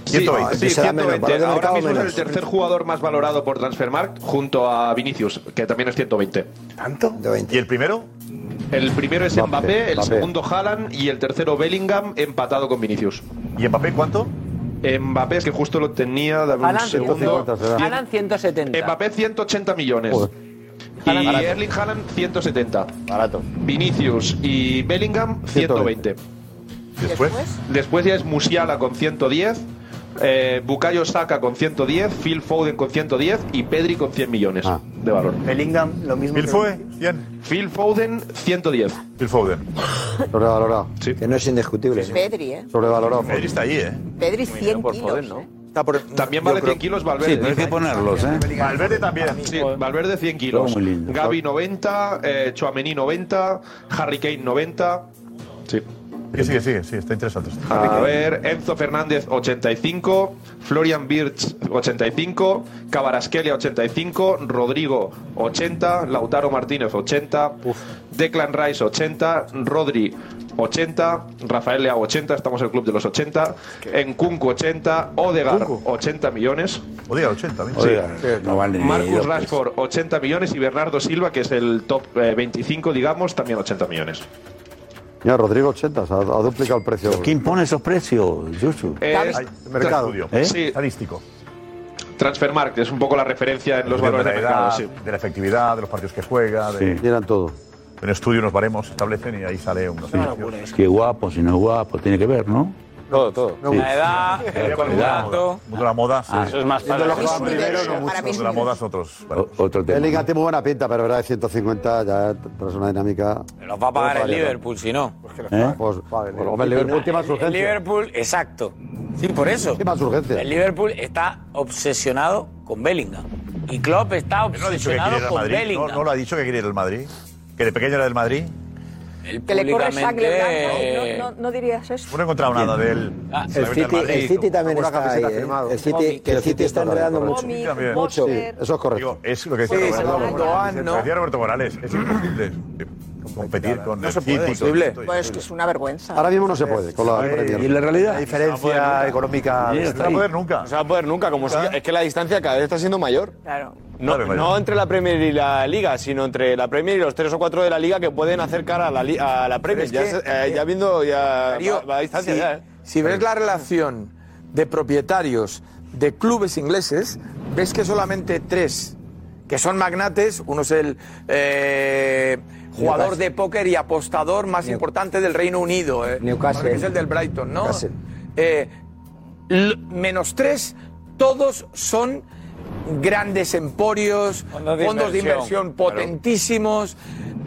I: Sí,
G: 120.
I: sí,
G: Será
I: 120.
G: menos, valor de
I: Ahora
G: mercado
I: mismo
G: menos.
I: es el tercer jugador más valorado por Transfermarkt junto a Vinicius, que también es 120.
R: ¿Tanto?
G: ¿Y el primero?
I: El primero es Mbappé, el
G: Mbappé.
I: segundo Haaland y el tercero Bellingham, empatado con Vinicius.
G: ¿Y Mbappé cuánto?
I: Mbappé es que justo lo tenía, dame un
O: Haaland,
I: segundo.
O: 150 será. Haaland, 170.
I: Mbappé 180 millones. Y
O: Haaland-
I: Erling Haaland 170. Barato. Vinicius y Bellingham 120.
G: Después.
I: Después ya es Musiala con 110. Eh, Bukayo Saka con 110, Phil Foden con 110 y Pedri con 100 millones de valor.
J: Bellingham, lo mismo.
I: Phil
J: que-
I: Foden, Phil Foden 110.
G: Phil Foden.
R: Sobrevalorado.
S: Que no es indiscutible.
C: Pedri, ¿eh?
R: Sobrevalorado.
G: Madrid está ahí, ¿eh?
C: Pedri 100 kilos. ¿eh?
I: También vale 100 kilos Valverde.
H: Sí, pero hay que ponerlos, ¿eh?
G: Valverde también.
I: Sí, Valverde 100 kilos.
H: Todo muy lindo.
I: Gaby 90, eh, Chouameni 90, Harry Kane 90. Sí.
G: Que Ah, sigue, sigue, sí, está interesante. esto.
I: A ver, Enzo Fernández 85, Florian Birch 85, Cabarasquelia 85, Rodrigo 80, Lautaro Martínez 80, Declan Rice 80, Rodri 80, Rafael Leao 80, estamos en el club de los 80, Enkunku 80, Odegar 80 millones.
G: Odegar 80
H: Oiga, no vale ni
I: Marcus
H: dos
I: Rashford 80 millones y Bernardo Silva, que es el top eh, 25, digamos, también 80 millones.
D: Ya, Rodrigo 80, ha, ha duplicado el precio.
H: ¿Quién pone esos precios, Josu?
I: Eh,
G: mercado.
D: ¿Eh?
G: Estadístico.
I: Transfermarkt es un poco la referencia en los
G: de
I: valores de
G: la edad,
I: mercado. sí.
G: de la efectividad, de los partidos que juega. De,
H: Sí. Miran todo.
G: En estudio nos baremos, establecen y ahí sale un.
H: Es que guapo, si no es guapo, tiene que ver, ¿no?
G: Todo, todo.
H: Sí.
G: La edad,
H: el contrato.
G: Mundo de la moda. sí.
H: Ah. Eso es más
G: Mundo de
H: para
G: la
H: mí es
G: moda
H: un
G: primero,
H: universo,
G: no mucho.
H: para mí es
G: Mundo de
H: un
G: la moda es otros.
H: O- otro
D: El
H: tema.
D: Liga tiene muy buena pinta, pero verdad, 150 ya tras una dinámica.
E: Los va a pagar el Liverpool, si no.
D: ¿Eh? Pues, pues, hombre, el Liverpool tiene más
E: El- El
D: urgencia.
E: Liverpool, exacto. Sí, por eso.
D: Tiene más urgencia.
E: El Liverpool está obsesionado con Bellingham. Y Klopp está
G: Él no ha dicho que
E: obsesionado
G: quiere ir al
E: con
G: Madrid.
E: Bellingham.
G: No, no lo ha dicho que quiere ir al Madrid. Que de pequeño era del Madrid.
E: Él
C: Que le corre
E: públicamente-
C: sangre
G: eh,
C: blanca. No, no- no dirías eso.
G: No he encontrado nada de él.
S: Ah, El City, el City también
G: Alguna
S: está ahí.
G: camiseta
S: ¿eh?
G: firmado.
S: El City,
G: Cómic,
S: que el
G: el
S: City
G: City
S: está
G: está
S: enredando
G: correcto.
S: mucho.
G: Cómic, también.
S: Mucho.
G: Sí,
D: eso es correcto.
G: Es lo que decía
S: Sí,
G: Roberto
S: Salvador
G: Morales.
S: Doan,
G: Lo
S: ¿no?
G: decía Roberto Morales. Es imposible competir con
S: No
G: el
S: se puede.
G: City. con-
S: Imposible.
C: Pues es que es una vergüenza.
D: Ahora mismo no se puede. Con la,
G: Sí.
D: Premier.
G: ¿Y la realidad?
D: La
G: No se va a poder
D: diferencia
G: nunca.
D: económica.
G: Sí, está ahí. nunca.
B: No se va a poder nunca. Como si- es que la distancia cada vez está siendo mayor.
C: Claro.
B: No,
G: Vale, vale.
B: no entre la Premier y la Liga, sino entre la Premier y los tres o cuatro de la Liga que pueden acercar a la, li- a la Premier.
V: Pero
B: Ya,
V: es que-
B: se- eh, ya viendo ya
V: Darío,
B: va- va a distancia
V: si,
B: ya, ¿eh?
V: si ves la relación de propietarios de clubes ingleses, ves que solamente tres, que son magnates, uno es el eh, jugador
S: Newcastle.
V: de póker y apostador más importante del Reino Unido, eh,
S: Newcastle.
V: que es el del Brighton, ¿no?
S: Newcastle.
V: Eh, l- menos tres, todos son grandes emporios, fondos
U: Fondos
V: de
U: de
V: inversión,
U: inversión, claro.
V: potentísimos,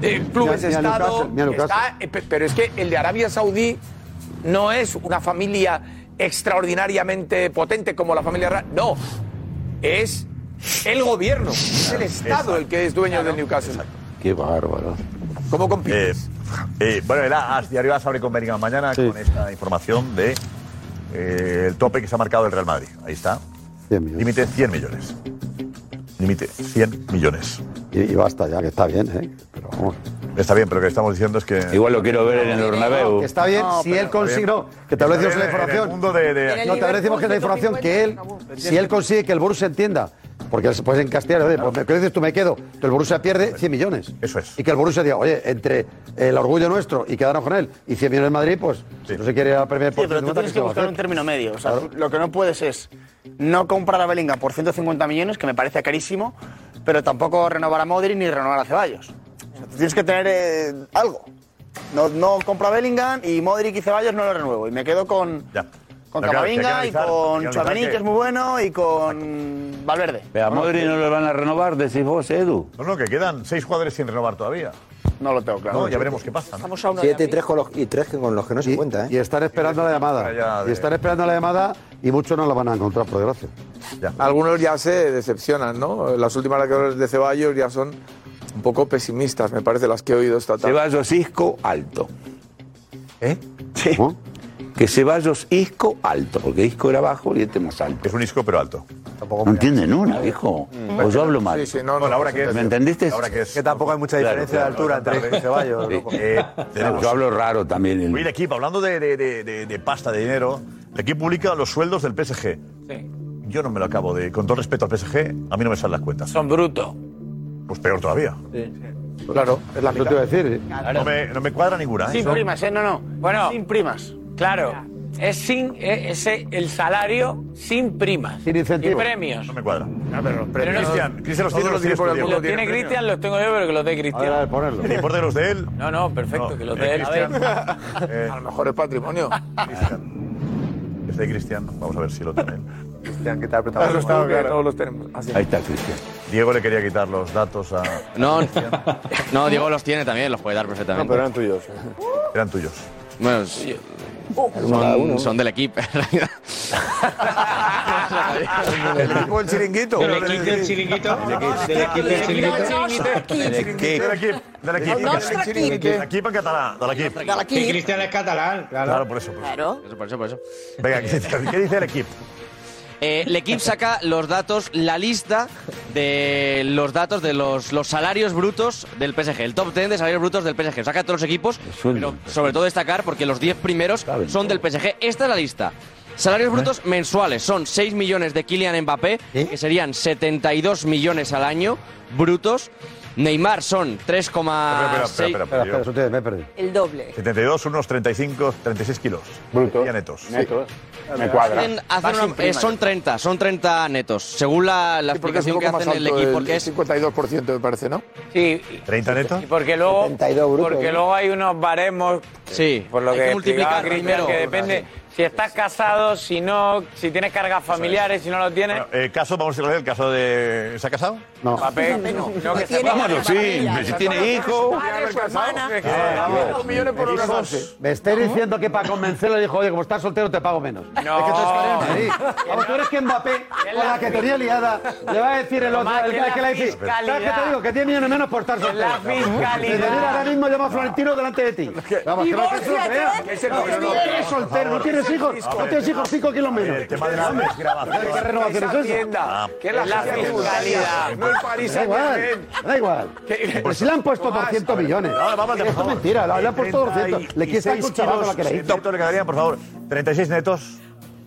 V: eh, clubes
D: Mira-
V: de
D: mira
V: Estado.
D: Newcastle, mira Newcastle.
V: está- eh, pe- pero es que el de Arabia Saudí no es una familia extraordinariamente potente como la familia. Ra- No, es el gobierno, es el Estado el que es dueño del Newcastle.
H: Qué bárbaro.
V: ¿Cómo compites?
G: Eh, bueno, el AS Diario AS abre con Bellingham mañana con esta información de eh, el tope que se ha marcado el Real Madrid. Ahí está. Límite 100 millones. Límite 100 millones.
D: Y, y basta ya, que está bien, ¿eh? Pero vamos.
G: Está bien, pero lo que estamos diciendo es que...
H: Igual lo quiero ver en el Bernabéu.
D: Que está bien
G: No,
D: si
G: pero-
D: él consignó. Que te lo
G: Está
D: decimos la
G: bien, en el
D: información.
G: mundo de- de-
D: No, te decimos que es la información que él. Si él consigue que el Borussia entienda. Porque después en castellano, oye, pues me ¿qué dices tú me quedo. Que el Borussia pierde 100 millones. Eso es. Y que el Borussia diga, oye, entre el orgullo nuestro y quedarnos con él y 100 millones en Madrid, pues si no se quiere ir a la Premier pues,
J: Sí, pero tú tienes que buscar un término medio. O sea, Lo que no puedes es no comprar a Bellingham por 150 millones, que me parece carísimo, pero tampoco renovar a Modric ni renovar a Ceballos. O sea, tú tienes que tener eh, algo. No, no compro a Bellingham y Modric y Ceballos no lo renuevo. Y me quedo con, con
B: No, claro, hay que
J: Camavinga y
B: analizar, hay que
J: con
B: analizar
J: Chuamení,
B: que-
J: que es muy bueno, y con Valverde.
H: Pero a Modri no lo van a renovar, decís vos, Edu.
G: No, no, que quedan seis jugadores sin renovar todavía.
J: No lo tengo
G: No, ya veremos qué pasa. ¿no?
S: Siete y tres con los, y tres que- con los que no se cuenta, ¿eh?
D: Y están esperando la llamada. Y están esperando la llamada y muchos no la van a encontrar, por desgracia.
V: Algunos ya se decepcionan, ¿no? Las últimas declaraciones de Ceballos ya son un poco pesimistas, me parece, las que he oído esta tarde.
H: Ceballos Isco alto. ¿Eh? Sí. Que Ceballos Isco alto, porque Isco era bajo y este más alto.
G: Es un Isco pero alto.
H: no entienden una, hijo. O yo hablo mal. ¿Me entendiste?
G: que
D: tampoco hay mucha
H: Claro,
D: diferencia
H: claro,
D: de altura
H: claro,
D: entre
H: claro.
D: Ceballos.
H: Sí.
D: loco.
G: Eh,
H: Yo hablo raro también.
G: Oye, el equipo, hablando de, de- de- de- de pasta, de dinero, el equipo publica los sueldos del PSG. Yo no me lo acabo de. Con todo respeto al PSG, a mí no me salen las cuentas.
E: Son brutos.
G: Pues peor todavía.
D: Claro, es la que te iba a decir.
G: No me, no me cuadra ninguna. ¿eh?
J: Sin
G: Son-
J: primas, ¿eh? No, no.
E: Bueno.
J: Sin primas.
E: Claro. Es sin eh, es el salario sin primas.
D: Sin
E: y
D: incentivos.
E: premios. No
G: me cuadra.
E: pero
G: premios- Cristian, Cristian los tiene, este los tiene estudiados.
E: Los tiene
G: Tiene
E: Cristian, los tengo yo, pero que los dé
G: A
E: Cristian.
G: ver, a ver, ponerlo. ¿Te importa que los de él?
E: No, no, perfecto, que los
G: eh,
E: dé él.
G: Cristian.
E: A lo mejor es patrimonio.
G: Eh, Es de Cristian. Vamos a ver si lo tienen. Cristian, ¿qué tal?
V: Claro, está, claro. Todos los tenemos. Así.
H: Ahí está, Cristian.
G: Diego le quería quitar los datos a.
B: No,
G: no,
B: Diego los tiene también, los Eh, puede dar perfectamente.
G: pero eran tuyos. Eran tuyos.
B: Bueno, sí,
G: cada
B: son,
G: uno.
B: son del equipo, en realidad.
V: El equipo del chiringuito.
T: Del equipo del chiringuito. Del equipo del
G: Del
T: chiringuito.
G: equip. Del equip. Del equip.
T: El nostre equip.
G: Del equip en catalán. Del equip.
T: Que Cristian es catalán, claro.
G: Claro, por eso. por eso.
B: Eso, por eso, por eso.
G: Venga, ¿qué, qué dice el equip?
Q: Eh, L'Equip saca los datos, la lista de los datos de los, los salarios brutos del PSG, el top 10 de salarios brutos del PSG. Saca todos los equipos,
H: sueldos.
Q: pero sobre todo destacar porque los 10 primeros son del PSG. Esta es la lista. Salarios brutos mensuales son 6 millones de Kylian Mbappé, que serían 72 millones al año brutos. Neymar son
G: espera,
Q: 3,6.
G: espera, espera, yo-
D: ustedes me he perdido.
C: El doble.
G: 72, unos 35, 36 kilos. Brutos. netos.
Q: Netos.
G: Me cuadra.
Q: Hacen-
G: Vas
Q: hacen una-
G: sin prima,
Q: eh, son 30, son 30 netos, según la, la
V: Porque es un
Q: explicación que
V: poco más
Q: hacen
V: alto
Q: el equipo.
V: el
Q: que es
V: 52% me parece, ¿no?
U: Sí.
G: ¿30 netos?
U: Y porque luego, porque
V: ¿no?
U: luego hay unos baremos.
Q: Sí,
U: por lo
Q: hay
U: que,
Q: que
U: multiplicar
Q: multiplicar
U: Cristian,
Q: primero.
U: que depende si estás casado, si no, si tienes cargas familiares, si no lo tienes.
G: Eh, caso, vamos a ver el caso de. ¿Se ha casado?
D: No.
U: Papel, no, no, que se
G: Vámonos, sí. Si
U: familia.
G: tiene hijo. Ah,
V: Dos millones por una noche.
D: Me estáis diciendo que para convencerlo dijo, oye, como estás soltero te pago menos.
V: No.
D: Es que tú eres Real Madrid. Vamos, tú eres que Mbappé, con la que tenía liada, le va a decir el otro,
P: Más
D: el
P: que
D: que,
P: la
D: que le dice,
P: fiscalidad.
D: ¿sabes qué te digo? Que 10 millones menos por estar soltero.
P: la fiscalidad.
D: Te diría ahora mismo llama a Florentino delante de ti. Vamos, que no, que eso
P: Divórciate,
D: vea.
P: que es el
D: No, que
P: problema.
D: no eres soltero, no tienes hijos, no tienes hijos 5 kilos menos. El tema de la ¿Qué renovación es Ah, pues, eso?
V: que es la fiscalidad. No el París
D: pues, Da igual,
V: Saint-Germain.
D: da igual. Pero pues si le han puesto por 100 millones. Esto es mentira, le han puesto 200. Le quita el chaval la que le hizo.
G: Doctor, le quedarían, por favor, 36 netos.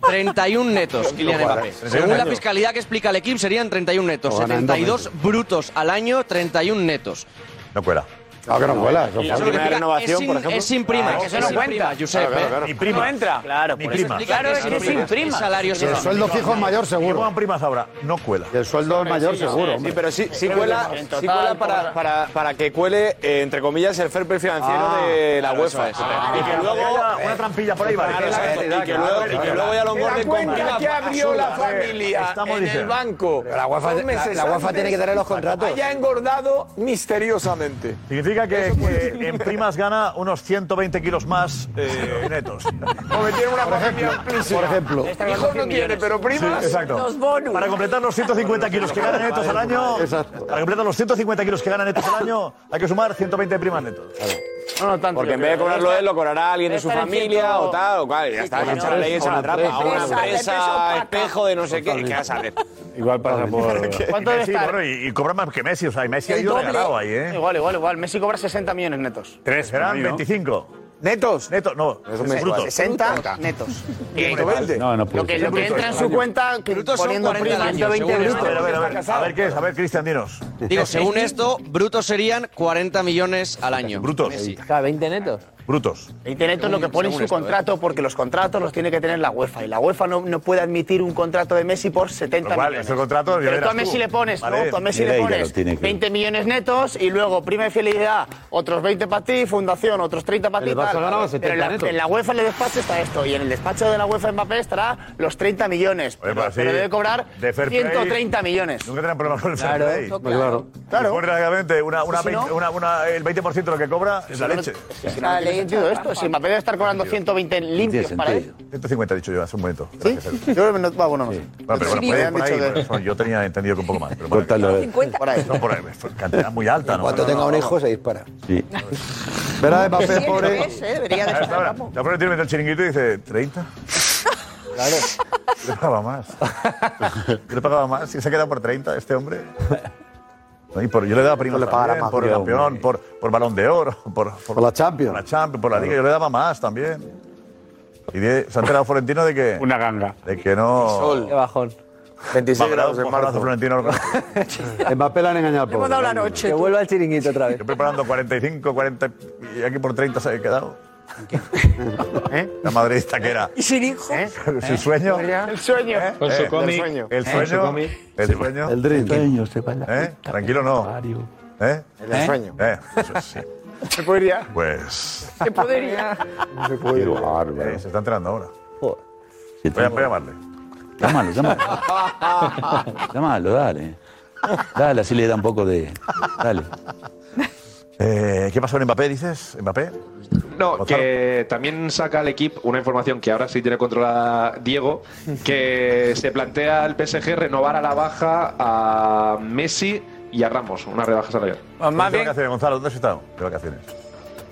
Q: 31 netos, Kylian
G: No,
Q: Mbappé.
G: 31
Q: Según la
G: netos.
Q: fiscalidad que explica el equipo, serían 31 netos.
G: No, ganando
Q: 72 brutos al año, 31 netos.
G: No cuela.
D: Ah, que no cuela,
Q: Y eso lo que explica es sin- Es sin prima.
U: Claro, eso no cuenta.
Q: Josep.
U: Claro, claro, claro.
Q: ¿eh?
U: Ni prima. No entra. Claro, pues. Ni por eso prima. explica
Q: Claro,
U: que
Q: es
U: es
Q: que
U: sin
Q: sin
U: prima.
Q: prima. Salario
D: Y el sueldo fijo es mayor seguro.
G: Llevan primas ahora, no cuela.
D: El sueldo es mayor seguro.
B: Sí, pero sí, sí
D: Creo
B: cuela,
D: que en
B: sí
D: total,
B: cuela para, para, para que cuele, eh, entre comillas, el fair play financiero
G: Ah,
B: de la
G: claro,
B: UEFA.
G: eso es. Ah,
B: y que luego...
G: Una trampilla por ahí, vale.
B: Claro, exacto. Y que luego- y que luego ya lo engorden con prima.
V: que abrió la familia
G: eh, Estamos
V: en el
G: diciendo.
V: banco.
G: Pero la UEFA-
V: dos meses
G: la- la UEFA
V: antes,
G: tiene que darle los contratos.
V: Haya engordado misteriosamente.
G: Significa que, que en primas gana unos 120 kilos más eh, netos.
V: Cometieron una familia amplísima.
G: Por ejemplo.
V: Hijos no tiene, pero primas.
G: Sí, exacto. Para completar los 150 kilos que ganan netos al año, para completar los 150 kilos que ganan netos al año, hay que sumar 120 primas netos.
B: No, no tanto. Porque en vez de cobrarlo él, lo cobrará alguien de su
G: Estar en
B: familia
G: ciento-
B: o tal o cual. Y ya está, que
G: con
B: echa la
G: empresa,
B: ley, echa
G: con
B: la trampa. A una
G: empresa,
B: empresa, espejo de no sé qué. ¿Qué vas a hacer?
F: Igual pasa por.
B: ¿Cuánto
G: y
B: debe
G: Messi,
B: estar?
G: bueno, y, y cobra más que Messi, o sea, y Messi ha
B: El
G: ido
B: doble.
G: regalado ahí, ¿eh?
J: Igual, igual, igual. Messi cobra 60 millones netos.
G: Tres,
J: por
G: serán
J: ahí, ¿no?
G: 25. ¿Netos? Netos, no.
J: Eso me
G: brutos.
J: igual. 60 netos.
G: No, no
J: Lo que, lo que entra en su cuenta que
Q: Brutos son
J: poniendo
Q: 40
J: prima,
Q: al año,
J: 120
Q: según
J: brutos.
G: A ver, a ver, a ver, a ver qué es, a ver, Cristian, dinos.
Q: Digo, según esto, brutos serían 40 millones al año.
G: Brutos.
Q: Cada 20 netos.
G: Brutos.
J: Y tiene esto es lo que pone en su
G: ¿eh?
Q: Según esto, ¿eh?
J: contrato, porque los contratos los tiene que tener la UEFA. Y la UEFA no, no puede admitir un contrato de Messi por 70
G: Lo cual,
J: millones.
G: ese contrato ya
J: Pero tú
G: verás
J: a Messi
G: tú.
J: le pones,
G: Vale,
J: ¿no? Tú a Messi le
G: Nereida
J: pones
G: lo tiene que-
J: 20 millones netos y luego prima de fidelidad, otros 20 para ti, fundación, otros 30 para ti.
D: El Barça
J: tal.
D: ganaba 70
J: Pero en la,
D: netos.
J: en la UEFA, en el despacho está esto. Y en el despacho de la UEFA Mbappé estará los 30 millones.
G: Oye,
J: Pero,
G: pues sí,
J: pero debe cobrar
G: de fair play.
J: 130 millones.
G: Nunca tendrán problemas con el
J: Claro,
G: fair play.
J: pues claro. Claro.
G: Pues prácticamente una, una,
J: Si no-
G: 20 una- una- Ah, el 20% de lo que cobra es la leche.
J: Si no, no tiene sentido esto. Si Mbappé debe estar cobrando 120 limpios para él.
G: 150 he dicho yo hace un momento.
J: ¿Sí? Yo creo que no, va, bueno, no sé.
G: Bueno, pero bueno,
J: Sí,
G: por ahí,
J: han
G: por ahí,
J: dicho que-
G: por eso yo tenía entendido que un poco más. Pero bueno,
J: Por ahí.
G: No, por ahí, fue cantidad muy alta. ¿no?
S: Cuando
G: No, no,
S: tenga
G: no,
S: un
G: no.
S: hijo se dispara.
D: Verá,
S: Mbappé,
G: Sí,
S: pobre.
G: lo es,
S: Debería de
G: A
S: estar
G: esta hora, La prueba tiene el chiringuito y dice, ¿30? Claro. Yo le pagaba más. Yo le pagaba más. Si se ha quedado por 30 este hombre. No, y por- yo le daba prima
D: le pagara más,
G: por
D: tío,
G: campeón, por, por balón de oro, por, por, la Champions. Por la Champions, por la Liga. Yo le daba más también. Y de- se ha enterado Florentino de que... Una ganga. De que no...
V: Sol.
O: Qué bajón.
V: 26 grados en marzo.
G: Florentino.
D: Mbappé le han engañado.
G: hemos dado la noche,
O: Que
G: tú.
O: vuelva al chiringuito otra vez.
G: Estoy preparando 45, 40 y aquí por 30 se ha quedado.
O: ¿Eh?
G: La madridista que era.
J: ¿Y sin hijos?
G: ¿Su sueño?
J: El ¿Eh? sueño.
G: Con su Eh, el cómic. sueño. El sueño. El sueño.
D: El dream.
H: Sueño, se va a la
G: ¿Eh? Tranquilo no. ¿Eh?
H: El sueño.
G: ¿Eh? Eso es, sí.
J: Se podría.
G: Pues.
J: Se podría.
G: Se Eh, se está enterando ahora. Voy a, voy a llamarle.
H: Llámalo, llámalo. llámalo, dale. Dale, así le da un poco de. Dale.
G: Eh, ¿Qué pasó en Mbappé, dices? ¿Mbappé?
I: No, que también saca el equipo una información que ahora sí tiene controlada Diego, que se plantea el PSG renovar a la baja a Messi y a Ramos, una rebaja salarial.
G: Pues más bien. vacaciones, Gonzalo? ¿Dónde has estado? ¿De vacaciones?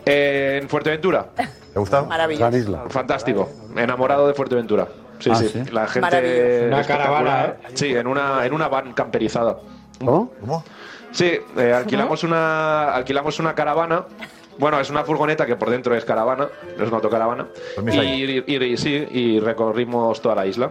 I: Eh, en Fuerteventura.
G: ¿Te gusta?
C: Maravilloso.
I: Fantástico. Enamorado de Fuerteventura. Sí,
G: Ah,
I: sí.
G: ¿sí?
I: La gente.
G: Maravilloso. Una
I: espectacular.
G: caravana,
I: Sí, en una, en una van camperizada.
D: ¿Cómo?
G: ¿Cómo?
I: Sí, eh, alquilamos, una, alquilamos una caravana. Bueno, es una furgoneta que por dentro es caravana, no es una autocaravana.
G: Pues
I: Y,
G: mira ahí.
I: y- y- sí, y recorrimos toda la isla.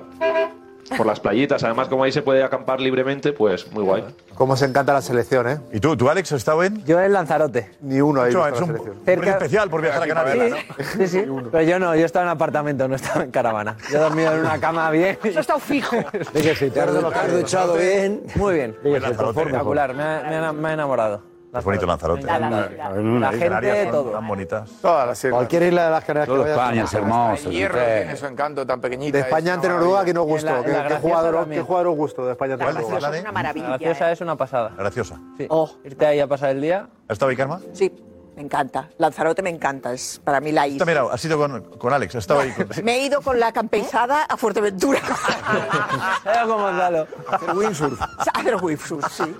I: por las playitas. Además, como ahí se puede acampar libremente, pues muy guay.
R: Cómo se encanta la selección, ¿eh?
G: ¿Y tú, tú Alex, has estado en?
M: Yo en Lanzarote.
R: Ni uno ahí.
M: Yo,
R: visto la
M: es un-
R: selección.
M: Cerca-
G: especial por viajar a Canarias,
M: Sí, sí, sí. Pero yo no, yo estaba en apartamento, no estaba en caravana. Yo he dormido en una cama bien. Yo he
C: estado fijo.
M: Sí que sí,
S: Te has
M: tarde-
S: duchado
M: tarde-
S: duchado bien.
M: Muy bien. Sí que sí,
G: Lanzarote,
M: espectacular, me ha, me ha- me ha enamorado.
G: Es bonito Lanzarote.
M: La- la- la- la- la gente, todo.
G: Tan bonitas.
R: Todas las
D: Cualquier isla de las Canarias
G: Todo
D: que vayas-
G: España es hermoso,
V: El hierro tiene su encanto tan pequeñita.
R: De España ante Noruega, que no
V: gusta.
R: gustó? ¿Qué, qué jugador, ¿Qué jugador os gustó de España ante Noruega?
M: La graciosa es una pasada.
G: Graciosa.
M: Sí. Irte ahí a pasar el día.
G: ¿Has estado ahí, Karma?
C: Oh. Sí, me encanta. Lanzarote me encanta, es para mí la isla.
G: Mira, has ido con, con Alex, has estado ahí con...
C: Me he ido con la campeizada a Fuerteventura.
M: Era como Gonzalo.
G: Hacer windsurf.
C: Hacer windsurf, sí.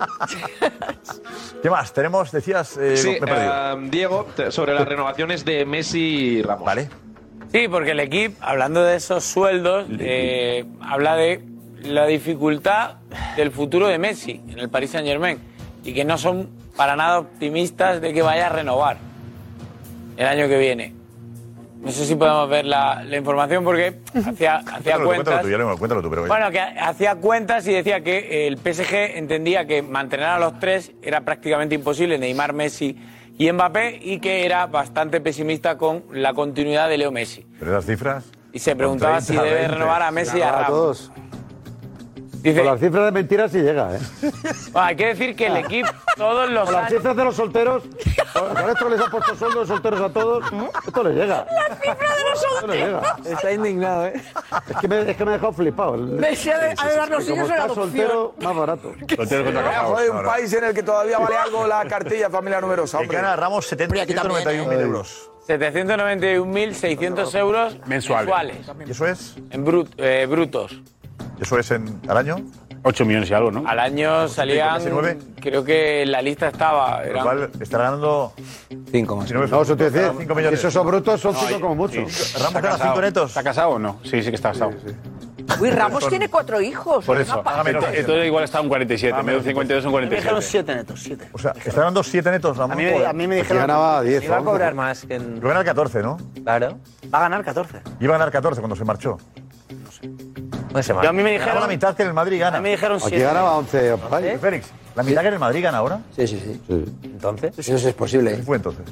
G: ¿Qué más? Tenemos, decías, eh,
I: Sí,
G: me he perdido.
I: eh, Diego, te- sobre las renovaciones de Messi y Ramos. Vale.
U: Sí, porque el equipo, hablando de esos sueldos, eh, habla de la dificultad del futuro de Messi en el Paris Saint Germain y que no son para nada optimistas de que vaya a renovar el año que viene. No sé si podemos ver la, la información porque hacía, hacía
G: Cuéntalo, tú, cuéntalo
U: cuentas.
G: tú, ya lo- cuéntalo tú, pero...
U: Bueno, que hacía cuentas y decía que el PSG entendía que mantener a los tres era prácticamente imposible, Neymar, Messi y Mbappé, y que era bastante pesimista con la continuidad de Leo Messi.
G: Pero las cifras...
U: Y se preguntaba si debe renovar a Messi y a
D: Nada,
U: Ramos.
D: todos. Con las cifras de mentiras sí llega, ¿eh?
U: Bueno, hay que decir que el equipo todos los
D: Ah. Con las
U: años...
D: cifras de los solteros, con con esto les ha puesto sueldo de solteros a todos, esto les llega.
P: La cifra de los
D: Esto les llega.
M: Está indignado, ¿eh?
D: Es que me, es que me ha dejado flipado. El-
P: Messi ha de- ha de dar los
D: Y como
P: niños en
D: está
P: adopción.
D: soltero, más barato.
G: Soltero contra casados,
V: Joder, un
G: ahora.
V: país en el que todavía vale algo la cartilla familia numerosa.
G: Que gana Ramos 791.000
V: eh.
G: euros.
U: 791.600 euros mensuales.
G: eso es?
U: En brut- eh, brutos.
G: ¿Eso es en, al año?
F: 8 millones y algo, ¿no?
U: Al año salían...
G: 19.
U: Creo que la lista estaba...
G: Lo
U: eran-
G: cual está ganando...
S: 5 más.
D: No, eso te voy a decir,
G: Cinco millones.
D: esos son brutos, son
G: No,
D: cinco
G: y-
D: como mucho.
G: y- Ramos gana cinco netos.
F: ¿Está casado o no? Sí, sí que está casado.
C: Uy, Ramos tiene cuatro hijos.
F: Por
C: es
F: eso.
C: una pasada.
F: Entonces, entonces igual está un 47.
G: Ah,
F: medio 52 un
J: Me dijeron
F: 47.
J: 7 netos, 7.
G: O sea, está ganando 7 netos, Ramos.
J: A mí me- a mí me Pues dijeron- ya ganaba 10
M: Iba a
J: o 11,
M: cobrar
J: ¿no?
M: más que en...
G: Lo gana el 14, ¿no?
M: Claro.
J: Va a ganar 14.
G: Iba a ganar 14 cuando se marchó.
M: No sé.
J: Yo a mí me
G: Ganaba
J: dijeron.
G: la mitad que en el Madrid gana.
J: A mí me dijeron
D: Aquí
J: 7.
D: ganaba 11.
G: Oye, Félix, ¿la mitad que en el Madrid gana ahora?
S: Sí, sí, sí.
M: Entonces.
S: Eso es posible. ¿eh?
G: ¿Qué fue entonces?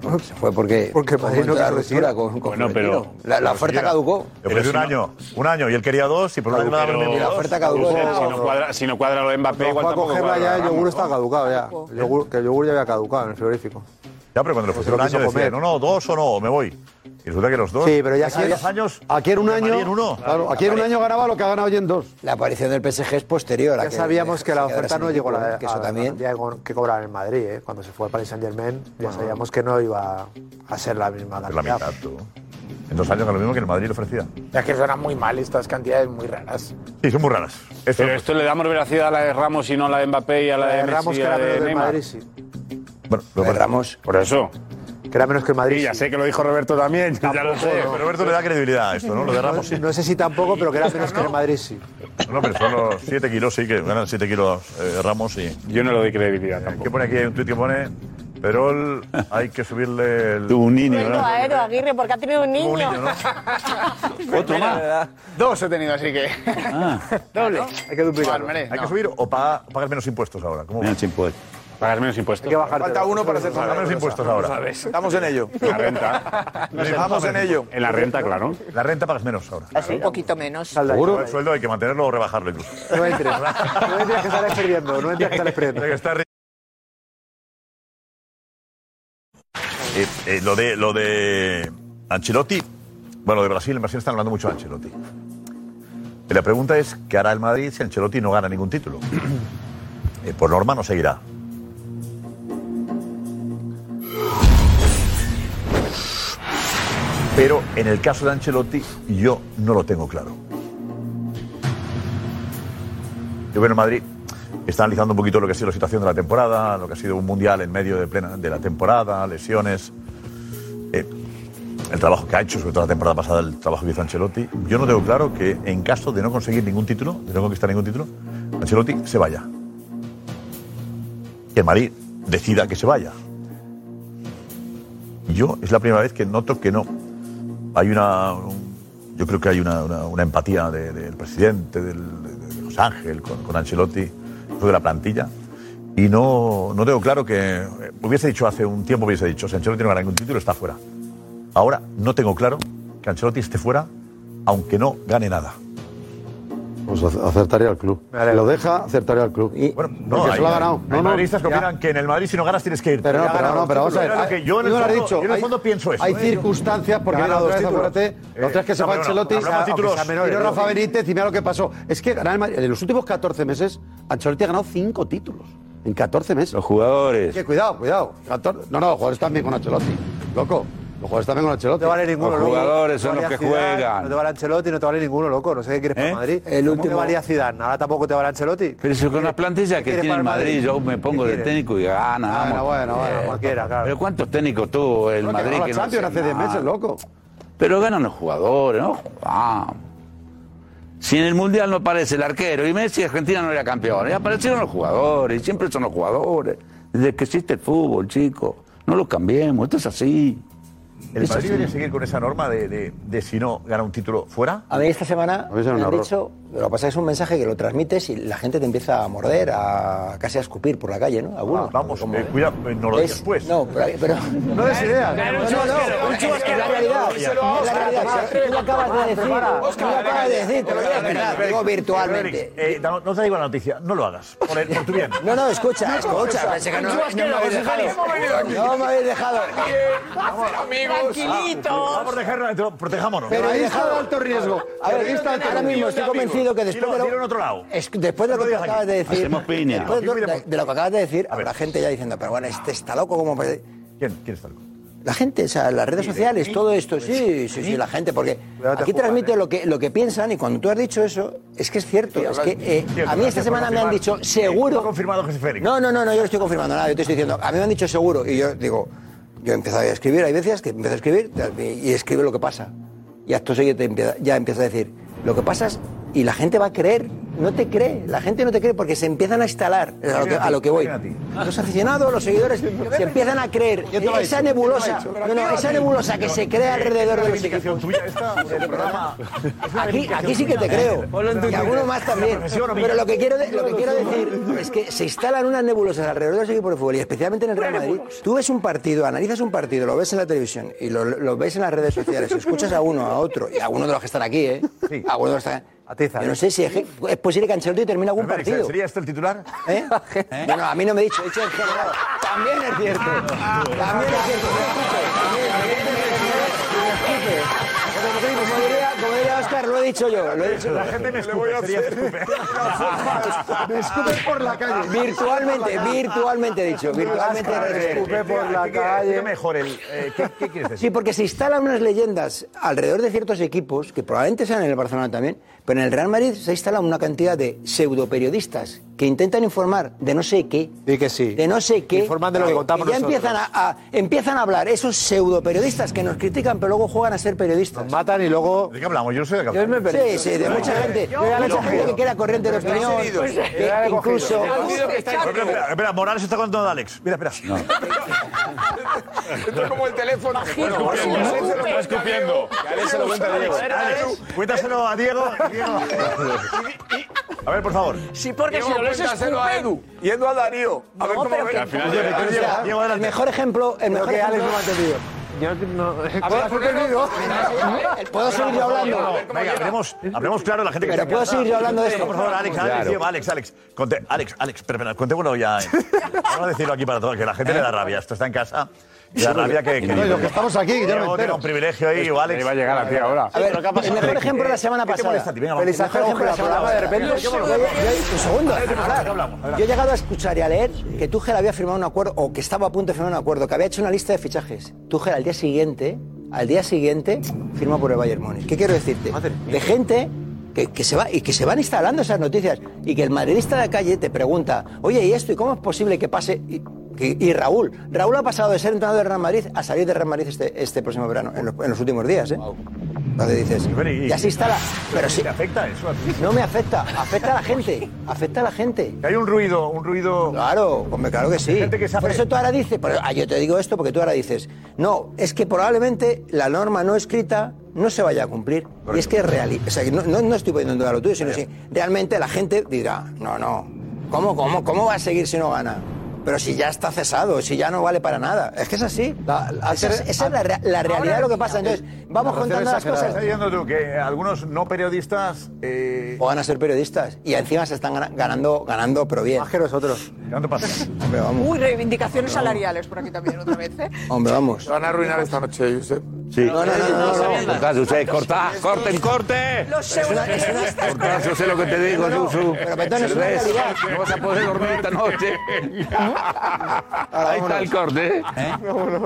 S: Bueno, se fue porque. Porque
G: Madrid no
S: la
G: quiso decir.
S: ruptura con, con
G: Bueno,
S: Florentino.
G: pero-
S: La, la
G: pero
S: oferta
G: si
S: caducó.
G: Le ofreció un año, un año, y él quería dos, y por lo
S: Pero-
G: tanto...
S: Y la oferta caducó.
F: Si no cuadra, si no cuadra lo de Mbappé,
R: Fue
F: igual
R: a
F: tampoco cuadra
R: cogerla ya,
F: lo de
R: el
F: Ramos,
R: yogur
F: ¿no?
R: está caducado ya. El yogur, que el yogur ya había caducado en el frigorífico.
G: Ya, pero cuando le
R: Se
G: ofreció Pues un
R: lo
G: año
R: quiso
G: decía,
R: comer.
G: no, no, dos o no, me voy. Y resulta que los dos...
R: Sí, pero ya
G: Aquí en
R: sabes-
G: dos años...
D: Aquí en un
G: de Madrid
D: año.
G: en uno.
D: Claro, aquí en un año ganaba lo que ha ganado hoy en dos.
S: La aparición del PSG es posterior. a
R: Ya sabíamos
S: se
R: que la
S: quedara
R: oferta
S: sin
R: no llegó a
S: equipo,
R: la,
S: ¿eh? Que eso
R: a la
S: también.
R: cantidad que- que cobraban en Madrid, ¿eh? cuando se fue al Paris Saint Germain, ya sabíamos que no iba a ser la misma
G: La
R: cantidad.
G: mitad, tú. En dos años, que lo mismo que el Madrid le ofrecía.
V: Es que suenan muy mal estas cantidades muy raras.
G: Sí, son muy raras. Esto-
S: Eh,
F: Pero esto le damos veracidad a la de Ramos y no a la de Mbappé y a la
R: Eh,
F: de, Messi y a la de Neymar.
G: Bueno, lo
S: Ramos.
F: Por eso.
R: Que era menos que el Madrid.
F: Sí, ya sé que lo dijo Roberto también. Ya lo sé.
G: Pero Roberto le da credibilidad a esto, ¿no? Lo de Ramos sí.
R: No sé si tampoco, pero que era menos que el Madrid sí.
G: No, pero son los 7 kilos, sí, que ganan 7 kilos eh, Ramos y. Eh,
F: Yo no le doy credibilidad
G: ¿Qué pone aquí? Hay un tuit que pone. Perol, hay que subirle el.
H: un niño,
A: Sueldo a Aero Aguirre porque ha tenido un niño.
G: Otro más.
K: Dos he tenido, así que.
G: Doble. Hay que duplicarlo.
K: Palmaré,
G: Hay
K: no.
G: que subir o pagar, pagar menos impuestos ahora. ¿Cómo va?
H: Menos impuestos.
F: Pagar menos impuestos.
V: Falta uno para ser
G: Pagar menos impuestos ahora.
V: Estamos en ello.
F: La renta.
G: Estamos en ello.
F: En la renta, claro.
G: La renta pagas menos ahora.
C: Ah, Un poquito menos.
G: Seguro. El sueldo hay que mantenerlo o rebajarlo incluso.
R: No entres. No entres que sales perdiendo. No entres que sales perdiendo.
G: Tiene que estar ri- Eh, eh, lo de lo de Ancelotti, bueno, de Brasil, en Brasil están hablando mucho de Ancelotti. Y La pregunta es qué hará el Madrid si Ancelotti no gana ningún título. Eh, por norma no seguirá. Pero en el caso de Ancelotti yo no lo tengo claro. Yo veo en Madrid está analizando un poquito lo que ha sido la situación de la temporada, lo que ha sido un mundial en medio de plena de la temporada, lesiones, eh, el trabajo que ha hecho, sobre todo la temporada pasada, el trabajo que hizo Ancelotti. Yo no tengo claro que en caso de no conseguir ningún título, de no conquistar ningún título, Ancelotti se vaya. Que el Madrid decida que se vaya. Yo es la primera vez que noto que no. Hay una, un- Yo creo que hay una, una- una empatía de- del presidente, del, de- de José Ángel, con, con Ancelotti, incluso de la plantilla. Y no, no tengo claro que. eh, Hubiese dicho hace un tiempo, hubiese dicho, si Ancelotti no gana ningún título, está fuera. Ahora no tengo claro que Ancelotti esté fuera, aunque no gane nada.
D: Pues ac- acertaría al club. Si lo deja, acertaría al club.
G: bueno,
D: porque se lo ha ganado.
G: Hay madridistas que opinan que en el Madrid si no ganas tienes que ir.
D: Pero no,
G: Ya ha
D: pero,
G: ganado
D: no, pero
G: los
D: vamos a ver.
G: títulos. Era lo que yo en el
D: Tú lo has
G: fondo-
D: dicho,
G: yo en el
D: hay-
G: fondo pienso eso.
D: Hay
G: ¿eh?
D: circunstancias, porque
G: Gana
D: mira,
G: dos
D: otra vez,
G: títulos.
D: acuérdate, la otra es que
G: Eh,
D: se
G: no,
D: fue
G: pero no,
D: Ancelotti,
G: hablamos de
D: aunque
G: títulos.
D: sea menor, y no Rafa Benítez, y mira lo que pasó. Es que ganar el Madrid- en los últimos 14 meses, Ancelotti ha ganado 5 títulos. En 14 meses. Los
H: jugadores.
D: Que cuidado, cuidado. 14 no, no, los jugadores también con Ancelotti. Loco, los jugadores también con Ancelotti.
R: No te vale ninguno,
D: Los
R: loco.
D: jugadores
R: No te
D: son los
R: valía
D: que
R: Zidane,
D: juegan.
R: No te vale Ancelotti, no te vale ninguno, loco. No sé qué quieres para Madrid. El último. te valía Zidane, ahora tampoco te vale Ancelotti.
H: ¿Eh? Pero si con la plantilla que
R: quiere
H: tiene
R: para
H: el
R: el Madrid?
H: Madrid, yo me pongo
R: ¿Qué
H: de
R: quiere? Ah,
H: técnico y Eh. gana.
D: Bueno, bueno, bueno,
H: cualquiera, claro. Pero ¿cuántos técnicos tuvo el
D: Bueno, que
H: Madrid
D: ganó la
H: que
D: Champions
H: hacía
D: hace 10
H: nada?
D: meses, loco.
H: Pero ganan los jugadores, ¿no? Jugamos. Si en el Mundial no aparece el arquero y Messi, Argentina no era campeón. Y aparecieron los jugadores, y siempre son los jugadores. Desde que existe el fútbol, chico. No lo cambiemos, esto es así.
G: ¿El
H: Es
G: Madrid
H: así.
G: debería seguir con esa norma de, de- de si no gana un título fuera?
S: A mí esta semana
G: mí
S: me
G: eso es un
S: han
G: horror.
S: dicho, lo que pasa es que es un mensaje que lo transmites y la gente te empieza a morder, a casi a escupir por la calle, ¿no?
R: Ah,
S: Algunos. vamos,
R: eh,
G: cuidado, no lo digas, pues.
S: Ah, No, pero... pero-
R: No des ideas.
S: No, no, no, es que la realidad, la realidad, tú lo acabas de decir, tú lo acabas de decir, te lo digo, es verdad, te digo virtualmente.
G: Eh, no, no te digo la noticia, no lo hagas. Por, el- por tu bien.
S: No, no, escucha, escucha, pensé que no, no me habéis dejado. No me habéis dejado.
G: Tranquilito. Ah,
P: Ah,
G: Vamos a dejarnos, protejámonos.
S: Pero ahí
G: está
S: está
G: de
S: de alto riesgo. A ver, ahora mismo estoy convencido que después de lo, Es- después de lo que acabas de decir,
H: Hacemos piña.
S: después de, de- de lo que acabas de decir, habrá gente ya diciendo, pero bueno, este está loco como puede-".
G: ¿Quién, quién está loco?
S: La gente, o sea, las redes sociales, todo esto, sí, sí, sí, la gente, porque aquí transmite lo que, lo que piensan y cuando tú has dicho eso, es que es cierto.
G: eh. Sí,
S: es
G: hablas-
S: que eh,
G: Cierto,
S: a mí esta
G: gracias por
S: semana me han
G: confirmar.
S: dicho,
G: Sí,
S: seguro.
G: lo ha confirmado José Félix.
S: No, no, no, no, yo no estoy confirmando nada, yo te estoy diciendo, a mí me han dicho seguro y yo digo, yo he empezado a escribir, hay veces que empiezo a escribir y escribe lo que pasa. Y acto seguido te empieza- ya empieza a decir, lo que pasa es, y la gente va a creer, no te cree, la gente no te cree porque se empiezan a instalar, es a lo que, a lo que voy. Los aficionados, los seguidores, se empiezan a creer.
P: te lo he
S: Eh, Esa
P: dicho,
S: nebulosa,
P: yo te lo he
S: no,
P: dicho.
S: no, esa nebulosa que se crea alrededor de los
G: reivindicación
S: equipos.
G: tuya esta, del programa.
S: Aquí, aquí sí que te creo. Y algunos más también. Pero lo que quiero, de- lo que quiero decir es que se instalan unas nebulosas alrededor de los equipos de fútbol y especialmente en el Real Madrid. Tú ves un partido, analizas un partido, lo ves en la televisión y lo, lo ves en las redes sociales, escuchas a uno, a otro y a uno de los que están aquí, ¿eh? A uno de los que están. Yo no sé si es, es posible que Ancelotti termine algún partido.
G: ¿Sería este el titular?
S: ¿Eh? No, no, a mí no me he dicho, he dicho en general. También es cierto. También es cierto. Como diría, como diría Oscar, lo he dicho yo. Lo he dicho.
G: La gente me escupe, sería escupe.
S: Me escupe por la calle. Virtualmente, virtualmente he dicho. Virtualmente he dicho.
G: por la calle. mejor el. eh, ¿qué, qué quieres decir?
S: Sí, porque se instalan unas leyendas alrededor de ciertos equipos, que probablemente sean en el Barcelona también, pero en el Real Madrid se instala una cantidad de pseudoperiodistas que intentan informar de no sé qué.
R: Y que sí.
S: De no sé qué.
R: Informan de lo que contamos
S: ya
R: nosotros.
S: empiezan a, a- empiezan a hablar esos pseudoperiodistas que nos critican, pero luego juegan a ser periodistas. Nos
R: matan y luego.
G: ¿De qué hablamos? Yo no sé de qué
S: Yo me
G: hablamos.
S: perdí. Sí, sí, de mucha gente. Yo ya mucha gente que queda corriente de opinión. pues,
G: pues,
S: que
G: eh,
S: incluso.
G: Espera, espera, espera, Morales está contando de Alex. Mira, espera.
E: Esto es como el teléfono.
G: Bueno,
E: Bueno,
G: bueno,
E: bueno,
G: bueno,
E: bueno,
G: está escupiendo.
E: Alex se lo cuenta a Diego.
G: Alex, cuéntaselo a Diego. Diego. A ver, por favor.
E: Sí,
S: porque si no les
E: cuéntaselo a
S: escupen-
E: Edu. Yendo a Darío. A ver
S: No,
E: cómo
S: pero
E: ve.
S: que- o sea, el mejor ejemplo, el Eh, mejor
R: que Alex
S: ejemplo-
R: no me ha entendido.
M: Yo no.
S: ¿Puedo, ¿Puedo seguir yo hablando?
G: ¿Eh? Venga, hablemos, hablemos claro la gente que
S: Pero
G: está
S: puedo
G: cansada.
S: seguir yo hablando de esto.
G: Por favor, Alex, Alex,
S: Claro.
G: Diego, Alex, Alex. Conte- Alex, Alex, espera, espera, contémoslo ya. eh. Vamos a decirlo aquí para todos, que la gente
S: ¿Eh?
G: le da rabia. Esto está en casa. y Da
D: Sí,
G: rabia que.
D: no, y los que estamos aquí, ya no me
G: Diego tenga
D: entero.
G: un privilegio ahí, o Alex.
D: Ahí va a llegar a ti ahora.
S: A ver, el mejor ejemplo de la semana
G: ¿Qué te molesta
S: pasada.
G: a ti? Venga, va.
S: Feliz
G: El mejor ejemplo de la semana
S: de repente.
G: pasada.
S: Yo- yo- yo- Un segundo,
G: A ver,
S: déjame
G: ¿de qué
S: hablar.
G: hablamos? Adelante.
S: Yo he llegado a escuchar y a leer que Tuchel había firmado un acuerdo, o que estaba a punto de firmar un acuerdo, que había hecho una lista de fichajes. Tuchel al día siguiente, al día siguiente, firma por el Bayern Múnich. ¿Qué quiero decirte? De gente que, que se va, y que se van instalando esas noticias, y que el madridista de la calle te pregunta, oye, ¿y esto? ¿Y cómo es posible que pase...? Y, que- y Raúl, Raúl ha pasado de ser entrenador de Real Madrid a salir de Real Madrid este, este próximo verano, en los, en los últimos días. ¿eh? Entonces dices, y así está la... Pero sí,
G: ¿Te afecta eso a ti?
S: no me afecta, afecta a la gente, afecta a la gente.
G: Hay un ruido, un ruido...
S: Claro, hombre, claro que sí.
G: Hay gente que se
S: por
G: hace-
S: eso tú ahora dices, pero, ah, yo te digo esto porque tú ahora dices, no, es que probablemente la norma no escrita no se vaya a cumplir. Y es que es real, o sea, que no, no, no estoy poniendo en duda lo tuyo, sino si realmente la gente dirá, no, no, ¿cómo, cómo, cómo va a seguir si no gana? Pero si ya está cesado, si ya no vale para nada. Es que es así. esa es, esa es la, rea- la realidad de lo que pasa. Entonces, vamos contando las cosas.
G: Estás diciendo tú que algunos no periodistas... eh,
S: O van a ser periodistas. Y encima se están gana- ganando, ganando pero bien. Más que
R: nosotros.
G: ¿Cuánto pasa?
S: Hombre, vamos.
C: Uy, reivindicaciones salariales por aquí también otra vez, ¿eh?
S: Hombre, vamos.
V: van a arruinar esta noche, Josep.
H: Sí.
S: No, no, no, no, no, no.
H: Cortad, José, cortad, corten, corte.
C: Los
S: Es una- es una-
H: Cortad, yo sé lo que te digo,
S: No, no,
H: Yusu.
S: pero, Petón, es una
H: ¿Ves?
S: realidad.
H: No vas a poder dormir esta noche. Ahí está el corte.
G: ¿Eh?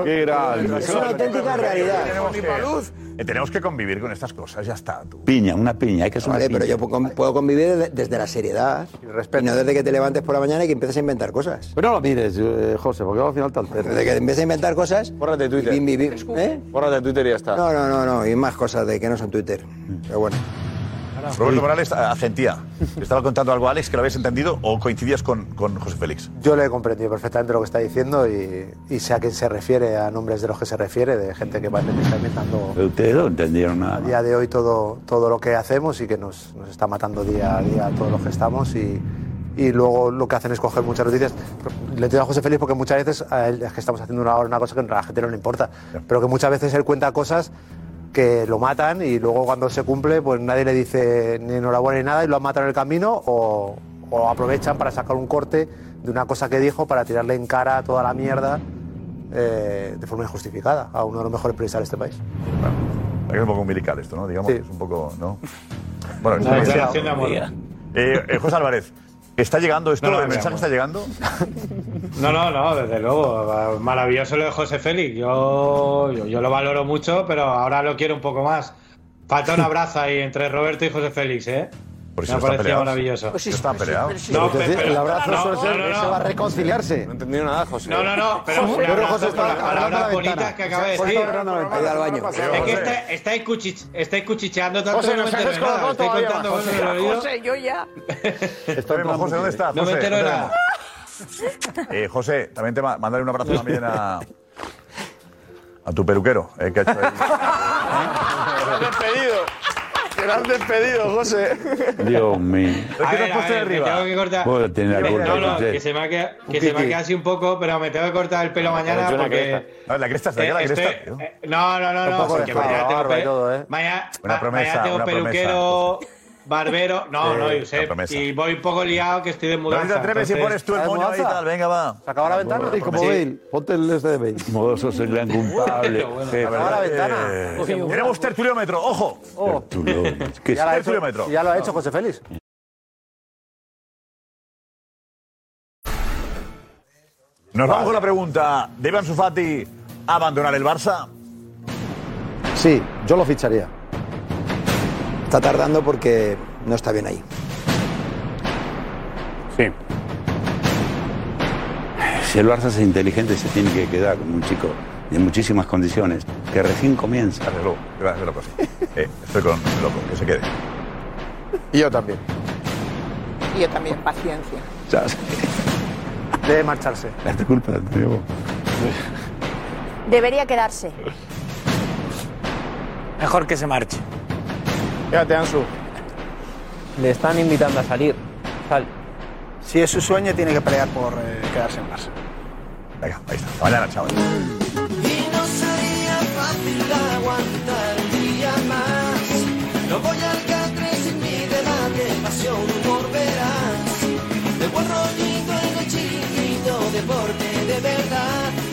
H: Qué grande.
S: Es una auténtica realidad.
G: Tenemos que, eh, tenemos que convivir con estas cosas, ya está. Tú.
H: Piña, una piña, hay que sumar.
S: Vale, pero yo puedo con- puedo convivir de- desde la seriedad. Y no desde que te levantes por la mañana y que empieces a inventar cosas.
D: Pero no lo mires, eh, José, porque al final te alteras.
S: Desde que empieces a inventar cosas.
B: Bórrate Twitter.
S: y vi- vi- ¿eh?
B: Bórrate Twitter y ya está.
S: No, no, no, no. Y más cosas de que no son Twitter.
D: Mm.
S: Pero bueno.
G: Roberto Morales ah, acentía. Le estaba contando algo a Alex que lo habías entendido o coincidías con, con José Félix.
R: Yo le he comprendido perfectamente lo que está diciendo y, y sé a quién se refiere, a nombres de los que se refiere, de gente que parece que está inventando
H: Pero Ustedes no entendieron
R: a
H: nada.
R: día de hoy todo, todo lo que hacemos y que nos, nos está matando día a día todos los que estamos y, y luego lo que hacen es coger muchas noticias. Le entiendo a José Félix porque muchas veces a él es que estamos haciendo una, una cosa que a la gente no le importa, pero que muchas veces él cuenta cosas que lo matan y luego cuando se cumple pues nadie le dice ni enhorabuena ni nada y lo han matado en el camino o, o aprovechan para sacar un corte de una cosa que dijo para tirarle en cara toda la mierda eh, de forma injustificada a uno de los mejores periodistas de este país.
G: Es un poco umbilical esto, ¿no? Digamos, que es un poco, ¿no? Bueno,
R: Una
G: es-
R: declaración de amor.
G: Eh, eh, José Álvarez, ¿está llegando esto?
T: No, no,
G: ¿El
T: mi
G: mensaje
T: amor.
G: está llegando?
T: No, no, no, desde luego. Maravilloso lo de José Félix. Yo, yo, yo lo valoro mucho, pero ahora lo quiero un poco más. Falta un abrazo ahí entre Roberto y José Félix, ¿eh?
G: Por si no están
T: Me parecía
G: peleados.
T: maravilloso.
G: Pues si- No están pues si- peleados. pero si-
T: No,
G: Entonces,
T: pero-
G: el abrazo
T: no,
G: suele
T: no,
G: ser-
T: no,
D: Eso
T: no.
D: va a reconciliarse.
B: No he entendido nada, José.
T: No, no, no, pero
D: José,
T: un
D: yo creo que
T: abrazo
D: José
T: con las
D: está hablando a
T: palabras
D: la ventana.
T: bonitas que acaba de
D: José
T: decir.
D: está hablando a la ventana. Ha ido al baño.
T: Es que está- estáis cuchich- estáis cuchicheando tanto
D: José,
T: que no
D: nos
T: me
D: has
T: entero de nada.
D: descolocado
T: Estáis
D: todavía
T: contando
D: más.
T: cosas en el oído.
C: José, yo ya.
G: Está bien, José, ¿dónde estás?
T: No me entero de nada.
G: Eh, José, también te ma- mandaré un abrazo también a, a tu peluquero, eh, que ha hecho ahí.
P: ¡Te han despedido! ¡Te lo han despedido, José!
H: Dios mío.
T: A ver, a ver, me tengo que cortar.
H: Voy a tener la
T: Que-
H: culpa,
T: no, no,
H: José.
T: que se me ha quedado,
H: Un
T: que se me ha
H: kiki.
T: quedado así un poco, pero me tengo que cortar el pelo mañana
G: Una
T: porque.
G: cresta. A ver, la cresta, se le
T: Eh,
G: queda la
T: estoy-
G: cresta. tío.
T: eh, No, no, no,
G: Un poco
T: no.
G: de
T: Que mañana
G: barba
T: tengo, pe-
G: y todo, ¿eh?
T: mañana,
G: Una
T: ma-
G: promesa,
T: mañana tengo
G: una promesa.
T: peluquero, barbero. No,
G: Sí,
T: no,
G: una
T: Josep.
G: promesa.
T: Y voy un poco liado que estoy de
G: No te
T: mudanza.
G: atreves y pones
T: entonces-
G: tú el moño ahí y tal. Venga, va. Ah,
R: Se acaba la ventana.
D: Y como
G: Sí.
D: Bale, ponte el este de Bale.
H: Modoso es el gran culpable. Se
R: Acaba la ventana.
G: Eh,
R: Oh.
G: Tenemos tertuliómetro, ojo.
H: ¿Qué
R: ya, lo ha
G: es?
R: hecho,
G: Tertuliómetro.
R: ya lo ha hecho José Félix.
G: Nos vamos con la pregunta. ¿Debe Ansu Fati abandonar el Barça?
D: Sí, yo lo ficharía.
S: Está tardando porque no está bien ahí.
F: Sí.
H: Si el Barça es inteligente, se tiene que quedar con un chico de muchísimas condiciones, que recién comienza.
G: Loco, gracias, loco, sí. Eh, estoy con loco, que se quede.
V: Y yo también.
C: Y yo también, paciencia.
H: Ya,
R: Debe marcharse.
H: la culpa la tenemos.
A: Debería quedarse.
U: Mejor que se marche.
T: Quédate, Ansu.
O: Le están invitando a salir. Sal.
J: Si es su sueño, tiene que pelear por eh, quedarse en Barça.
G: Venga, ahí está. Mañana, chavales.
P: Y no sería fácil aguantar un día más. No voy al catre sin mi debate, pasión, humor verás. De buen rollito en el chiquito, deporte de verdad.